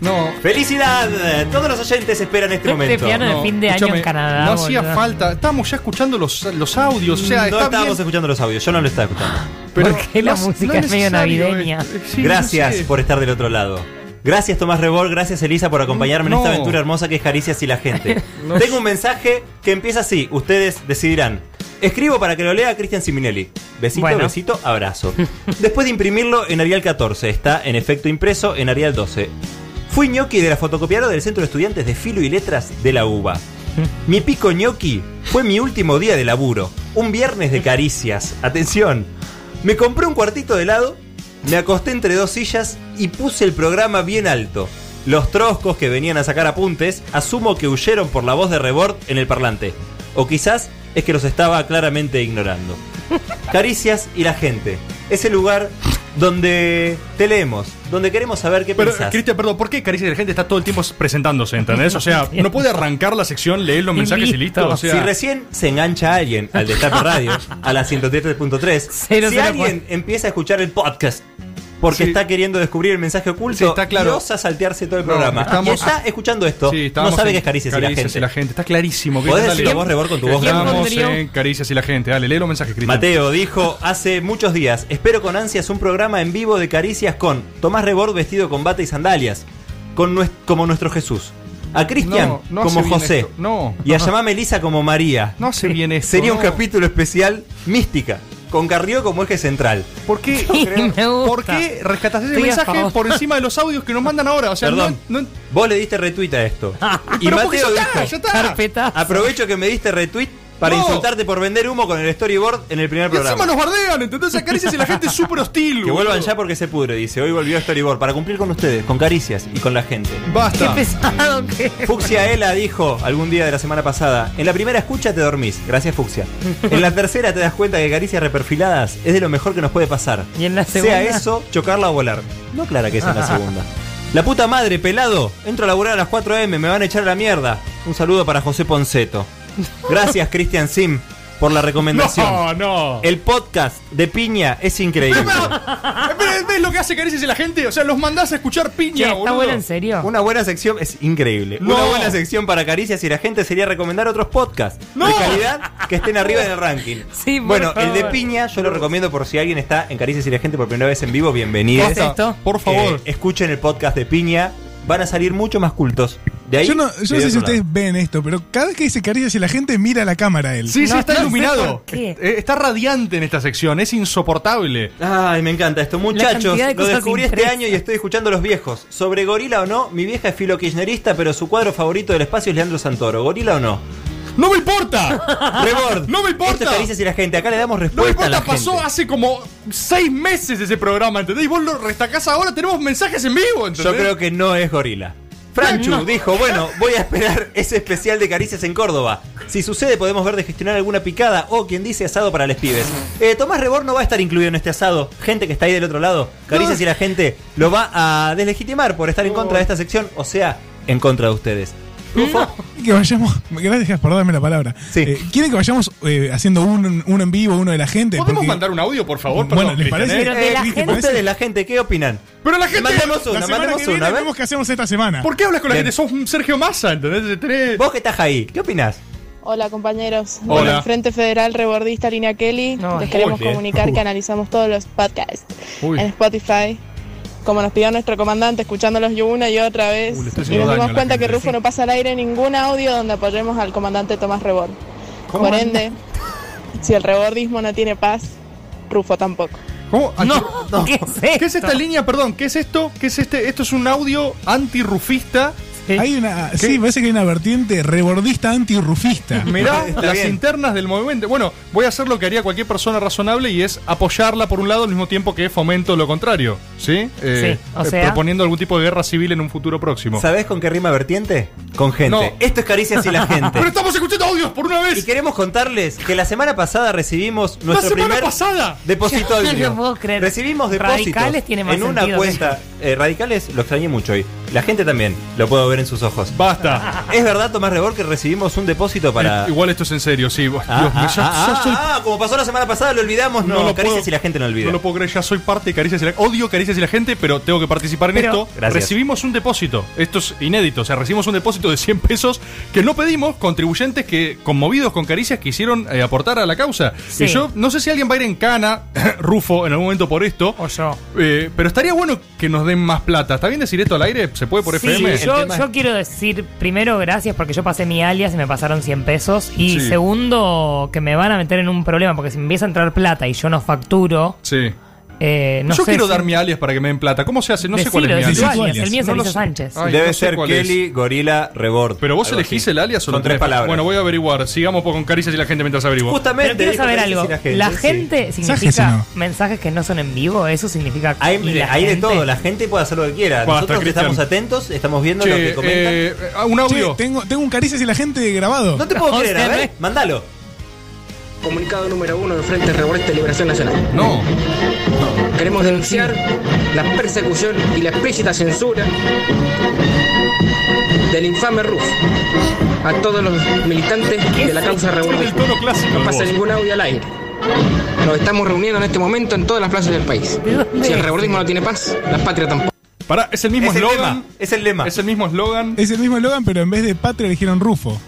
S6: No.
S8: ¡Felicidad! Todos los oyentes esperan este momento.
S6: No, escúchame, No hacía falta. Estábamos ya escuchando los, los audios. O sea,
S8: no
S6: está
S8: estábamos
S6: bien, Ah,
S8: escuchando los audios, yo no lo estaba escuchando.
S6: pero
S9: Que la
S6: no-
S9: música
S6: no
S9: es medio
S6: necesario,
S9: navideña.
S6: eh, sí, no
S8: gracias
S6: sé.
S8: por estar del otro lado. Gracias Tomás Rebor, gracias Elisa por acompañarme
S6: No.
S8: en esta aventura hermosa que es Caricias y la
S6: *laughs*
S8: gente. Tengo un mensaje que empieza así, ustedes decidirán. Escribo para que lo lea Cristian Siminelli. Besito,
S9: Bueno.
S8: besito, abrazo. Después de imprimirlo en Arial 14, está en efecto impreso en Arial 12. Fui ñoqui de la fotocopiadora del Centro de Estudiantes de Filo y Letras de la UBA. Mi pico ñoqui fue mi último día de laburo, un viernes de caricias. Atención, me compré un cuartito de helado, me acosté entre dos sillas y puse el programa bien alto. Los troscos que venían a sacar apuntes asumo que huyeron por la voz de Rebord en el parlante. O quizás es que los estaba claramente ignorando. Caricias y la gente. Es el lugar donde te leemos, donde queremos saber qué
S6: Pero,
S8: pensás.
S6: Cristian, perdón, ¿por qué Caricia de la Gente está todo el tiempo presentándose, ¿entendés?
S9: *laughs*
S6: O sea, no puede arrancar la sección, leer los mensajes y listo. O sea,
S8: si recién se engancha alguien al Destape
S6: *laughs*
S8: Radio, a la 107.3, si
S9: cero
S8: alguien empieza a escuchar el podcast porque está queriendo descubrir el mensaje oculto,
S6: está claro.
S8: y osa saltearty todo el
S6: No,
S8: programa.
S6: estamos-
S8: y está escuchando esto,
S6: Sí,
S8: no
S6: estábamos
S8: sabe
S6: en
S8: que es caricias y la
S6: Caricias
S8: gente.
S6: Está clarísimo. que
S8: Podés
S6: dale.
S8: decirlo vos, Rebor, con tu voz grave.
S6: Estamos
S8: ¿Quién pondría?
S6: en Caricias y la Gente. Dale, lee los mensajes, Cristian.
S8: Mateo dijo hace muchos días, espero con ansias un programa en vivo de caricias con Tomás Rebord vestido con bata y sandalias, con nues- como nuestro Jesús, a Cristian
S6: No, no
S8: como
S6: hace bien
S8: José
S6: esto. No.
S8: y a llamar Melisa como María.
S6: No se viene esto.
S8: Sería un
S6: no.
S8: capítulo especial mística, con Carrió como eje central.
S6: ¿Por qué, *laughs* ¿Por qué rescataste ese
S8: Estoy a
S6: mensaje
S8: favor.
S6: por encima de los audios que nos mandan ahora? O sea,
S8: Perdón,
S6: no- no-
S8: vos le diste retweet a esto. y
S6: Pero
S8: Mateo
S6: porque ya está,
S8: dijo,
S6: ya está. Carpetazo.
S8: aprovecho que me diste retweet para
S6: No.
S8: insultarte por vender humo con el storyboard en el primer
S6: y encima nos
S8: programa.
S6: bardean, ¿entendés? A Caricias y la Gente es súper hostil.
S8: Que vuelvan
S6: boludo.
S8: ya porque se pudre, dice. Hoy volvió storyboard para cumplir con ustedes, con caricias y con la gente.
S6: Basta.
S9: pesado que.
S8: Fuxia Ela dijo algún día de la semana pasada, en la primera escucha te dormís, gracias Fuxia. En la tercera te das cuenta que caricias reperfiladas es de lo mejor que nos puede pasar.
S9: Y en la segunda.
S8: Sea eso, chocarla o volar. No clara que es en la
S9: *laughs*
S8: segunda. La puta madre, pelado, entro a laburar a las 4 am, me van a echar a la mierda. Un saludo para José Ponceto. Gracias Cristian Sim por la recomendación.
S6: *laughs* No, no.
S8: El podcast de Piña es *laughs* increíble.
S6: Pero, ¿Ves lo que hace Caricias y la Gente? O sea, los mandás a escuchar piña,
S9: Che, está
S6: boludo.
S9: bueno en serio.
S8: Una buena sección es increíble.
S6: No.
S8: Una buena sección para caricias y la gente sería recomendar otros podcasts de calidad que estén arriba en el ranking.
S9: *laughs* Sí, por
S8: bueno, el de
S9: favor.
S8: Piña yo lo recomiendo por si alguien está en Caricias y la gente por primera vez en vivo, bienvenido. Eh,
S9: ¿Qué es esto?
S6: Por favor.
S8: escuchen el podcast de Piña, van a salir mucho más cultos. De ahí
S10: yo no, yo no
S8: de
S10: sé si
S8: otro
S10: ustedes ven esto, pero cada vez que dice caricias y la gente mira la cámara él.
S6: Sí, sí,
S9: No,
S6: está
S9: no sé
S6: iluminado.
S9: por qué.
S6: Eh, Está radiante en esta sección, es insoportable.
S8: lado. Ay, me encanta esto, muchachos.
S9: cantidad de
S8: lo
S9: cosas
S8: descubrí este
S9: impresas.
S8: año y estoy escuchando a los viejos. Sobre Gorila o no, mi vieja es filo kirchnerista, pero su cuadro favorito del espacio es Leandro Santoro. Gorila o no.
S6: ¡No me
S8: *laughs*
S6: importa!
S8: Rebord.
S6: ¡No me importa!
S8: Esto es caricias y la gente. Acá le damos
S6: No
S8: respuesta.
S6: me
S8: a la
S6: importa,
S8: gente.
S6: pasó hace como seis meses ese programa, ¿entendés? Y vos lo restacás ahora, tenemos mensajes en vivo, ¿entendés?
S8: Yo creo que no es gorila. Franchu
S6: No.
S8: dijo, bueno, voy a esperar ese especial de caricias en Córdoba. Si sucede, podemos ver de gestionar alguna picada o quien dice asado para les pibes. Eh, Tomás Rebor no va a estar incluido en este asado. Gente que está ahí del otro lado, caricias y la gente lo va a deslegitimar por estar en contra de esta sección, o sea, en contra de ustedes.
S10: Que vayamos, gracias por darme la palabra. Eh, ¿Quieren que vayamos eh, haciendo un- uno en vivo, uno de la gente?
S6: ¿Podemos
S10: Porque-
S6: mandar un audio, por favor?
S10: Bueno,
S6: Perdón,
S10: ¿les
S6: Cristian,
S10: parece?
S6: ¿eh?
S9: Pero de la
S10: ¿viste?
S9: gente.
S8: Ustedes, la gente, ¿qué opinan?
S6: Pero la gente.
S8: Mandemos una,
S10: la semana
S8: mandemos
S10: que viene
S8: una. a ver.
S10: vemos qué hacemos esta semana.
S6: ¿eh?
S10: Eh,
S6: ¿Por qué hablas con la
S8: Bien.
S6: gente? Sos un Sergio Massa, ¿entendés? Tenés-
S8: Vos que estás ahí, ¿qué opinás?
S17: Hola compañeros.
S6: Hola.
S17: Bueno, el Frente Federal Rebordista Línea Kelly. Les queremos
S6: Oye.
S17: comunicar que analizamos todos los podcasts en Spotify. Como nos pidió nuestro comandante, escuchándolos yo una y otra vez.
S6: Uy, le estoy
S17: y
S6: haciendo
S17: nos
S6: daño a
S17: dimos
S6: la
S17: cuenta
S6: gente,
S17: que Rufo
S6: sí.
S17: no pasa al aire ningún audio donde apoyemos al comandante Tomás Rebord. Por
S6: Comandante.
S17: ende, si el rebordismo no tiene paz, Rufo tampoco.
S6: ¿Cómo? ¿A qué- ¿Qué, es esta línea? Perdón, ¿qué es esto? ¿Qué es este? Esto es un audio antirrufista.
S10: Hay una, sí, *laughs* parece que hay una vertiente rebordista antirrufista.
S6: Mirá las internas del movimiento. Bueno, voy a hacer lo que haría cualquier persona razonable y es apoyarla por un lado al mismo tiempo que fomento lo contrario. ¿Sí? Eh,
S8: Sí, o sea-
S6: Proponiendo algún tipo de guerra civil en un futuro próximo.
S8: ¿Sabés con qué rima vertiente? Con gente.
S6: No.
S8: Esto es Caricias y
S6: *laughs*
S8: la gente.
S6: Pero estamos escuchando audios por una vez.
S8: Y queremos contarles que la semana pasada recibimos nuestro
S9: semana
S8: primer
S9: pasada! *laughs*
S8: depósito
S9: Yo no
S8: audio.
S9: lo puedo creer.
S8: Recibimos depósitos
S9: Radicales tiene más
S8: en una
S9: sentido
S8: cuenta. Eh, radicales lo extrañé mucho hoy. La gente también, lo puedo ver en sus ojos.
S6: Basta.
S8: Es verdad, Tomás Rebor, que recibimos un depósito para.
S6: Eh, Igual esto es en serio, sí. Dios
S8: Ah,
S6: mío,
S8: ah,
S6: ya-
S8: ah,
S6: ya
S8: ah,
S6: soy-
S8: ah, como pasó la semana pasada, lo olvidamos. No,
S6: lo
S8: Caricias
S6: puedo-
S8: y la gente no olvida.
S6: No lo puedo creer, ya soy parte de Caricias y la Odio Caricias y la gente, pero tengo que participar en
S8: Pero-
S6: esto.
S8: Gracias.
S6: Recibimos un depósito. Esto es inédito. O sea, recibimos un depósito de 100 pesos que no pedimos, contribuyentes que, conmovidos con Caricias, quisieron eh, aportar a la causa.
S9: Sí.
S6: Y yo no sé si alguien va a ir en cana, *laughs* Rufo, en algún momento por esto. eh,
S9: O yo.
S6: pero estaría bueno que nos den más plata. ¿Está bien decir esto al aire? ¿Se puede por
S9: Sí,
S6: FM?
S9: yo, yo quiero decir primero gracias porque yo pasé mi alias y me pasaron 100 pesos. Y
S6: Sí.
S9: segundo, que me van a meter en un problema porque si me empieza a entrar plata y yo no facturo,
S6: Sí.
S9: eh, no
S6: yo
S9: sé
S6: quiero
S9: si-
S6: dar mi alias para que me den plata. ¿cómo se hace? No sé cuál es mi
S9: Decilo,
S6: alias.
S9: decí tu alias. El mío es
S6: No lo
S9: Elisa
S6: sé.
S9: Sánchez.
S6: Ay,
S8: Debe
S6: no sé
S8: ser
S6: cuál es.
S8: Kelly, Gorila, Rebord.
S6: Pero vos
S8: Algo
S6: elegís
S8: así.
S6: el alias o
S8: Son
S6: lo
S8: tres
S6: tenés?
S8: palabras.
S6: Bueno, voy a averiguar. Sigamos con caricias y la gente mientras averiguo.
S8: Justamente.
S9: Pero quiero
S8: dijo
S9: saber
S8: que
S9: algo.
S8: decir la gente, sí.
S9: ¿La gente significa mensajes que no son en vivo? ¿Eso significa
S8: Hay,
S9: y la
S8: hay de
S9: gente?
S8: todo, la gente puede hacer lo que quiera.
S6: Basta,
S8: Nosotros
S6: Cristian.
S8: estamos atentos, estamos viendo lo que comentan.
S6: eh, un
S10: audio. tengo, tengo eh, un caricias y la gente grabado.
S8: No te
S6: *laughs*
S8: puedo creer, a ver, mandalo.
S18: Comunicado número uno del Frente Reborista de Liberación Nacional.
S6: No.
S18: Queremos denunciar la persecución y la explícita censura del infame Ruf a todos los militantes de la causa revolucionaria. No pasa ningún audio al aire. Nos estamos reuniendo en este momento en todas las plazas del país. Si el rebordismo no tiene paz, la patria tampoco.
S6: Pará, es el mismo
S10: Es el
S6: eslogan.
S10: lema,
S8: Es el lema.
S6: *laughs* Es el mismo eslogan.
S10: Es el mismo eslogan, pero en vez de patria eligieron Rufo.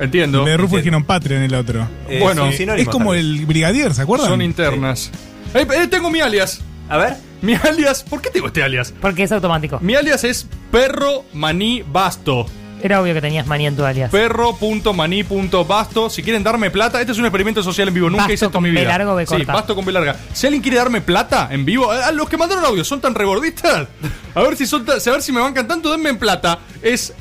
S6: Entiendo.
S10: En vez de Rufo eligieron patria en el otro.
S6: Eh, Bueno. son
S10: Sí,
S6: sinónimos
S10: es como
S6: también.
S10: el brigadier, ¿se acuerdan?
S6: Son internas. Eh, eh, tengo mi alias.
S8: A ver.
S6: Mi *laughs* alias. ¿Por qué tengo este alias?
S9: Porque es automático.
S6: Mi alias es perro maní basto.
S9: Era obvio que tenías maní en tu alias.
S6: Perro.maní.basto. Si quieren darme plata, este es un experimento social en vivo. Nunca
S9: Basto
S6: hice esto
S9: con
S6: en mi vida.
S9: B largo, B
S6: sí,
S9: corta.
S6: basto con B larga. Si alguien quiere darme plata en vivo, a a los que mandaron audio son tan rebordistas. A ver si son tan- a ver si me bancan tanto, denme en plata. Es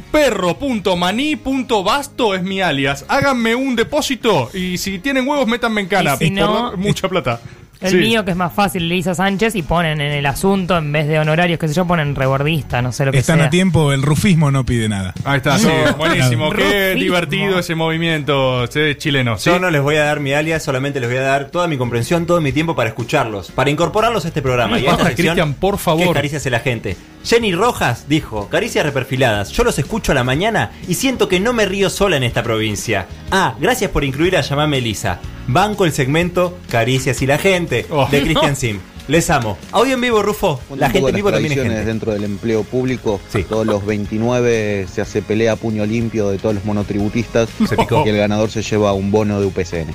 S6: perro.maní.basto es mi alias. Háganme un depósito y si tienen huevos, métanme en cana.
S9: Y si
S6: Por
S9: no-
S6: dar mucha plata.
S9: *laughs* El
S6: Sí.
S9: mío que es más fácil, Lisa Sánchez, y ponen en el asunto, en vez de honorarios, qué sé yo, ponen rebordista, no sé lo que
S10: Están
S9: sea. *laughs*
S10: a tiempo, el rufismo no pide nada.
S6: Ahí está, sí,
S10: No.
S6: *laughs* buenísimo. Qué
S9: Rufismo.
S6: divertido ese movimiento sí, chileno. ¿sí?
S8: Yo no les voy a dar mi alias, solamente les voy a dar toda mi comprensión, todo mi tiempo para escucharlos, para incorporarlos a este programa. Y a esta
S6: Basta,
S8: sección,
S6: Cristian, por favor.
S8: que es Caricias a la gente. Jenny Rojas dijo, caricias reperfiladas, yo los escucho a la mañana y siento que no me río sola en esta provincia. Ah, gracias por incluir a Llamame Elisa. Banco el segmento Caricias y la gente
S6: Oh, *laughs*
S8: de Cristian
S16: no.
S8: Sim. Les amo. Audio en vivo, Rufo. La gente en vivo también es gente.
S16: dentro del empleo público. Todos los 29 se hace pelea a puño limpio de todos los monotributistas.
S8: Se picó.
S16: Y el ganador se lleva un bono de UPCN.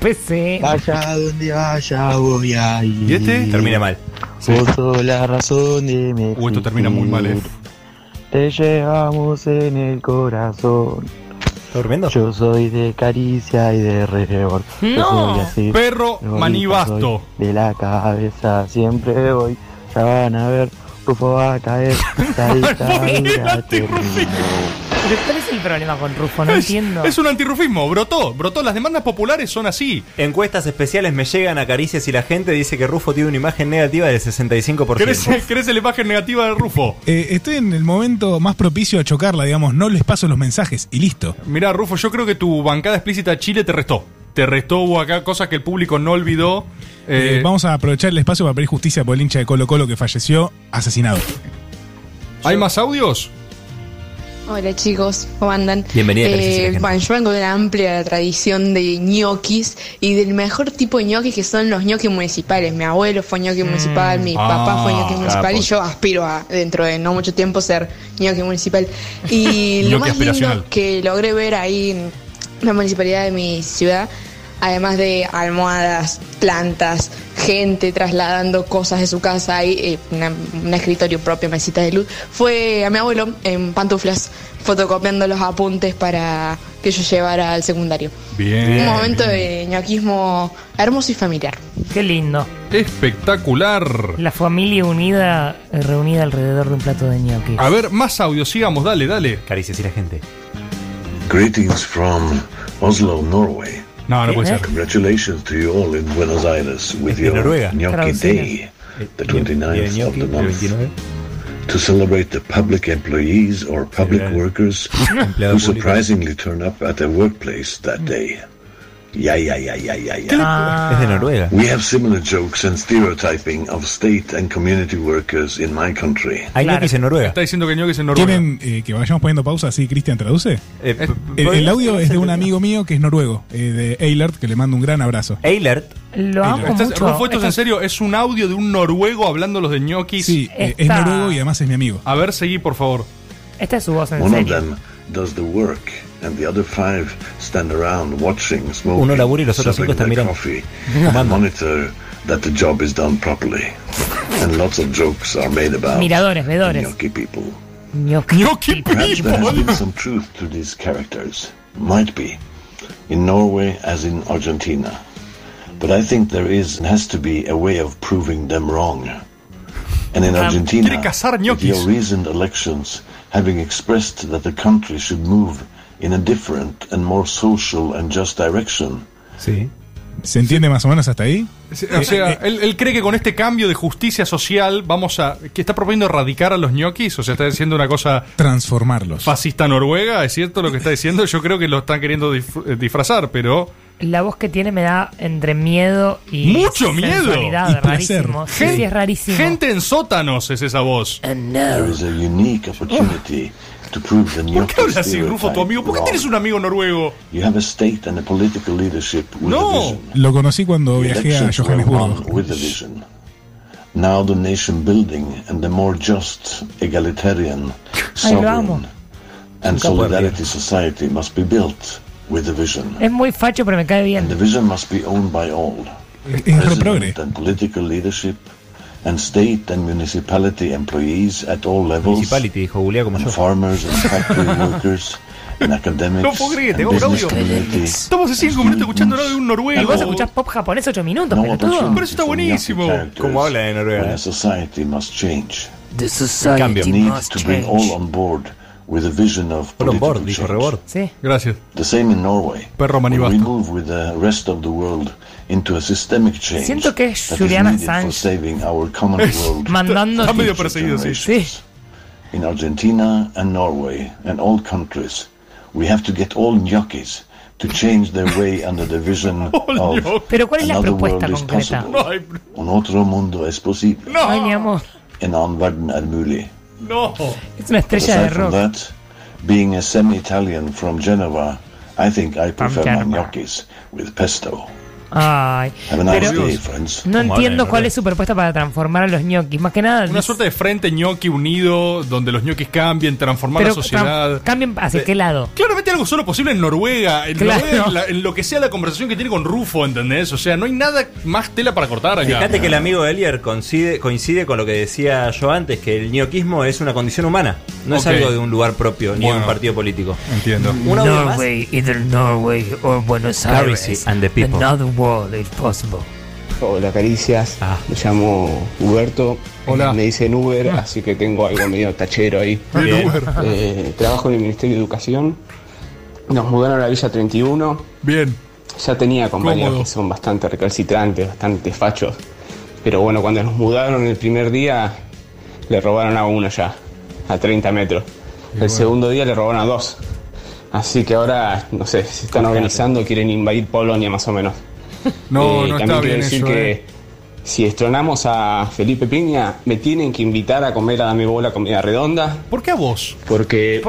S9: PC.
S11: Vaya donde vaya, voy a ir.
S8: ¿Y este? Termina mal.
S11: Vos sos la razón de mi
S6: Uy, esto termina muy mal, eh.
S11: Te llevamos en el corazón. Yo soy de caricia y de rebord.
S6: No. Perro manibasto.
S11: De la cabeza siempre voy. Ya van a ver, Rufo va a
S6: *laughs*
S11: caer. La dictadura terminó.
S9: Pero ¿Cuál es el problema con Rufo? No entiendo.
S6: Es un antirrufismo, brotó, brotó. Las demandas populares son así.
S8: Encuestas especiales me llegan a caricias y la gente dice que Rufo tiene una imagen negativa del 65%.
S6: ¿Querés, *laughs* querés la imagen negativa de Rufo?
S10: Eh, estoy en el momento más propicio a chocarla, digamos. No les paso los mensajes y listo.
S6: Mirá, Rufo, yo creo que tu bancada explícita a Chile te restó. Te restó hubo acá cosas que el público no olvidó. Eh,
S10: Eh, vamos a aprovechar el espacio para pedir justicia por el hincha de Colo Colo que falleció asesinado.
S6: ¿Hay más audios?
S19: Hola chicos, ¿cómo andan?
S15: Bienvenida, Caricia
S19: Eh,
S15: Sirajena.
S19: bueno, yo vengo de una amplia tradición de ñoquis y del mejor tipo de ñoquis que son los ñoquis municipales. Mi abuelo fue ñoqui municipal, mi papá fue ñoqui
S15: Mm. Ah,
S19: municipal y
S15: capo.
S19: yo aspiro a, dentro de no mucho tiempo, ser ñoqui municipal.
S15: *laughs*
S19: Y
S15: Ñoqui
S19: lo más lindo
S15: aspiracional.
S19: que logré ver ahí en la municipalidad de mi ciudad, además de almohadas, plantas, gente trasladando cosas de su casa, hay eh, una- un escritorio propio, mesitas de luz, fue a mi abuelo en pantuflas, fotocopiando los apuntes para que yo llevara al secundario.
S6: Bien.
S19: un momento de ñoquismo hermoso y familiar.
S9: Qué lindo.
S6: Espectacular.
S9: La familia unida, eh, reunida alrededor de un plato de ñoquis.
S6: A ver, más audio, sigamos, dale, dale.
S15: Caricia, si la gente.
S20: Greetings from Oslo, Norway.
S6: No, no puede ser.
S20: Congratulations to you all in Buenos Aires with
S15: de
S20: your
S15: Noruega.
S20: Gnocchi
S15: Traducida.
S20: Day, the 29th
S15: Gnocchi,
S20: of the
S15: el
S20: month. To celebrate the public employees or public workers
S15: *laughs* Empleado público.
S20: who surprisingly turn up at their workplace that day. Yeah, yeah, yeah, yeah, yeah, yeah.
S15: Es de Noruega.
S20: We have similar jokes and stereotyping of state and community workers in my country.
S15: Hay ñoquis en Noruega.
S6: Está diciendo que ñoquis en Noruega.
S12: ¿Quieren eh, que vayamos poniendo pausa así Cristian traduce?
S15: Eh,
S12: El, el audio es de un amigo mío que es noruego, eh, de Eilert, que le mando un gran abrazo.
S15: Eilert.
S9: Lo amo
S6: Estás-
S9: mucho.
S6: Rufo, esto es en
S9: Estas-
S6: serio, es un audio de un noruego hablando los de ñoquis. Sí,
S9: eh, es Esta- noruego y
S20: además es mi amigo.
S6: A ver, seguí, por favor.
S9: Esta es su voz en
S20: One of
S9: serio.
S20: them does the work, and the other five stand around watching, smoking,
S15: Uno labura y los otros cinco
S20: sipping
S15: están mirando.
S20: their coffee, and monitor that the job is done properly. And lots of jokes are made about
S9: Miradores, vedores.
S20: gnocchi people.
S9: Ñoqui.
S20: Perhaps there has been some truth to these characters. Might be. In Norway as in Argentina. But I think there is and has to be a way of proving them wrong. And in
S6: Ah,
S20: Argentina,
S6: quiere cazar
S20: with
S6: ñoquis.
S20: your recent elections having expressed that the country should move in a different and more social and just direction,
S12: ¿Se entiende más o menos hasta ahí?
S9: Eh,
S12: Eh,
S6: O sea, él, él cree que con este cambio de justicia social vamos a. que está proponiendo erradicar a los ñoquis? O sea, está diciendo una cosa
S12: Transformarlos.
S6: fascista noruega, ¿es cierto lo que está diciendo? Yo creo que lo están queriendo dif- eh, disfrazar, pero.
S9: La voz que tiene me da entre miedo y.
S6: ¡Mucho miedo!
S9: sensualidad,
S6: Y placer.
S9: rarísimo. Sí,
S6: Gen-
S9: sí, es rarísimo.
S6: Gente en sótanos es esa voz.
S20: there is a unique opportunity to prove the
S6: ¿Por qué
S20: gnocchi
S6: hablas así, Rufo,
S20: stereotype
S6: tu amigo? ¿Por qué
S20: wrong.
S6: tienes un amigo noruego?
S20: You have a state and a political leadership with a vision.
S12: Lo conocí cuando viajé a
S20: Elections were
S12: Johannesburgo.
S20: won with a vision. Now the nation building and the more just, egalitarian, sovereign, and
S9: Nunca puedo
S20: solidarity society must be built with a vision.
S9: Es muy facho, pero me cae
S20: The
S9: bien.
S20: vision must be owned by all. President and political leadership, and state and municipality employees at all levels.
S15: Municipality, dijo Julia como
S20: and
S15: yo.
S20: Farmers and factory workers, and
S6: No
S20: academics,
S6: puedo creer,
S20: and
S6: tengo un
S20: business
S6: audio.
S20: community.
S6: Estamos a 5 minutos escuchando hablar de un
S9: Y
S6: noruego.
S9: vos escuchás pop japonés 8 minutos, pelotudo.
S6: Pero eso está buenísimo.
S20: ¿Cómo habla de Noruega? The society must change.
S9: The society
S20: Cambio. need
S9: must
S20: to bring all
S9: change.
S20: on board with a vision of
S15: All on board,
S20: political
S15: dijo
S20: change.
S15: Rebord.
S9: Sí.
S6: Gracias.
S20: The same in Norway.
S6: Perro
S20: When
S6: manivasta.
S20: we move with the rest of the world into a systemic change
S9: Siento que es
S20: that is
S9: Juliana
S20: needed for
S9: Assange.
S20: saving our
S9: *laughs*
S20: common
S9: Es-
S20: world.
S9: mandando- Está medio
S20: future
S9: perseguido, sí.
S20: generations. In Argentina and Norway and all countries, we have to get all gnocchis to change their way under the
S9: *laughs*
S20: vision of
S9: Pero ¿cuál es la
S20: another
S9: propuesta
S20: world is
S9: concreta?
S20: possible. Un otro mundo es posible.
S9: Ay, mi amor.
S20: En Anvarden er mulig.
S6: No.
S9: Es una estrella de
S20: Aside from
S9: rock.
S20: that, being a semi-Italian from Geneva, I think I prefer my gnocchis with pesto.
S9: Ay.
S20: Have a nice
S9: Pero
S20: day, friends.
S9: no entiendo cuál es su propuesta para transformar a los ñoquis. Más que nada.
S6: Una suerte de frente ñoqui unido, donde los ñoquis cambien, transformar
S9: Pero
S6: la sociedad.
S9: tra- cambien hacia
S6: Eh,
S9: qué lado.
S6: Claramente algo solo posible en Noruega, en,
S9: Claro.
S6: Noruega, en la- en lo que sea la conversación que tiene con Rufo, ¿entendés? O sea, no hay nada más tela para cortar acá.
S15: Fíjate que el amigo de Elier coincide, coincide con lo que decía yo antes, que el ñoquismo es una condición humana. No es
S6: Ok.
S15: algo de un lugar propio ni de un
S6: Bueno.
S15: partido político.
S6: Entiendo.
S15: Un audio más.
S21: Norway, either Norway or oh, Buenos
S15: Currency
S21: Aires.
S15: and the people.
S21: Another world is possible.
S22: Hola, caricias.
S9: Ah.
S22: Me llamo Huberto. Hola. Me dicen Uber,
S9: Ah.
S22: así que tengo algo medio tachero ahí.
S6: El Bien. Uber.
S22: Eh, trabajo en el Ministerio de Educación. Nos mudaron a la Villa 31.
S6: Bien.
S22: Ya tenía compañeros
S6: Cómodo.
S22: que son bastante recalcitrantes, bastante fachos. Pero bueno, cuando nos mudaron el primer día, le robaron a uno ya, a 30 metros. el segundo día le robaron a dos. Así que ahora, no sé, se están organizando, quieren invadir Polonia más o menos.
S6: No,
S22: Eh,
S6: *laughs*
S22: también
S6: no está
S22: quiero
S6: bien
S22: decir
S6: eso.
S22: que
S6: eh.
S22: Si estronamos a Felipe Piña, me tienen que invitar a comer a Dame Bola Comida Redonda.
S6: ¿Por qué a vos? *laughs*
S22: Porque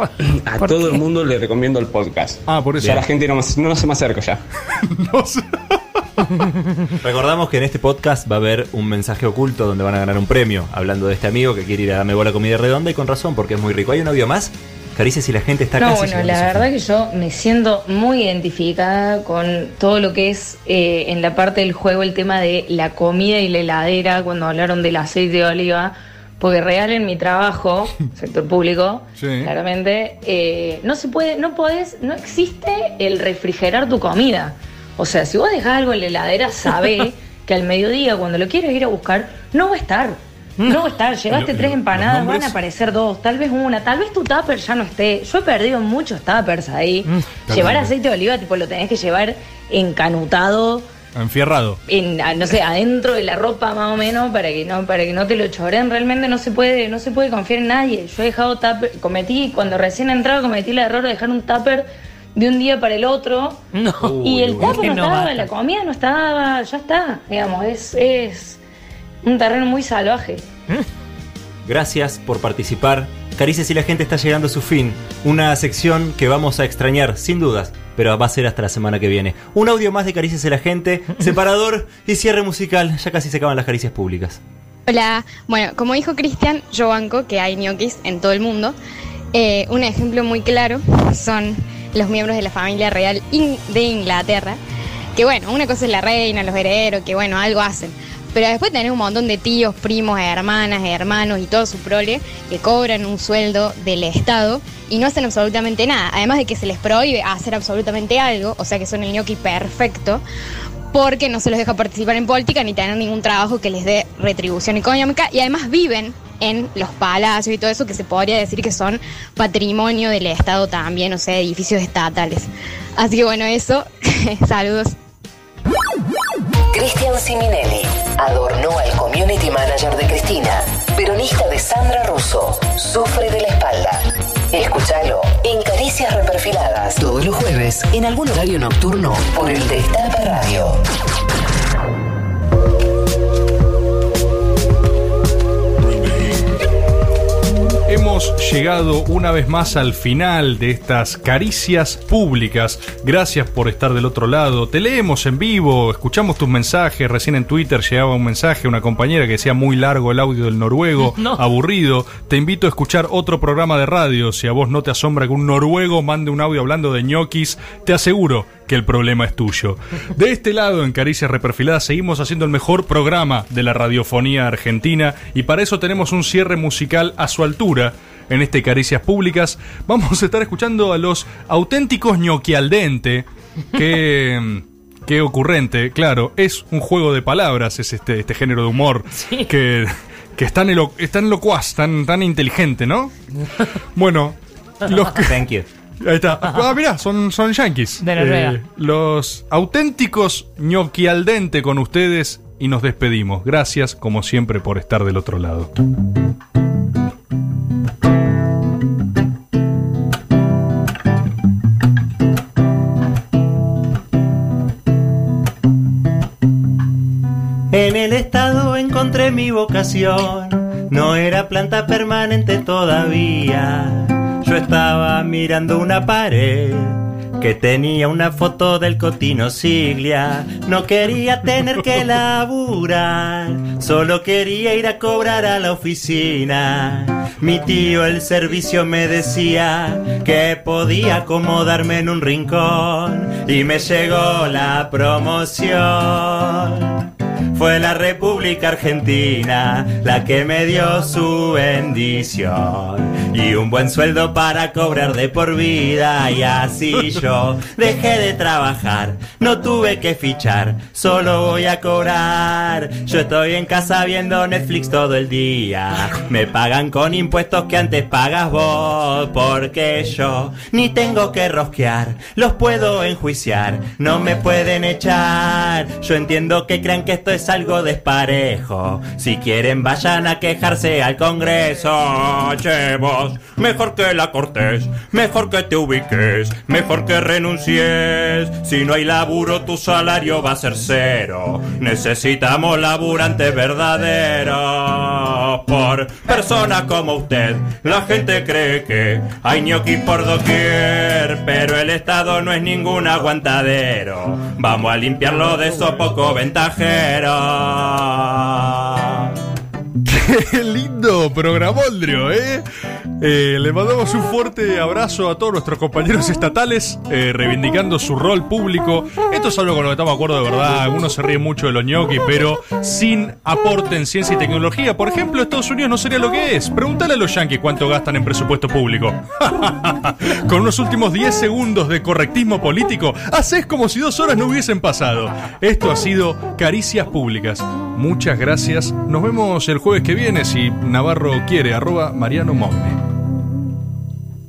S22: a todo el mundo le recomiendo el podcast.
S6: Ah, por eso.
S22: Ya la gente no, más- no se me acerca ya.
S11: Recordamos que en este podcast va a haber un mensaje oculto donde van a ganar un premio, hablando de este amigo que quiere ir a darme bola comida redonda y con razón, porque es muy rico. Hay un audio más, Caricia, si la gente está
S4: No,
S11: casi
S4: bueno,
S11: llegando
S4: la
S11: a su
S4: verdad que yo me siento muy identificada con todo lo que es eh, en la parte del juego el tema de la comida y la heladera, cuando hablaron del aceite de oliva, porque real en mi trabajo, sector público,
S5: Sí.
S4: claramente, eh, no se puede, no podés, no existe el refrigerar tu comida. O sea, si vos dejás algo en la heladera, sabé que al mediodía, cuando lo quieras ir a buscar, no va a estar. No va a estar, llevaste
S5: Lo-
S4: tres
S5: lo-
S4: empanadas,
S5: los
S4: van
S5: nombres-
S4: a aparecer dos, tal vez una, tal vez tu tupper ya no esté. Yo he perdido muchos tuppers ahí.
S6: totalmente.
S4: llevar aceite de oliva, tipo, lo tenés que llevar encanutado,
S6: Enfierrado.
S4: en, a- no sé, adentro de la ropa más o menos, para que no, para que no te lo choren. Realmente no se puede, no se puede confiar en nadie. Yo he dejado tupper, cometí, cuando recién entraba, cometí el error de dejar un tupper de un día para el otro. y el
S5: cuerpo
S4: tupper no estaba, la comida no estaba, ya está. Digamos, es, es un terreno muy salvaje.
S11: Gracias por participar. Caricia si la gente está llegando a su fin. Una sección que vamos a extrañar, sin dudas, pero va a ser hasta la semana que viene. Un audio más de Caricias y la *laughs* gente, separador y cierre musical. Ya casi se acaban las caricias públicas.
S5: Hola, bueno, como dijo Cristian, yo banco que hay ñoquis en todo el mundo. Eh, un ejemplo muy claro son los miembros de la familia real in- de Inglaterra, que bueno, una cosa es la reina, los herederos, que bueno, algo hacen. Pero después tenés un montón de tíos, primos, hermanas, hermanos y todo su prole que cobran un sueldo del Estado y no hacen absolutamente nada. Además de que se les prohíbe hacer absolutamente algo, o sea que son el ñoqui perfecto porque no se los deja participar en política ni tener ningún trabajo que les dé retribución económica y además viven en los palacios y todo eso que se podría decir que son patrimonio del Estado también, o sea, edificios estatales. Así que bueno, eso, *laughs* saludos.
S1: Cristian Siminelli adornó al community manager de Cristina, peronista de Sandra Russo, sufre de la espalda. Escúchalo en Caricias Reperfiladas todos los jueves en algún horario nocturno por el Destape Radio.
S6: Hemos llegado una vez más al final de estas caricias públicas. Gracias por estar del otro lado. Te leemos en vivo, escuchamos tus mensajes. Recién en Twitter llegaba un mensaje, una compañera que decía muy largo el audio del
S9: *laughs*
S6: noruego,
S8: No.
S6: *laughs* aburrido. Te invito a escuchar otro programa de radio. Si a vos no te asombra que un noruego mande un audio hablando de ñoquis, te aseguro que el problema es tuyo. De este lado, en Caricias Reperfiladas, seguimos haciendo el mejor programa de la radiofonía argentina y para eso tenemos un cierre musical a su altura. En este Caricias Públicas vamos a estar escuchando a los auténticos ñoqui al dente que... mm, Qué ocurrente, claro, es un juego de palabras, es este, este género de
S11: *laughs*
S6: humor que, que es, tan elo- es tan locuaz, tan, tan
S11: *laughs*
S6: inteligente, ¿no? Bueno, los que...
S11: Thank you.
S6: Ahí está. Ah, mirá, son, son yankees. Eh,
S11: De Noruega.
S6: los auténticos ñoqui al dente con ustedes y nos despedimos. Gracias, como siempre, por estar del otro lado.
S8: En el estado encontré mi vocación, no era planta permanente todavía.
S11: Yo estaba mirando una pared que tenía una foto del Cotino Siglia.
S8: No quería tener que laburar, solo quería ir a cobrar a la oficina. Mi tío el servicio me decía que podía acomodarme en un rincón y me llegó la promoción. Fue la República Argentina la que me dio su bendición y un buen sueldo para cobrar de por vida y así yo dejé de trabajar, no tuve que fichar, solo voy a cobrar. Yo estoy en casa viendo Netflix todo el día, me pagan con impuestos que antes pagas vos porque yo ni tengo que rosquear, los puedo enjuiciar, no me pueden echar. Yo entiendo que crean que esto es algo desparejo. Si quieren, vayan a quejarse al Congreso. Che, vos, mejor que la cortés, mejor que te ubiques, mejor que renuncies. Si no hay laburo
S23: laburo tu salario va a ser cero. Necesitamos laburantes verdaderos. Por personas como usted, la gente cree que hay ñoquis por doquier, pero el Estado no es ningún aguantadero. Vamos a limpiarlo de esos poco ventajeros.
S6: *laughs* Qué lindo programoldrio, ¿eh? Eh, Le mandamos un fuerte abrazo a todos nuestros compañeros estatales, eh, reivindicando su rol público. Esto es algo con lo que estamos de acuerdo de verdad. Algunos se ríen mucho de los ñoquis, pero sin aporte en ciencia y tecnología. Por ejemplo, Estados Unidos no sería lo que es. Pregúntale a los yanquis cuánto gastan en presupuesto público. *laughs* Con unos últimos 10 segundos de correctismo político, haces como si dos horas no hubiesen pasado. Esto ha sido Caricias Públicas. Muchas gracias. Nos vemos el jueves que viene si Navarro quiere. Arroba Mariano Mogne.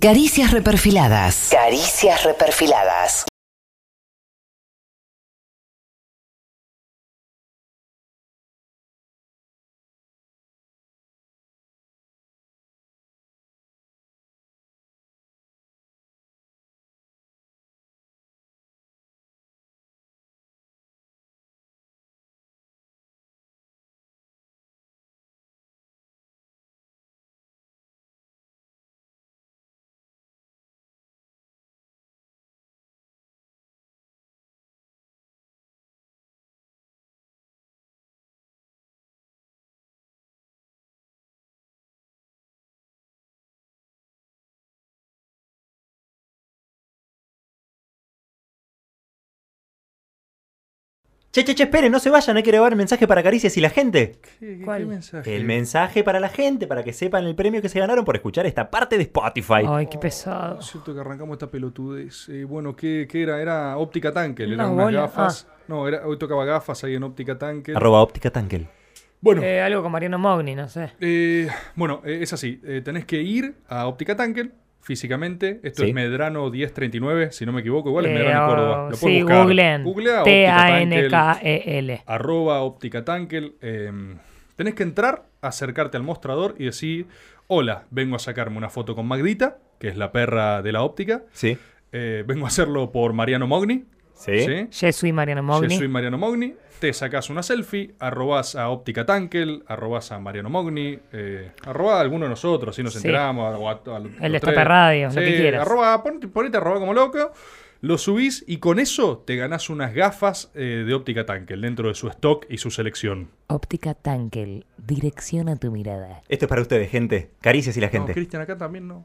S1: Caricias reperfiladas. Caricias reperfiladas.
S8: Che, che, che, esperen, no se vayan, hay que grabar mensaje para Caricias y la gente.
S9: ¿Cuál?
S8: El mensaje para la gente, para que sepan el premio que se ganaron por escuchar esta parte de Spotify.
S9: Ay, qué pesado.
S6: Es cierto que arrancamos esta pelotudez. Eh, bueno, ¿qué, qué era? Era óptica tanque,
S9: Una
S6: eran unas
S9: bola.
S6: gafas. No, era, hoy tocaba gafas ahí en óptica tanque.
S8: Arroba óptica tankel.
S6: Bueno.
S9: Eh, algo con Mariano Mogni, no sé.
S6: Eh, bueno, eh, es así. Eh, tenés que ir a Óptica Tanker físicamente. Esto
S9: Sí.
S6: es Medrano 1039, si no me equivoco. Igual es
S9: Eh,
S6: Medrano
S9: oh,
S6: Córdoba. Lo puedes
S9: sí,
S6: buscar.
S9: googleen.
S6: Googlea
S9: T-A-N-K-E-L.
S6: Óptica Tankel, Arroba Óptica Tankel. Eh, tenés que entrar, acercarte al mostrador y decir: Hola, vengo a sacarme una foto con Magdita, que es la perra de la óptica.
S8: Sí.
S6: Eh, vengo a hacerlo por Mariano Mogni. ¿Sí?
S9: Yo soy Mariano Mogni.
S6: Yo soy Mariano Mogni. Te sacas una selfie, arrobas a Óptica Tankel, arrobas a Mariano Mogni, eh, arroba a alguno de nosotros, si nos
S9: Sí.
S6: enteramos. o a- a los
S9: El de
S6: tres.
S9: Estape Radio, lo que quieras.
S6: Arroba, ponete, ponete a arroba como loco. Lo subís y con eso te ganás unas gafas eh, de Óptica Tankel dentro de su stock y su selección.
S9: Óptica Tankel. Direcciona tu mirada.
S8: Esto es para ustedes, gente. Caricias y la gente.
S6: No, Cristian, acá también no.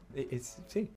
S8: sí.